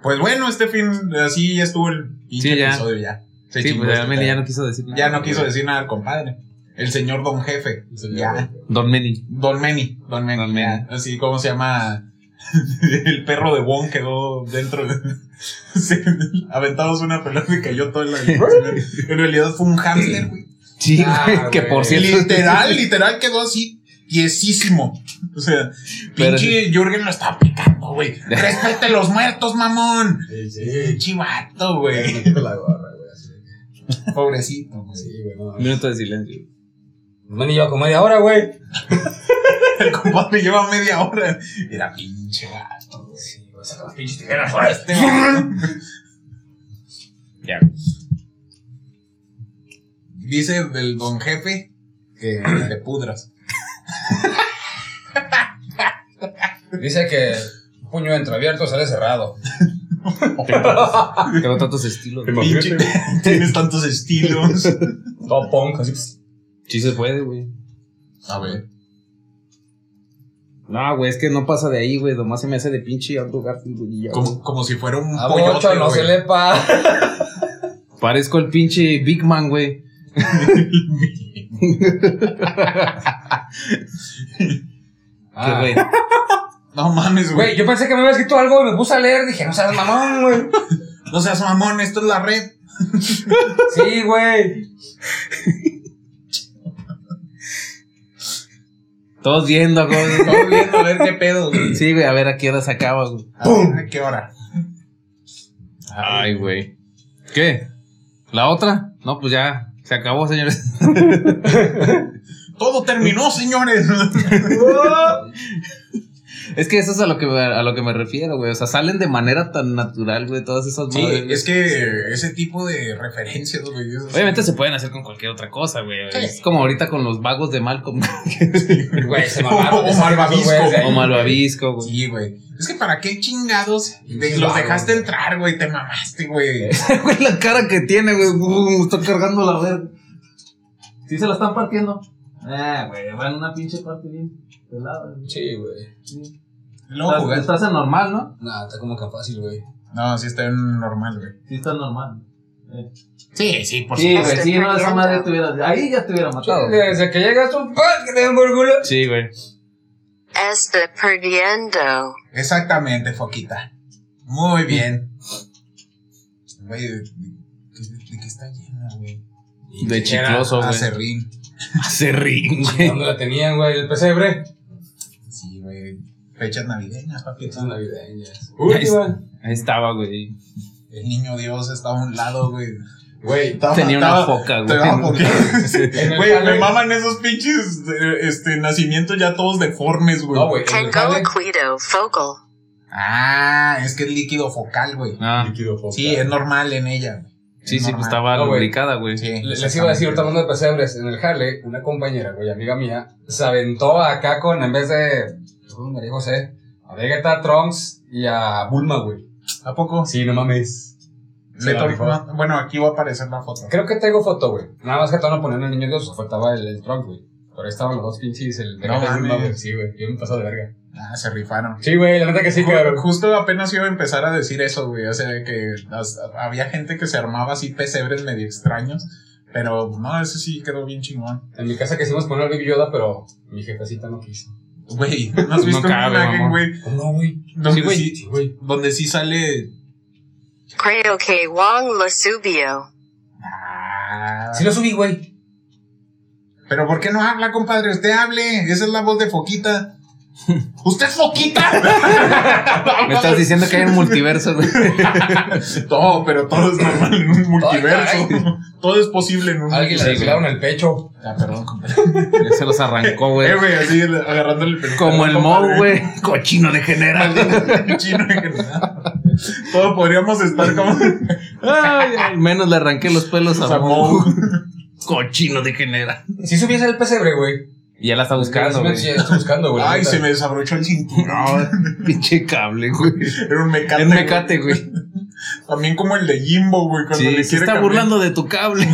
S3: Pues bueno, este fin, así ya estuvo el pinche
S2: Sí, ya.
S3: episodio ya. Se
S2: Sí,
S3: chingó
S2: pues
S3: este
S2: realmente ya
S3: pedo.
S2: no quiso decir nada.
S3: Ya no quiso decir nada al compadre. El señor don jefe. Ya.
S2: Don Meni.
S3: Don Meni. Don Meni.
S2: Don
S3: ya.
S2: Meni.
S3: Así como se llama. (laughs) El perro de Wong quedó dentro. de- (laughs) se- aventados una pelota y cayó todo en la. En realidad fue un hámster, güey.
S2: Sí,
S4: Ah,
S2: güey. Que por
S4: güey.
S2: cierto.
S3: Literal, literal quedó así. Tiesísimo. O sea,
S2: Pero-
S3: pinche Jürgen lo está picando, güey.
S2: (laughs)
S3: Respete a los muertos, mamón.
S4: Sí, sí.
S3: Chivato, güey.
S4: la gorra, güey. así.
S3: Pobrecito, güey.
S4: Sí, güey.
S2: Un
S4: no.
S2: (laughs) Minuto de silencio.
S4: No ni yo como media hora, güey.
S3: El compadre lleva media hora. Era pinche gato, güey.
S4: Sí, güey, saca las pinches
S3: Era
S4: tijeras.
S3: fuera este, güey.
S2: Ya.
S3: Dice del don jefe que te pudras.
S4: Dice que puño entreabierto sale cerrado.
S2: Tengo tantos estilos. güey.
S3: Pinche, (laughs) tienes tantos estilos.
S4: Todo punk, así. pss.
S2: Sí se puede, güey.
S3: A ver.
S2: No, güey, es que no pasa de ahí, güey. Nomás se me hace de pinche Andrew Garfield, güey. y ya, güey.
S3: Como, como si fuera un
S4: A
S3: pollote,
S4: Bocho Ah, no
S3: güey.
S4: se le para.
S2: Parezco el pinche Big Man, güey. Qué
S4: Ah,
S2: güey.
S3: No mames,
S4: Güey, yo pensé que me había escrito algo y me puse a leer. Dije, no seas mamón, güey.
S3: No seas mamón, esto es la red.
S4: Sí, güey.
S2: Todos viendo, güey.
S3: Todo bien, a ver qué pedo, güey.
S2: Sí, güey, a ver a qué hora se acaba, güey.
S3: A ver, ¿a qué hora?
S2: Ay, güey. ¿Qué? ¿La otra? No, pues ya. Se acabó, señores. (laughs)
S3: Todo terminó, señores.
S2: Es que eso es a lo que me, a lo que me refiero, güey. O sea, salen de manera tan natural, güey, todas esas
S3: Sí,
S2: madres, güey.
S3: es que ese tipo de referencias, güey. es así.
S2: Obviamente se pueden hacer con cualquier otra cosa, güey.
S3: Sí.
S2: Es como ahorita con los vagos de Malcolm
S4: Güey, se mamaron.
S3: O- o malvavisco,
S4: Güey, de ahí.
S2: o Malvavisco, güey.
S3: Sí, güey. Es que para qué chingados de-
S4: Sí,
S3: los
S4: claro.
S3: dejaste entrar, güey. Te mamaste, güey.
S2: Güey, la cara que tiene, güey. Uh, está cargando la verga. Sí se la están partiendo. Ah, güey, van una pinche parte bien pelada. güey.
S4: Sí, güey.
S3: Luego
S2: estás,
S3: jugaste.
S2: estás en normal, ¿no?
S4: Nah, está como que fácil, güey.
S3: No, sí está en normal, güey.
S2: Sí, estás normal. Eh.
S3: Sí, sí, por
S2: Sí,
S3: supuesto.
S2: güey, sí, no, esa madre te hubiera. Ahí ya te hubiera matado. güey.
S4: Desde que llegas un pan que te den por culo.
S2: Sí, güey.
S6: Esta perdiendo.
S3: Exactamente, Foquita. Muy bien. Güey, ¿de, de- de qué está llena, güey?
S2: De chicloso, güey.
S3: Acerrín.
S2: Acerrín, güey.
S4: ¿Dónde la tenían, güey? El pesebre.
S3: Sí, güey. Fechas navideñas, papi.
S4: Estas navideñas.
S2: Ahí está.
S4: Última.
S2: Ahí estaba, güey.
S3: El niño Dios estaba a un lado, güey.
S4: Güey,
S3: Estaba-
S2: Tenía una
S3: estaba-
S2: foca, güey.
S3: estaba
S2: (laughs)
S3: foqueando.
S4: en
S3: (laughs)
S4: el
S3: Güey, me
S4: jale-
S3: maman esos pinches eh, este, nacimientos ya todos deformes, güey.
S4: No, güey. en el
S6: Tango
S4: jale-
S6: Aquido Focal.
S3: Ah, es que es líquido focal, güey.
S2: Ah,
S4: Líquido focal.
S3: Sí, es normal en ella. güey. Es
S2: sí, sí, pues
S3: normal.
S2: estaba
S4: No, güey.
S2: lubricada, güey.
S3: Sí,
S4: Le- Les iba a decir, ahorita hablando de pesebres, en el jale, una compañera, güey, amiga mía, se aventó acá con, en vez de, pues, ¿cómo me dijo, sé? A Vegeta, a Trunks y a Bulma, güey.
S3: ¿A poco?
S4: Sí, no mames.
S3: Le
S4: Se la
S3: tomó-
S4: rifó.
S3: bueno, aquí va a aparecer la foto.
S4: Creo que tengo foto, güey. Nada más que estaban poniendo el niño Dios, o sea, faltaba el, el Trunks, güey. Pero ahí estaban los dos pinches, el Vegeta y Bulma,
S3: mames.
S4: güey. Sí, güey, yo me paso de verga.
S3: Ah, se rifaron.
S4: Sí, güey, la neta que sí,
S3: Ju-
S4: cabrón.
S3: Justo apenas iba a empezar a decir eso, güey. O sea, que las- había gente que se armaba así pesebres medio extraños. Pero no, ese sí quedó bien chingón.
S4: En mi casa quisimos poner al Baby Yoda, pero mi jefecita no quiso.
S3: Güey, ¿no has
S2: Pues No
S3: visto una
S2: cabe,
S3: imagen,
S2: mamá.
S3: güey?
S4: ¿Cómo no, güey?
S3: Donde
S2: Sí, güey.
S3: sí,
S4: Sí, güey.
S3: donde sí sale
S6: Creo que Wong Lasubio.
S3: Ah.
S4: Sí lo subí, güey.
S3: Pero ¿por qué no habla, compadre? Usted hable. Esa es la voz de
S2: (laughs)
S3: Foquita. ¿Usted es Foquita?
S2: Me estás diciendo que hay un multiverso, güey.
S3: (laughs) No, pero todo es normal en un multiverso.
S4: Ay,
S3: todo es posible en un
S4: Alguien le
S3: multiverso.
S4: clavaron el pecho.
S3: Ah, perdón, compadre.
S2: Ya se los arrancó, güey.
S3: Eh, güey, así agarrándole el pelo.
S2: Como el
S3: Compadre.
S2: Mo, güey. Cochino degenerado.
S3: Chino en general. Todos podríamos estar como. (laughs)
S2: Ay, al menos le arranqué los pelos a Mo.
S3: Samu.
S2: Cochino degenera.
S4: Si subiese el pesebre, güey.
S2: Ya la está buscando, güey.
S4: Sí, estoy buscando, güey. la
S3: Ay,
S4: neta.
S3: se me desabrochó el cinturón.
S2: (laughs) Pinche cable, güey.
S3: Era un mecate.
S2: El
S3: güey.
S2: mecate, güey.
S3: También como el de Jimbo, güey. Cuando
S2: Sí,
S3: le
S2: se
S3: quiere
S2: está
S3: cambiar.
S2: burlando de tu cable.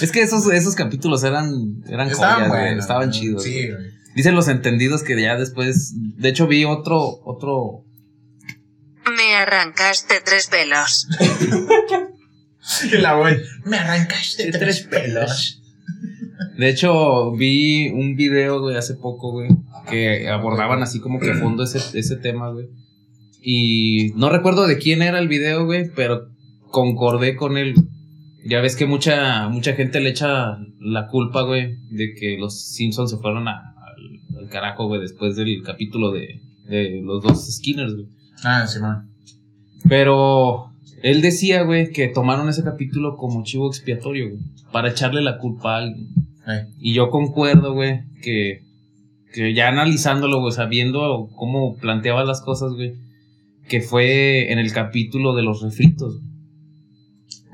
S2: Es que esos, esos capítulos eran, eran
S3: Estaban
S2: joyas, güey.
S3: buenos.
S2: Estaban chidos.
S3: Sí, güey.
S2: Dicen los entendidos que ya después. De hecho, vi otro, otro.
S6: Me arrancaste tres
S4: (laughs)
S6: velos.
S3: (laughs) Y la güey. Me arrancaste tres pelos.
S2: De hecho, vi un video, güey, hace poco, güey. Que abordaban así como que a fondo ese, ese tema, güey. Y no recuerdo de quién era el video, güey, pero concordé con él. Ya ves que mucha, mucha gente le echa la culpa, güey, de que los Simpsons se fueron a- al, al carajo, güey, después del capítulo de, de los dos Skinners, güey.
S3: Ah, sí, man.
S2: Pero él decía, güey, que tomaron ese capítulo como chivo expiatorio, güey, para echarle la culpa a alguien.
S3: Eh.
S2: Y yo concuerdo, güey, que, que ya analizándolo, güey, sabiendo cómo planteaba las cosas, güey, que fue en el capítulo de los refritos. güey.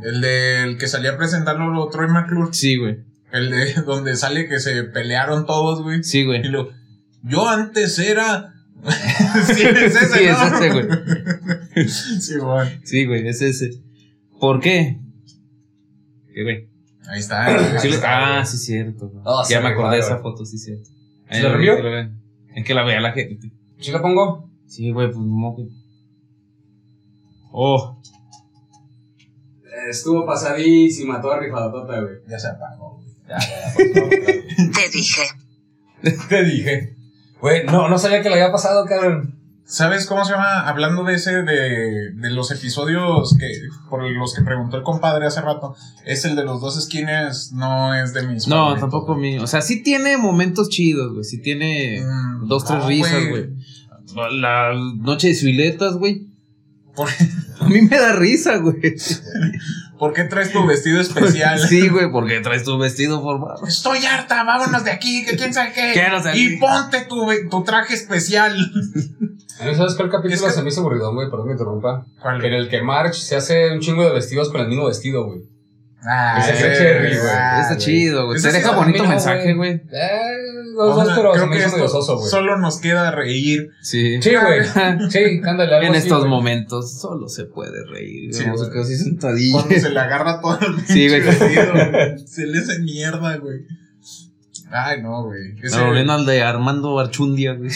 S3: El del que salía a presentarlo Troy McClure.
S2: Sí, güey,
S3: El de (laughs) donde sale que se pelearon todos, güey.
S2: sí, güey.
S3: Y luego, yo antes era. (laughs) sí, (laughs) es ese,
S2: (laughs) Sí, es
S3: ¿no?
S2: ese, güey.
S3: Sí, güey.
S2: Sí, güey, es ese. ¿Por qué? ¿Qué, güey?
S3: Ahí está.
S2: Sí,
S3: ahí
S2: lo-
S3: está,
S2: ah,
S3: güey. Oh,
S2: sí, cierto. güey.
S4: Ah,
S2: ya
S4: sí,
S2: me acordé de
S4: claro.
S2: esa foto, sí, cierto.
S4: ¿Se la
S2: Ahí
S4: review?
S2: vi, ahí vi. Es que la vea la gente.
S4: ¿Sí lo pongo?
S2: Sí, güey, pues no, güey. Oh,
S4: Estuvo pasadísima toda rifadotota, güey.
S3: Ya se apagó. güey.
S4: Ya, ya, por favor, güey.
S6: Te dije.
S4: (laughs) Te dije. Güey, no, no sabía que lo había pasado, cabrón.
S3: ¿Sabes cómo se llama? Hablando de ese, de, de los episodios que por los que preguntó el compadre hace rato, es el de los dos esquines, no es de mis.
S2: no,
S3: favoritos.
S2: tampoco mío. O sea, sí tiene momentos chidos, güey. Sí tiene
S3: Mm,
S2: dos, tres
S3: no,
S2: risas, güey. La noche de suiletas, güey.
S3: ¿Por,
S2: (laughs) A mí me da risa, güey.
S3: por qué traes tu vestido especial?
S2: (laughs) Sí, güey, porque traes tu vestido formado.
S3: Estoy harta, vámonos de aquí, que quién sabe qué.
S2: (laughs) Quiero salir.
S3: Y ponte tu, ve- tu traje especial.
S4: ¿A mí sabes cuál capítulo
S3: Es que-
S4: se me hizo aburridón, güey? Perdón que me interrumpa.
S3: ¿Cuál?
S4: En el que March se hace un chingo de vestidos con el mismo vestido, güey.
S3: Ah,
S4: Ese
S3: ese-
S4: es Cherry, güey.
S3: ah,
S2: Está chido, güey.
S3: Ese
S2: Te
S3: sí
S2: deja
S3: está
S2: bonito
S4: bueno,
S2: mensaje, güey.
S4: Eh, los dos,
S3: Ahora,
S4: pero se
S3: creo
S4: me
S3: que
S4: hizo medio
S3: esto
S4: soso, güey.
S3: solo nos queda reír.
S2: Sí.
S4: Sí,
S2: (laughs)
S4: güey. Sí, ándale, algo
S2: En
S4: así,
S2: estos
S4: güey.
S2: momentos solo se puede reír.
S3: Sí,
S2: Sí, vamos a
S3: güey.
S2: quedar así sentadillos.
S3: Cuando se le agarra todo el
S2: Sí, güey.
S3: pinche vestido, güey. Se le hace mierda, güey. Ay, no, güey. Ese-
S2: Me volvieron al de Armando Archundia, güey.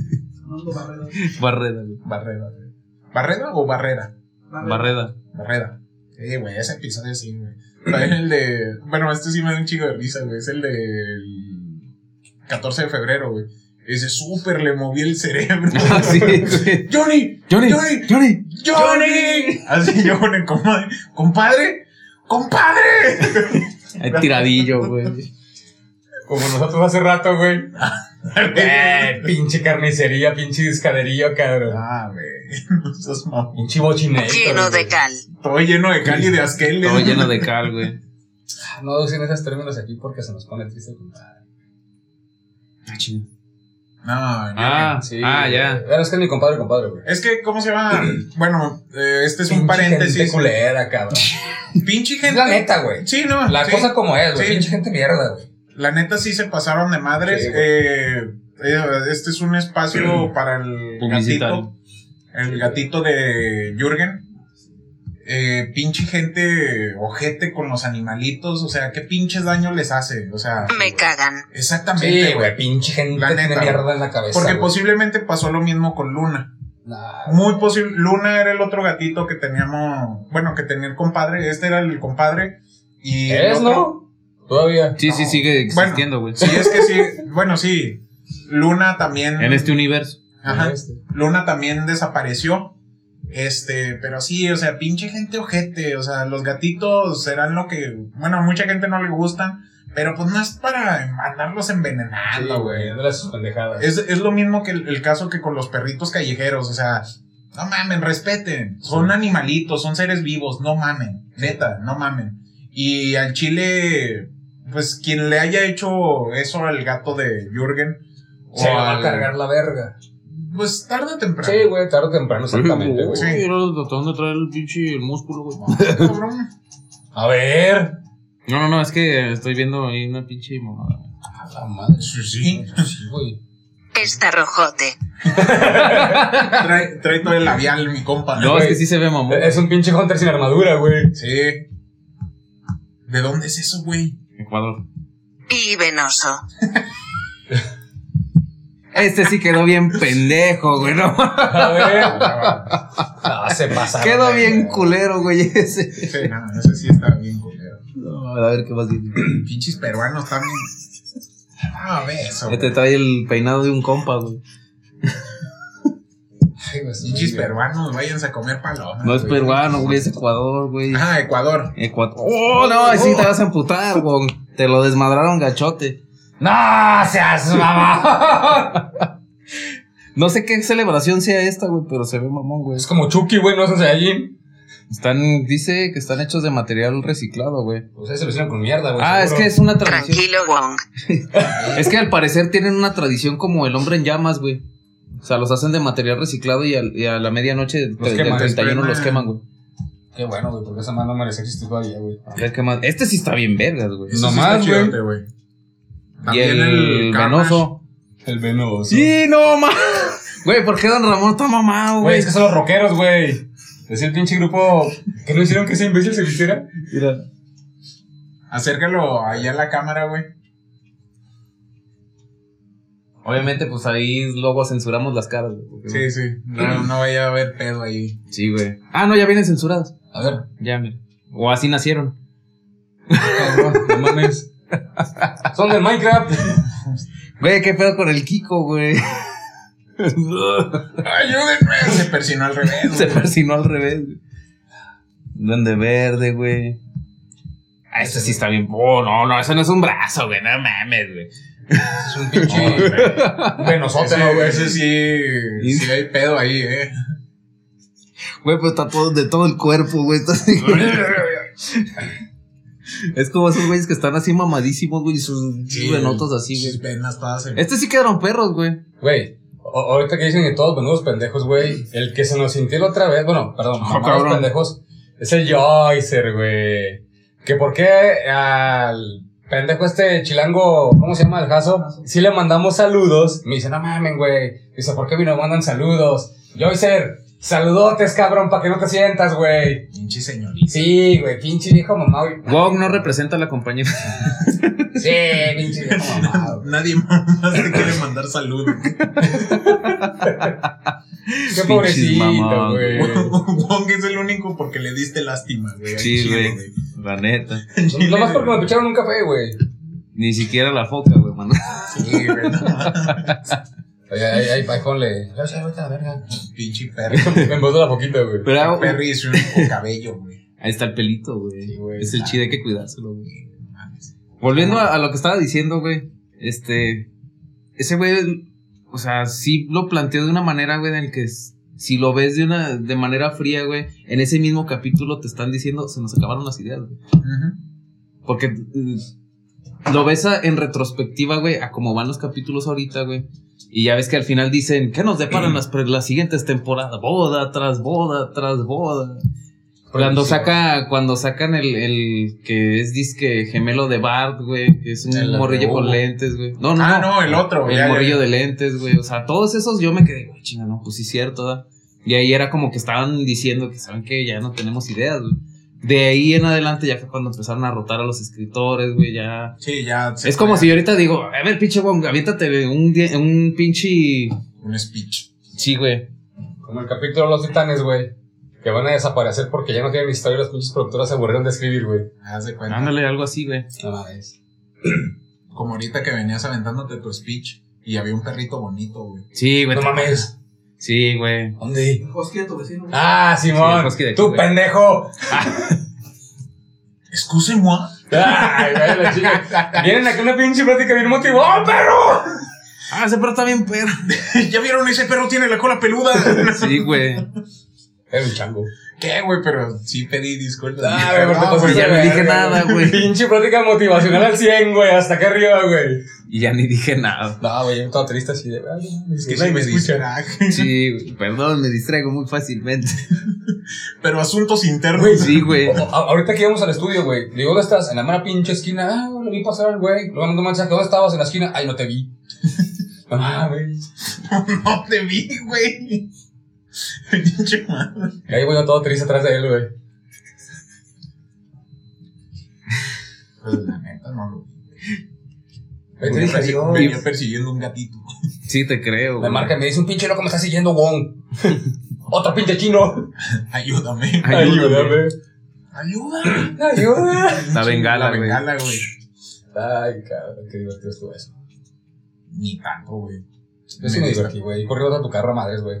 S2: (laughs)
S5: Armando Barrera.
S2: Barreda, güey.
S3: Barrera, güey. ¿Barrera o Barrera?
S2: Barreda. (laughs)
S3: Barrera. Sí, güey, ese episodio sí, güey. También el de. Bueno, este sí me da un chico de risa, güey. Es el del 14 de febrero, güey. Ese súper le moví el
S4: (laughs)
S3: cerebro.
S2: Ah, sí, güey.
S3: ¡Johnny!
S2: Johnny,
S3: Johnny.
S2: Johnny.
S3: ¡Johnny! Así yo con el compadre. ¡Compadre! ¡Compadre!
S2: El tiradillo, güey.
S4: Como nosotros hace rato, güey. Eh, pinche carnicería, pinche discadería, cabrón.
S3: Ah, güey. (laughs) No seas mamón.
S4: Pinche bochinero.
S6: Lleno de cal.
S3: Todo lleno de cal y de asqueles.
S2: Todo lleno de cal, güey.
S4: No usen esos términos aquí porque se nos pone triste, compadre.
S3: Ah, No, no.
S2: Ah,
S4: Sí.
S2: ah, ya.
S4: Bueno, es que es mi compadre, compadre, güey.
S3: Es que, ¿cómo se llama? Bueno, eh, este es un
S4: Pinche
S3: paréntesis.
S4: Gente culera, cabrón.
S3: Pinche
S4: Es
S3: gente.
S4: la neta, güey.
S3: Sí, no.
S4: La
S3: sí.
S4: cosa como es, güey.
S3: Sí.
S4: Pinche gente mierda, güey.
S3: La neta sí se pasaron de madres.
S4: Sí, güey.
S3: Eh, eh, este es un espacio para el
S2: Publicitario.
S3: gatito. El gatito de Jürgen. Eh, pinche gente ojete con los animalitos. O sea, ¿qué pinches daño les hace? O sea,
S6: Me cagan.
S3: exactamente,
S4: Sí,
S3: güey.
S4: güey. Pinche gente
S3: La
S4: tiene
S3: neta,
S4: mierda en la cabeza.
S3: Porque pues,
S4: güey.
S3: posiblemente pasó lo mismo con Luna.
S4: Nah,
S3: Muy posible. Luna era el otro gatito que teníamos. Bueno, que tenía el compadre. Este era el compadre. Y el
S4: ¿Es,
S3: otro-
S4: no? Todavía.
S2: Sí, sí, sigue existiendo, güey.
S3: Sí, es que sí. Bueno, sí. Luna también.
S2: En este universo.
S3: Ajá.
S4: Este.
S3: Luna también desapareció. Este, pero sí, o sea, pinche gente ojete. O sea, los gatitos serán lo que. Bueno, a mucha gente no le gustan. Pero pues no es para andarlos envenenando, güey.
S4: de las pendejadas.
S3: Es, es lo mismo que el, el caso que con los perritos callejeros, o sea, no mamen, respeten, son animalitos, son seres vivos, no mamen, neta, no mamen. Y al chile, pues quien le haya hecho eso al gato de Jürgen, o
S4: Se va a
S3: al-
S4: cargar la verga.
S3: pues tarde o temprano.
S4: Sí, güey, tarde o temprano, exactamente, güey.
S3: Sí.
S2: Uy, era tratando de traer el pinche el músculo, güey.
S3: Cabrón.
S4: A ver.
S2: No, no, no, es que estoy viendo ahí una pinche mamada.
S4: A la madre.
S3: Sí, sí.
S4: Sí, güey.
S6: Está rojote.
S3: Trae, trae todo el labial, mi compa.
S2: No, es que sí se ve mamón.
S4: Es un pinche Hunter sin armadura, güey.
S3: Sí. ¿De dónde es eso, güey?
S2: Ecuador.
S6: Y venoso.
S2: Este sí quedó bien pendejo, güey.
S3: (laughs)
S2: No,
S4: A ver. No, se pasa.
S2: quedó bien culero, güey. Ese.
S3: Sí, no, ese sí está bien culero.
S2: No, a ver qué más dice.
S3: Pinches peruanos también. Ah, ve eso. güey.
S2: Este trae el peinado de un compa, güey.
S3: Pinches peruanos, váyanse a comer palomas.
S2: No es
S3: Ah, güey.
S2: peruano, güey, es Ecuador, güey.
S3: Ajá, Ecuador.
S2: Ecuador. Oh, no, ahí sí te vas a emputar, güey. Te lo desmadraron gachote.
S4: No seas mamá.
S2: No sé qué celebración sea esta, güey, pero se ve mamón, güey.
S4: Es como Chucky, güey, no se hace allí.
S2: Están, dice que están hechos de material reciclado, güey.
S4: Pues eso lo hicieron con mierda, güey.
S2: Ah, es
S4: seguro.
S2: que es una tradición.
S6: Tranquilo, Wong.
S2: Es que al parecer tienen una tradición como el hombre en llamas, güey. O sea, los hacen de material reciclado y, al- y a la medianoche del tre- del
S4: queman,
S2: 31
S3: les
S2: los
S3: queman.
S2: queman, güey.
S4: Qué bueno, güey, porque esa mano no merece existir todavía, güey.
S2: Les queman. Este sí está bien vergas, güey.
S3: Eso sí
S4: Nomás,
S3: está chidote, güey.
S2: Y
S3: También
S2: el,
S3: Carnage.
S2: venoso.
S4: El venoso.
S2: Sí, no, ma. (laughs) Güey, ¿por qué Don Ramón está mamado,
S4: Güey,
S2: güey?
S4: es que son los rockeros, güey. Es el pinche grupo que no hicieron que ese imbécil se vistiera.
S2: Mira.
S3: Acércalo allá a la cámara, güey.
S2: Obviamente, pues ahí luego censuramos las caras, güey. porque-
S3: Sí, sí. No,
S2: Mm.
S3: no vaya a haber pedo ahí.
S2: Sí, güey. Ah, no, ya vienen censuradas.
S4: A ver,
S2: Ya, mira. O así nacieron.
S4: cabrón, no mames. Son del Minecraft.
S2: Güey, qué pedo con el Kiko, güey. (laughs)
S3: ¡Ayúdenme! Se persinó al revés,
S2: Se
S3: güey.
S2: persinó al revés, güey. Duende verde, güey. Ah, ese sí está bien. Oh, no, no, eso no es un brazo, güey. No mames, güey.
S4: Es un pinche. Un
S3: Ese,
S4: venosote, ¿no, güey?
S3: ese sí, sí hay pedo ahí,
S2: (laughs)
S3: eh.
S2: Güey, pues está todo de todo el cuerpo, güey. está así. es como esos güeyes que están así mamadísimos, güey, y sus
S3: Sí,
S2: venotos así,
S3: Sus
S2: güey.
S3: venas todas en-
S2: Este sí quedaron perros, güey.
S4: Güey, a- ahorita que dicen que todos menudos pendejos, güey. El que se nos sintió la otra vez, bueno, perdón, mamados
S2: cabrón.
S4: pendejos, es el Joycer, güey. Que por qué al pendejo este chilango, ¿cómo se llama el Jaso? Si le mandamos saludos, me dice, no mamen, güey. Dice, ¿por qué no mandan saludos? Joycer, saludotes, cabrón, para que no te sientas, güey.
S3: Pinche señorita.
S4: Sí, güey, pinche viejo mamado. güey.
S2: Wong no representa a la compañía.
S4: (laughs) Sí, pinche viejo mamado. güey.
S3: Nadie (laughs) más
S2: (laughs)
S3: te quiere mandar saludos.
S4: Qué pobrecito,
S2: mamón,
S4: güey.
S3: (laughs) Wong es el único porque le diste lástima, güey. al
S2: Sí,
S3: chile,
S2: güey. (laughs) La neta.
S4: Nomás porque me picharon un café, güey.
S2: Ni siquiera la foca, güey, mano.
S3: Sí, güey. no.
S4: Oye, ahí, ahí, ahí ponle. Ya sé, vete a la verga.
S3: Pinche perro.
S4: Me embotó la poquita, güey.
S2: Pero ah,
S3: Perro y su único cabello, güey.
S2: ahí está el pelito, güey.
S4: Sí, güey. Ah,
S2: es el chile, hay que cuidárselo, güey. Volviendo a, a lo que estaba diciendo, güey. Este. Ese güey. O sea, sí lo planteó de una manera, güey, en el que s- si lo ves de una de manera fría, güey, en ese mismo capítulo te están diciendo, se nos acabaron las ideas, güey.
S3: Ujú.
S2: Porque eh, lo ves a- en retrospectiva, güey, a cómo van los capítulos ahorita, güey. Y ya ves que al final dicen, ¿qué nos deparan
S4: (clears throat)
S2: las, pre- las siguientes temporadas? Boda tras boda tras boda. Cuando saca, cuando sacan el, el que es disque gemelo de Bart, güey, que es un
S4: El
S2: morrillo
S4: Hugo.
S2: con lentes, güey. No, no,
S3: Ah,
S2: no.
S3: no, el otro.
S2: El
S3: ya, ya,
S2: morrillo
S3: ya.
S2: de lentes, güey. O sea, todos esos yo me quedé, güey, chinga, no, pues sí, cierto, ¿da? Y ahí era como que estaban diciendo que saben que ya no tenemos ideas, güey. De ahí en adelante ya fue cuando empezaron a rotar a los escritores, güey, ya.
S3: Sí, ya. se
S2: Es como
S3: fue.
S2: si yo ahorita digo, a ver, pinche Wong, aviéntate un, die- un pinche.
S3: Un speech.
S2: Sí, güey.
S4: Como el capítulo de los titanes, güey. Que van a desaparecer porque ya no tienen historia y las pinches productoras se aburrieron de escribir, güey.
S3: Haz de cuenta.
S2: Ándale, algo así, güey.
S4: No mames.
S3: Como ahorita que venías aventándote tu speech y había un perrito bonito, güey.
S2: Sí, güey.
S4: No mames.
S2: Sí, güey.
S4: ¿Dónde?
S5: Hostia, tu vecino.
S4: Ah,
S2: Sí, el
S4: Simón.
S2: husky de aquí,
S4: tú,
S2: güey.
S4: pendejo.
S3: Excuse-moi.
S4: Ay, güey, la chica. Vienen aquí una pinche plática bien motivada, perro.
S2: Ah, ese perro está bien
S3: (laughs)
S2: perro.
S3: (laughs) ¿Ya vieron? Ese perro tiene la cola
S4: (laughs)
S3: peluda.
S2: Sí, güey.
S4: Era un chango.
S3: ¿Qué, güey? Pero sí pedí disculpas.
S4: Ah, güey, porque
S3: No,
S4: pues,
S3: güey,
S2: Y ya no
S4: verga,
S2: dije nada, güey.
S4: Pinche plática motivacional al 100, güey. Hasta acá arriba, güey.
S2: Y ya ni dije nada.
S4: No, güey, yo estaba triste así de. ay, no,
S3: Es que
S4: nadie
S3: sí me
S4: escucha.
S3: distraje.
S2: Sí, güey. perdón, me distraigo muy fácilmente.
S3: Pero asuntos internos.
S4: Güey,
S2: Sí, güey.
S4: A- Ahorita que íbamos al estudio, güey. Le digo, ¿dónde estás? En la mera pinche esquina. Ah, lo vi pasar al güey. Luego mandó un mensaje. ¿Dónde estabas? En la esquina. Ay, no te vi. Mamá, güey.
S3: (laughs) No te vi, güey. (laughs) Pinche madre.
S4: Y ahí voy yo todo triste atrás de él, güey.
S3: Pues la neta no lo vi. Pues,
S4: Ahí te
S3: Venía
S4: dije,
S3: persi-
S4: yo.
S3: venía persiguiendo un gatito. (laughs)
S2: Sí, te creo.
S4: Me
S2: güey.
S4: marca y me dice un pinche loco me está siguiendo, Wong. Otro pinche chino.
S3: Ayúdame.
S2: Ayúdame.
S3: Ayúdame.
S4: Ayuda.
S2: La bengala,
S3: La
S2: güey.
S3: bengala, güey.
S4: Ay, cabrón, qué divertido estuvo eso.
S3: Ni tanto, güey.
S4: Yo sí me divertí, güey. Corrí a tu carro a madres, güey.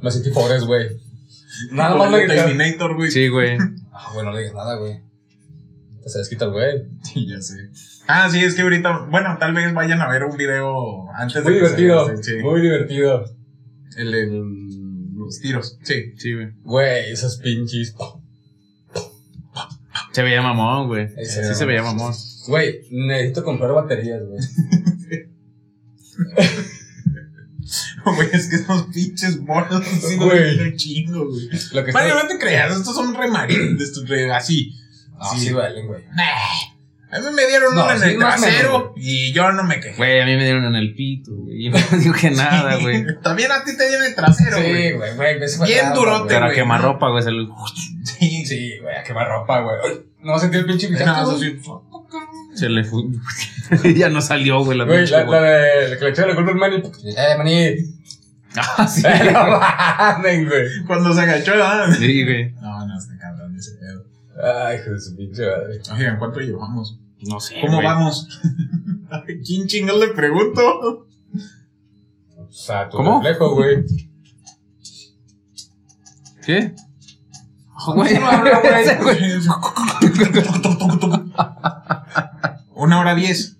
S4: Me sentí pobres, güey. Nada
S3: Como
S4: más me
S3: el
S4: gritaron.
S3: Terminator, güey.
S2: Sí, güey.
S4: Ah, bueno, no le digas nada, güey. Te se desquita el güey.
S3: Sí, (laughs) ya sé. Ah, sí, es que ahorita, bueno, tal vez vayan a ver un video antes
S4: Muy
S3: de que se
S4: divertido.
S3: lancen, sí.
S4: Muy divertido.
S3: El, el- los tiros, sí.
S2: Sí, güey.
S4: Güey, esos pinches. po.
S2: Se veía mamón, güey. Sí
S4: Ese era
S2: se veía
S4: mamón.
S2: mamón.
S4: Güey, necesito comprar baterías, güey.
S3: (laughs) Güey, es que esos pinches monos (laughs) han sido
S4: Güey.
S3: bien chingo, güey.
S4: Lo que
S3: Mario,
S4: está...
S3: no te creas, estos son re marín, de estos re- así.
S4: Ah, sí, duelen, güey.
S3: Nah. A mí me dieron
S4: No,
S3: uno en
S4: sí,
S3: el
S4: más o menos,
S3: trasero y yo no me quejé.
S2: Güey, a mí me dieron en el pito, güey. Y no (laughs) dije nada, güey.
S3: (laughs) También a ti te dieron el trasero, güey.
S4: Sí, güey, güey. ese fue
S3: Bien
S4: trauma,
S3: durote,
S4: güey.
S2: Pero a
S3: güey.
S2: quemarropa, güey. se lo-
S3: Sí, sí.
S4: Sí, güey, a quemar ropa, güey. Ay, No va a sentir el pinche picante,
S3: Nada,
S4: güey.
S3: eso Ah,
S2: (laughs)
S3: sí.
S2: Se le fue. (laughs) ya no salió, güey, la
S4: Güey,
S2: pinche,
S4: la, la
S2: güey.
S4: de la que le echaron la culpa al Manny. Eh, Manny.
S2: (laughs)
S4: Eh,
S2: Ah,
S4: (laughs)
S2: sí.
S4: No mames, güey.
S3: Cuando se agachó, ah.
S2: Sí, güey.
S3: No, no, está cabrón ese pedo.
S4: Ay, hijo de su
S3: (laughs)
S4: pinche madre.
S3: Oigan, ¿cuánto llevamos?
S2: No sé.
S3: ¿Cómo
S2: güey.
S3: vamos? (laughs) ¿A quién chingas le pregunto?
S4: O sea, Pues, tu
S2: ¿Cómo?
S4: reflejo, güey.
S2: ¿Qué? Ah, (laughs) güey.
S4: Ese güey.
S2: (laughs)
S3: Una hora diez.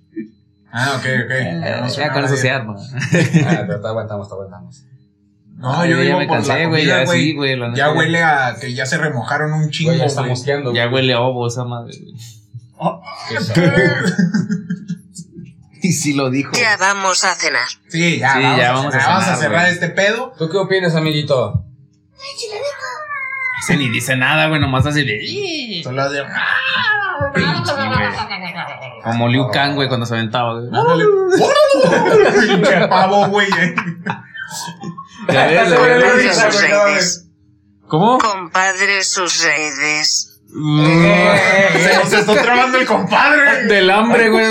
S3: Ah, ok, ok.
S2: Eh,
S3: Vamos
S2: Ya
S3: una
S2: con
S3: hora
S2: eso
S3: diez.
S2: se arma.
S4: Ah, pero te aguantamos, te aguantamos.
S3: No, yo
S2: ya
S3: digo
S2: me
S3: por la
S2: cansé, güey.
S3: comida,
S2: Ya sí,
S3: güey.
S2: güey. la neta,
S3: Ya huele a que ya se remojaron un chingo,
S4: Güey, ya está
S3: güey. (laughs)
S4: mosqueando.
S2: Ya huele a ovo esa madre, güey. (laughs)
S4: Qué suave.
S2: Y sí lo dijo.
S6: Ya vamos a cenar.
S3: Sí, ya,
S2: Sí,
S3: vamos,
S2: ya
S3: a
S2: vamos a
S3: cenar, vamos a
S2: cenar,
S3: cerrar
S2: güey.
S3: este pedo.
S4: (laughs) ¿Tú qué
S3: (laughs)
S4: opinas, amiguito?
S2: Ese ni dice nada, güey. Nomás hace de.
S3: Solo hace-
S2: Sí, güey.
S3: Ah,
S2: Como Liu Kang, güey, cuando se aventaba, güey.
S3: Ándale. (laughs) Pinche pavo, güey.
S2: Ya
S3: (laughs)
S2: ves,
S4: Hasta se
S2: güey.
S4: huele la
S6: Compadre
S4: risa,
S6: sus
S4: güey, no mames.
S6: reyes.
S2: ¿Cómo?
S6: Compadre sus reyes.
S3: Eh,
S2: Eh,
S3: Se nos está trabando
S2: (laughs)
S3: el compadre. (laughs)
S2: Del hambre, güey.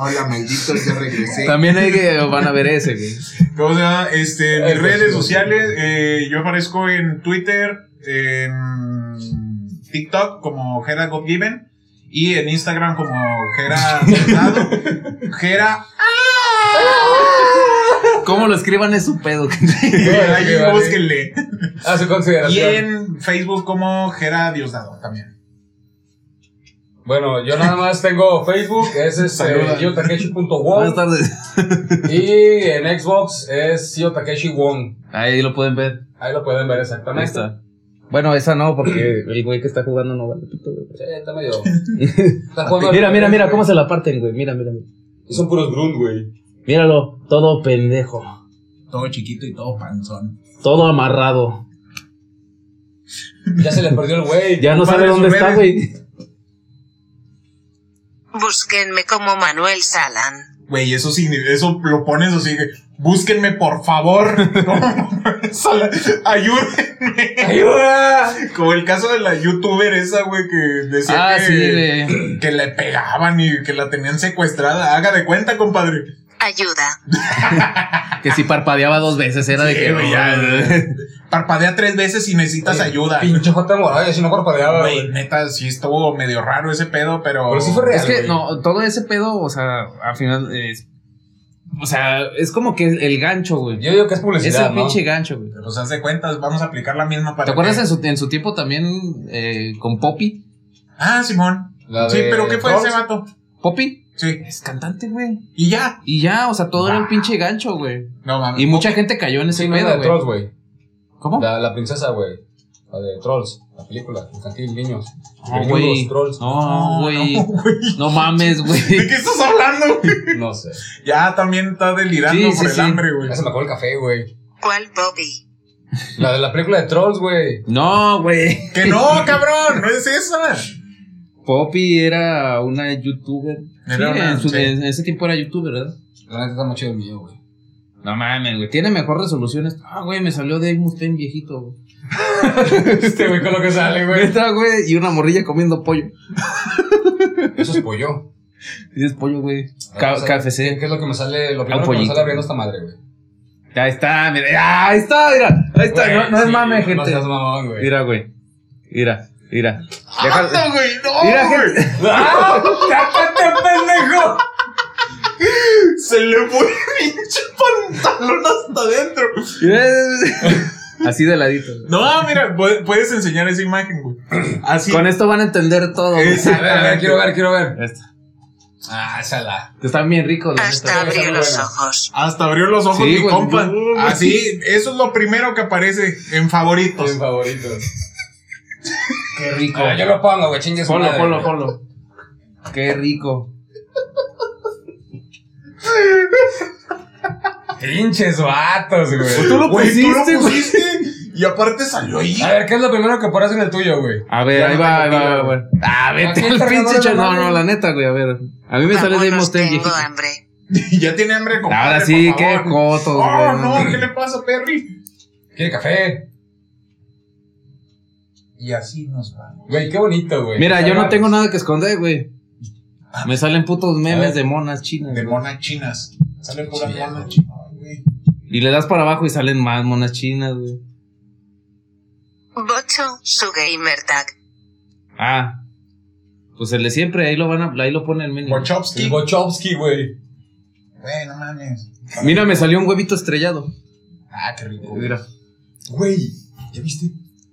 S5: Hola, maldito, ya regresé.
S2: También hay que van a ver ese, güey.
S3: ¿Cómo se llama? Este,
S4: Ay,
S3: mis redes
S4: Dios,
S3: sociales, eh, yo aparezco en Twitter, en TikTok como Gera Godgiven y en Instagram como Gera Hurtado. Gera,
S2: ¿Cómo lo escriban es su pedo?
S3: ahí
S4: qué vale.
S3: búsquenle.
S4: A Ah, su
S3: Y
S4: consideración.
S3: en Facebook como Gera Diosdado también.
S4: Bueno, yo nada más tengo Facebook, es
S3: Saluda.
S4: este,
S2: Buenas
S4: yotakeshi.wong
S2: tardes.
S4: y en Xbox es yotakeshi wong.
S2: Ahí lo pueden ver.
S4: Ahí lo pueden ver
S2: Ahí
S4: exactamente.
S2: está. Bueno, esa no, porque el güey que está jugando no vale pito, güey.
S4: Sí, está
S2: (laughs)
S4: medio. Está jugando al-
S2: Mira, mira, mira, cómo se la parten, güey. Mira, mira. mira.
S4: Y son puros grunt, güey.
S2: Míralo, todo pendejo.
S3: Todo chiquito y todo panzón.
S2: Todo amarrado.
S4: Ya se les perdió el güey.
S2: Ya no sabe
S3: Compadre,
S2: dónde
S3: sus
S2: está,
S3: redes.
S2: güey.
S6: Búsquenme como Manuel Salan.
S3: Güey, eso, signi- eso lo pones así que búsquenme por favor. Como- Sala- Ayúdenme.
S4: ¡Ayuda!
S3: Como el caso de la youtuber esa, güey, que decía
S2: Ah,
S3: que,
S2: sí, güey.
S3: que le pegaban y que la tenían secuestrada. Haga de cuenta, compadre.
S6: Ayuda.
S2: Que si parpadeaba dos veces, era de
S3: Sí,
S2: que.
S3: güey, ya. Parpadea tres veces y necesitas ayuda.
S4: Pinche J. Morales, si no parpadeaba,
S3: Güey,
S4: güey.
S3: neta, sí estuvo medio raro ese pedo, pero.
S4: Pero sí fue real.
S2: Es que
S4: güey.
S2: no, todo ese pedo, o sea, al final. eh, O sea, es como que el gancho, güey.
S4: Yo digo que es
S2: Es
S4: publicidad,
S2: el
S4: ¿no?
S2: pinche gancho, güey.
S3: Pues haz de cuentas, vamos a aplicar la misma para.
S2: ¿Te acuerdas
S3: que-
S2: en su, en su tiempo también eh, con Poppy?
S3: Ah, Simón.
S4: La
S3: Sí,
S4: de
S3: pero ¿qué fue
S4: Trolls.
S3: ese vato?
S2: ¿Poppy?
S3: Sí.
S2: Es cantante, güey.
S3: Y ya.
S2: Y ya, o sea, todo era un pinche gancho, güey.
S3: No mames.
S2: Y mucha gente cayó en ese
S4: Sí, no es la
S2: pedo,
S4: de
S2: güey.
S4: Trolls, güey.
S2: ¿Cómo?
S4: La, la princesa, güey. La de Trolls, la película, infantil, niños.
S2: No,
S4: Películas,
S2: güey.
S4: Trolls.
S2: No, güey.
S3: No,
S2: No, mames,
S3: (laughs) ¿De
S2: güey.
S3: qué estás
S2: (laughs)
S3: hablando? güey?
S4: No sé.
S3: Ya también está delirando
S2: Sí, sí,
S3: por el
S2: sí.
S3: hambre, güey.
S4: Ya se me acabó el café, güey.
S6: ¿Cuál Bobby?
S4: La de la película de Trolls, güey.
S2: No, güey. (laughs)
S3: Que no, cabrón, no es esa.
S2: Poppy era una youtuber.
S3: Era
S2: Sí,
S3: una-
S2: en, su-
S3: sí.
S2: en- en ese tiempo era youtuber, ¿verdad?
S4: La neta está más chido el mío, güey. (laughs)
S2: No mames, güey. Tiene mejor resoluciones. Ah, güey, me salió Dave Mustaine viejito, güey.
S4: Este güey con lo que sale, güey.
S2: Neta, güey. Y una morrilla comiendo pollo.
S4: Eso es pollo.
S2: Dices pollo, güey.
S4: A
S2: Ca-
S4: ver,
S2: KFC.
S4: ¿Qué es lo que me sale? Lo primero que me
S2: pollito.
S4: sale abriendo esta madre, güey.
S2: Ahí está, mira. Ah, Ahí está, mira. Ahí está. no
S4: Güey,
S2: no es
S4: sí,
S2: mame,
S4: No
S2: gente.
S4: seas mamón, güey.
S2: Mira, güey. Mira,
S1: (laughs)
S2: mira. Deja-
S3: ¡Ah, güey! ¡No!
S2: Mira,
S3: güey!
S2: gente.
S4: ¡Ah! ¡Cápate, pendejo!
S3: Se le fue el pinche pantalón hasta adentro.
S2: Así de ladito. güey.
S3: No, mira, pu- puedes enseñar esa imagen, güey. Así.
S2: Con esto van a entender todo. güey.
S3: Esa-
S4: A ver, a ver, quiero ver, quiero ver.
S2: Esta.
S4: Ah, sala.
S2: Que Están bien ricos.
S3: ah.
S2: la
S6: Hasta
S2: neta.
S6: abrió
S4: Pues está
S6: los
S4: buena.
S6: ojos.
S3: Hasta abrió los ojos
S2: Sí,
S3: mi
S2: güey,
S3: compa.
S2: no, güey.
S3: Así, eso es lo primero que aparece en favoritos.
S4: Mis favoritos.
S2: Qué rico.
S4: Ah, yo lo pongo, güey, chingue su
S2: Ponlo,
S4: madre,
S2: ponlo,
S4: güey.
S2: ponlo. Qué rico.
S4: Pinches vatos, güey.
S2: Pues lo
S3: Güey, tú lo
S2: pusiste, güey.
S3: pusiste y aparte salió ahí.
S4: A ver, ¿qué es lo primero que pones en el tuyo, güey?
S2: A ver,
S4: Ya
S2: ahí
S4: no
S2: va, ahí
S4: tengo
S2: va,
S4: pila,
S2: güey. Ah,
S4: Aquí
S2: vete
S4: el
S2: el pinche
S4: cargador
S2: cho-
S4: no
S2: No,
S4: mames.
S2: no, la neta, güey. A ver. A mí me sale Dave
S6: Vámonos,
S2: Mustaine.
S6: tengo
S2: viejito.
S6: hambre.
S3: (laughs) ya tiene hambre, compadre.
S2: Ahora sí,
S3: por
S2: qué
S3: favor.
S2: cotos, güey.
S3: Oh, no, ¿qué le pasa, Perry?
S4: ¿Quiere café?
S3: Y así nos va.
S4: Güey, qué bonito, güey.
S2: Mira, yo no
S4: Agarras.
S2: tengo nada que esconder, güey. Me salen putos memes de monas chinas.
S3: De
S2: güey.
S3: monas chinas. Salen puras
S4: Chile,
S3: monas
S4: güey.
S3: chinas. Ay, güey.
S2: Y le das para abajo y salen más monas chinas, güey.
S6: Bocho, su gamer tag.
S2: Ah. Pues el de siempre, ahí lo van a, ahí lo pone el menú.
S4: El
S3: Wachowski.
S4: Bochowski, güey.
S3: Güey, no mames.
S2: Mira, me salió un huevito estrellado.
S3: Ah, qué rico.
S2: Mira.
S4: Güey, ¿ya viste?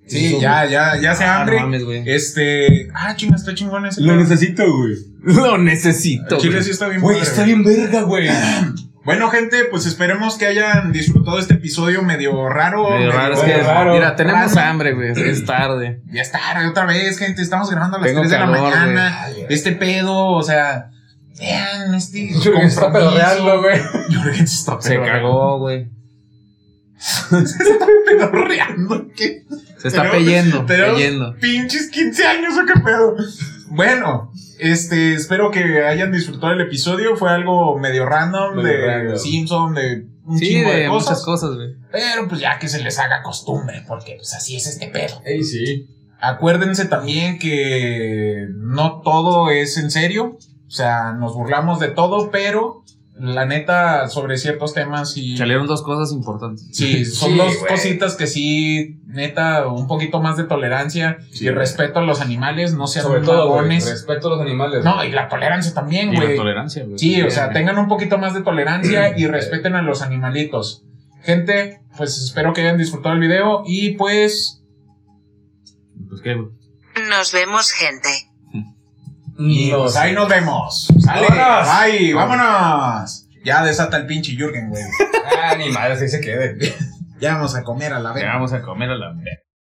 S3: Sí, ya, ya, ya se
S2: Ah,
S3: hambre.
S2: no mames, güey.
S3: Este. Ah, chinga, está chingón ese. pedo.
S4: necesito, güey.
S2: Lo necesito.
S3: Chile
S2: güey.
S3: sí está bien
S4: Güey,
S3: padre,
S4: está
S3: güey.
S4: bien verga, güey.
S3: (clears throat) Bueno, gente, pues esperemos que hayan disfrutado este episodio medio raro.
S2: Medio raro, es
S4: Medio
S2: que,
S4: raro.
S2: mira, tenemos
S3: Raro.
S2: hambre, güey. Es tarde.
S3: Ya es tarde otra vez, gente. Estamos grabando a las
S2: Tengo
S3: 3 de la
S2: calor,
S3: mañana.
S4: Ay, güey.
S3: Este pedo, o sea. Vean, este.
S4: Yo creo que se está
S3: compromiso.
S4: pedorreando, güey.
S3: Jürgen se
S2: (laughs)
S3: está
S2: Se
S3: pedorreando.
S2: cagó, güey.
S3: (laughs) pedorreando. ¿Qué?
S2: Se está
S3: Tenemos-
S2: (laughs) peyendo,
S3: tenemos
S2: peyendo.
S3: Pinches 15 años o qué pedo. Bueno, este, espero que hayan disfrutado el episodio. Fue algo medio random
S4: Medio
S3: de
S4: random.
S3: Simpson, de un
S2: Sí,
S3: chingo
S2: de,
S3: de,
S2: muchas
S3: cosas.
S2: cosas, güey.
S3: Pero pues ya que se les haga costumbre, porque pues así es este pedo.
S4: Ey, sí.
S3: Acuérdense también que no todo es en serio. O sea, nos burlamos de todo, pero la neta, sobre ciertos temas y.
S2: Salieron dos cosas importantes.
S3: Sí, son
S4: Sí,
S3: dos
S4: güey.
S3: cositas que sí, neta, un poquito más de tolerancia y respeto a los animales, no sean
S4: Sobre todo, güey,
S3: mamones.
S4: respeto a los animales.
S3: No, y la tolerancia también,
S2: Y la
S3: güey.
S2: tolerancia, güey.
S3: Sí, o sea,
S2: tengo
S3: tengan un poquito más de tolerancia y respeten a los animalitos. Gente, pues espero que hayan disfrutado el video y pues...
S2: Pues qué, güey.
S6: Nos vemos, gente.
S3: y,
S4: No
S3: pues,
S4: sé.
S3: ahí nos vemos. Sale.
S4: Vámonos.
S3: Bye, vámonos. Ya desata el pinche Jürgen, güey.
S4: Ah, ni madre, así se quede.
S3: Ya vamos a comer a la
S2: Ya
S3: vez.
S2: vamos a comer a la verga.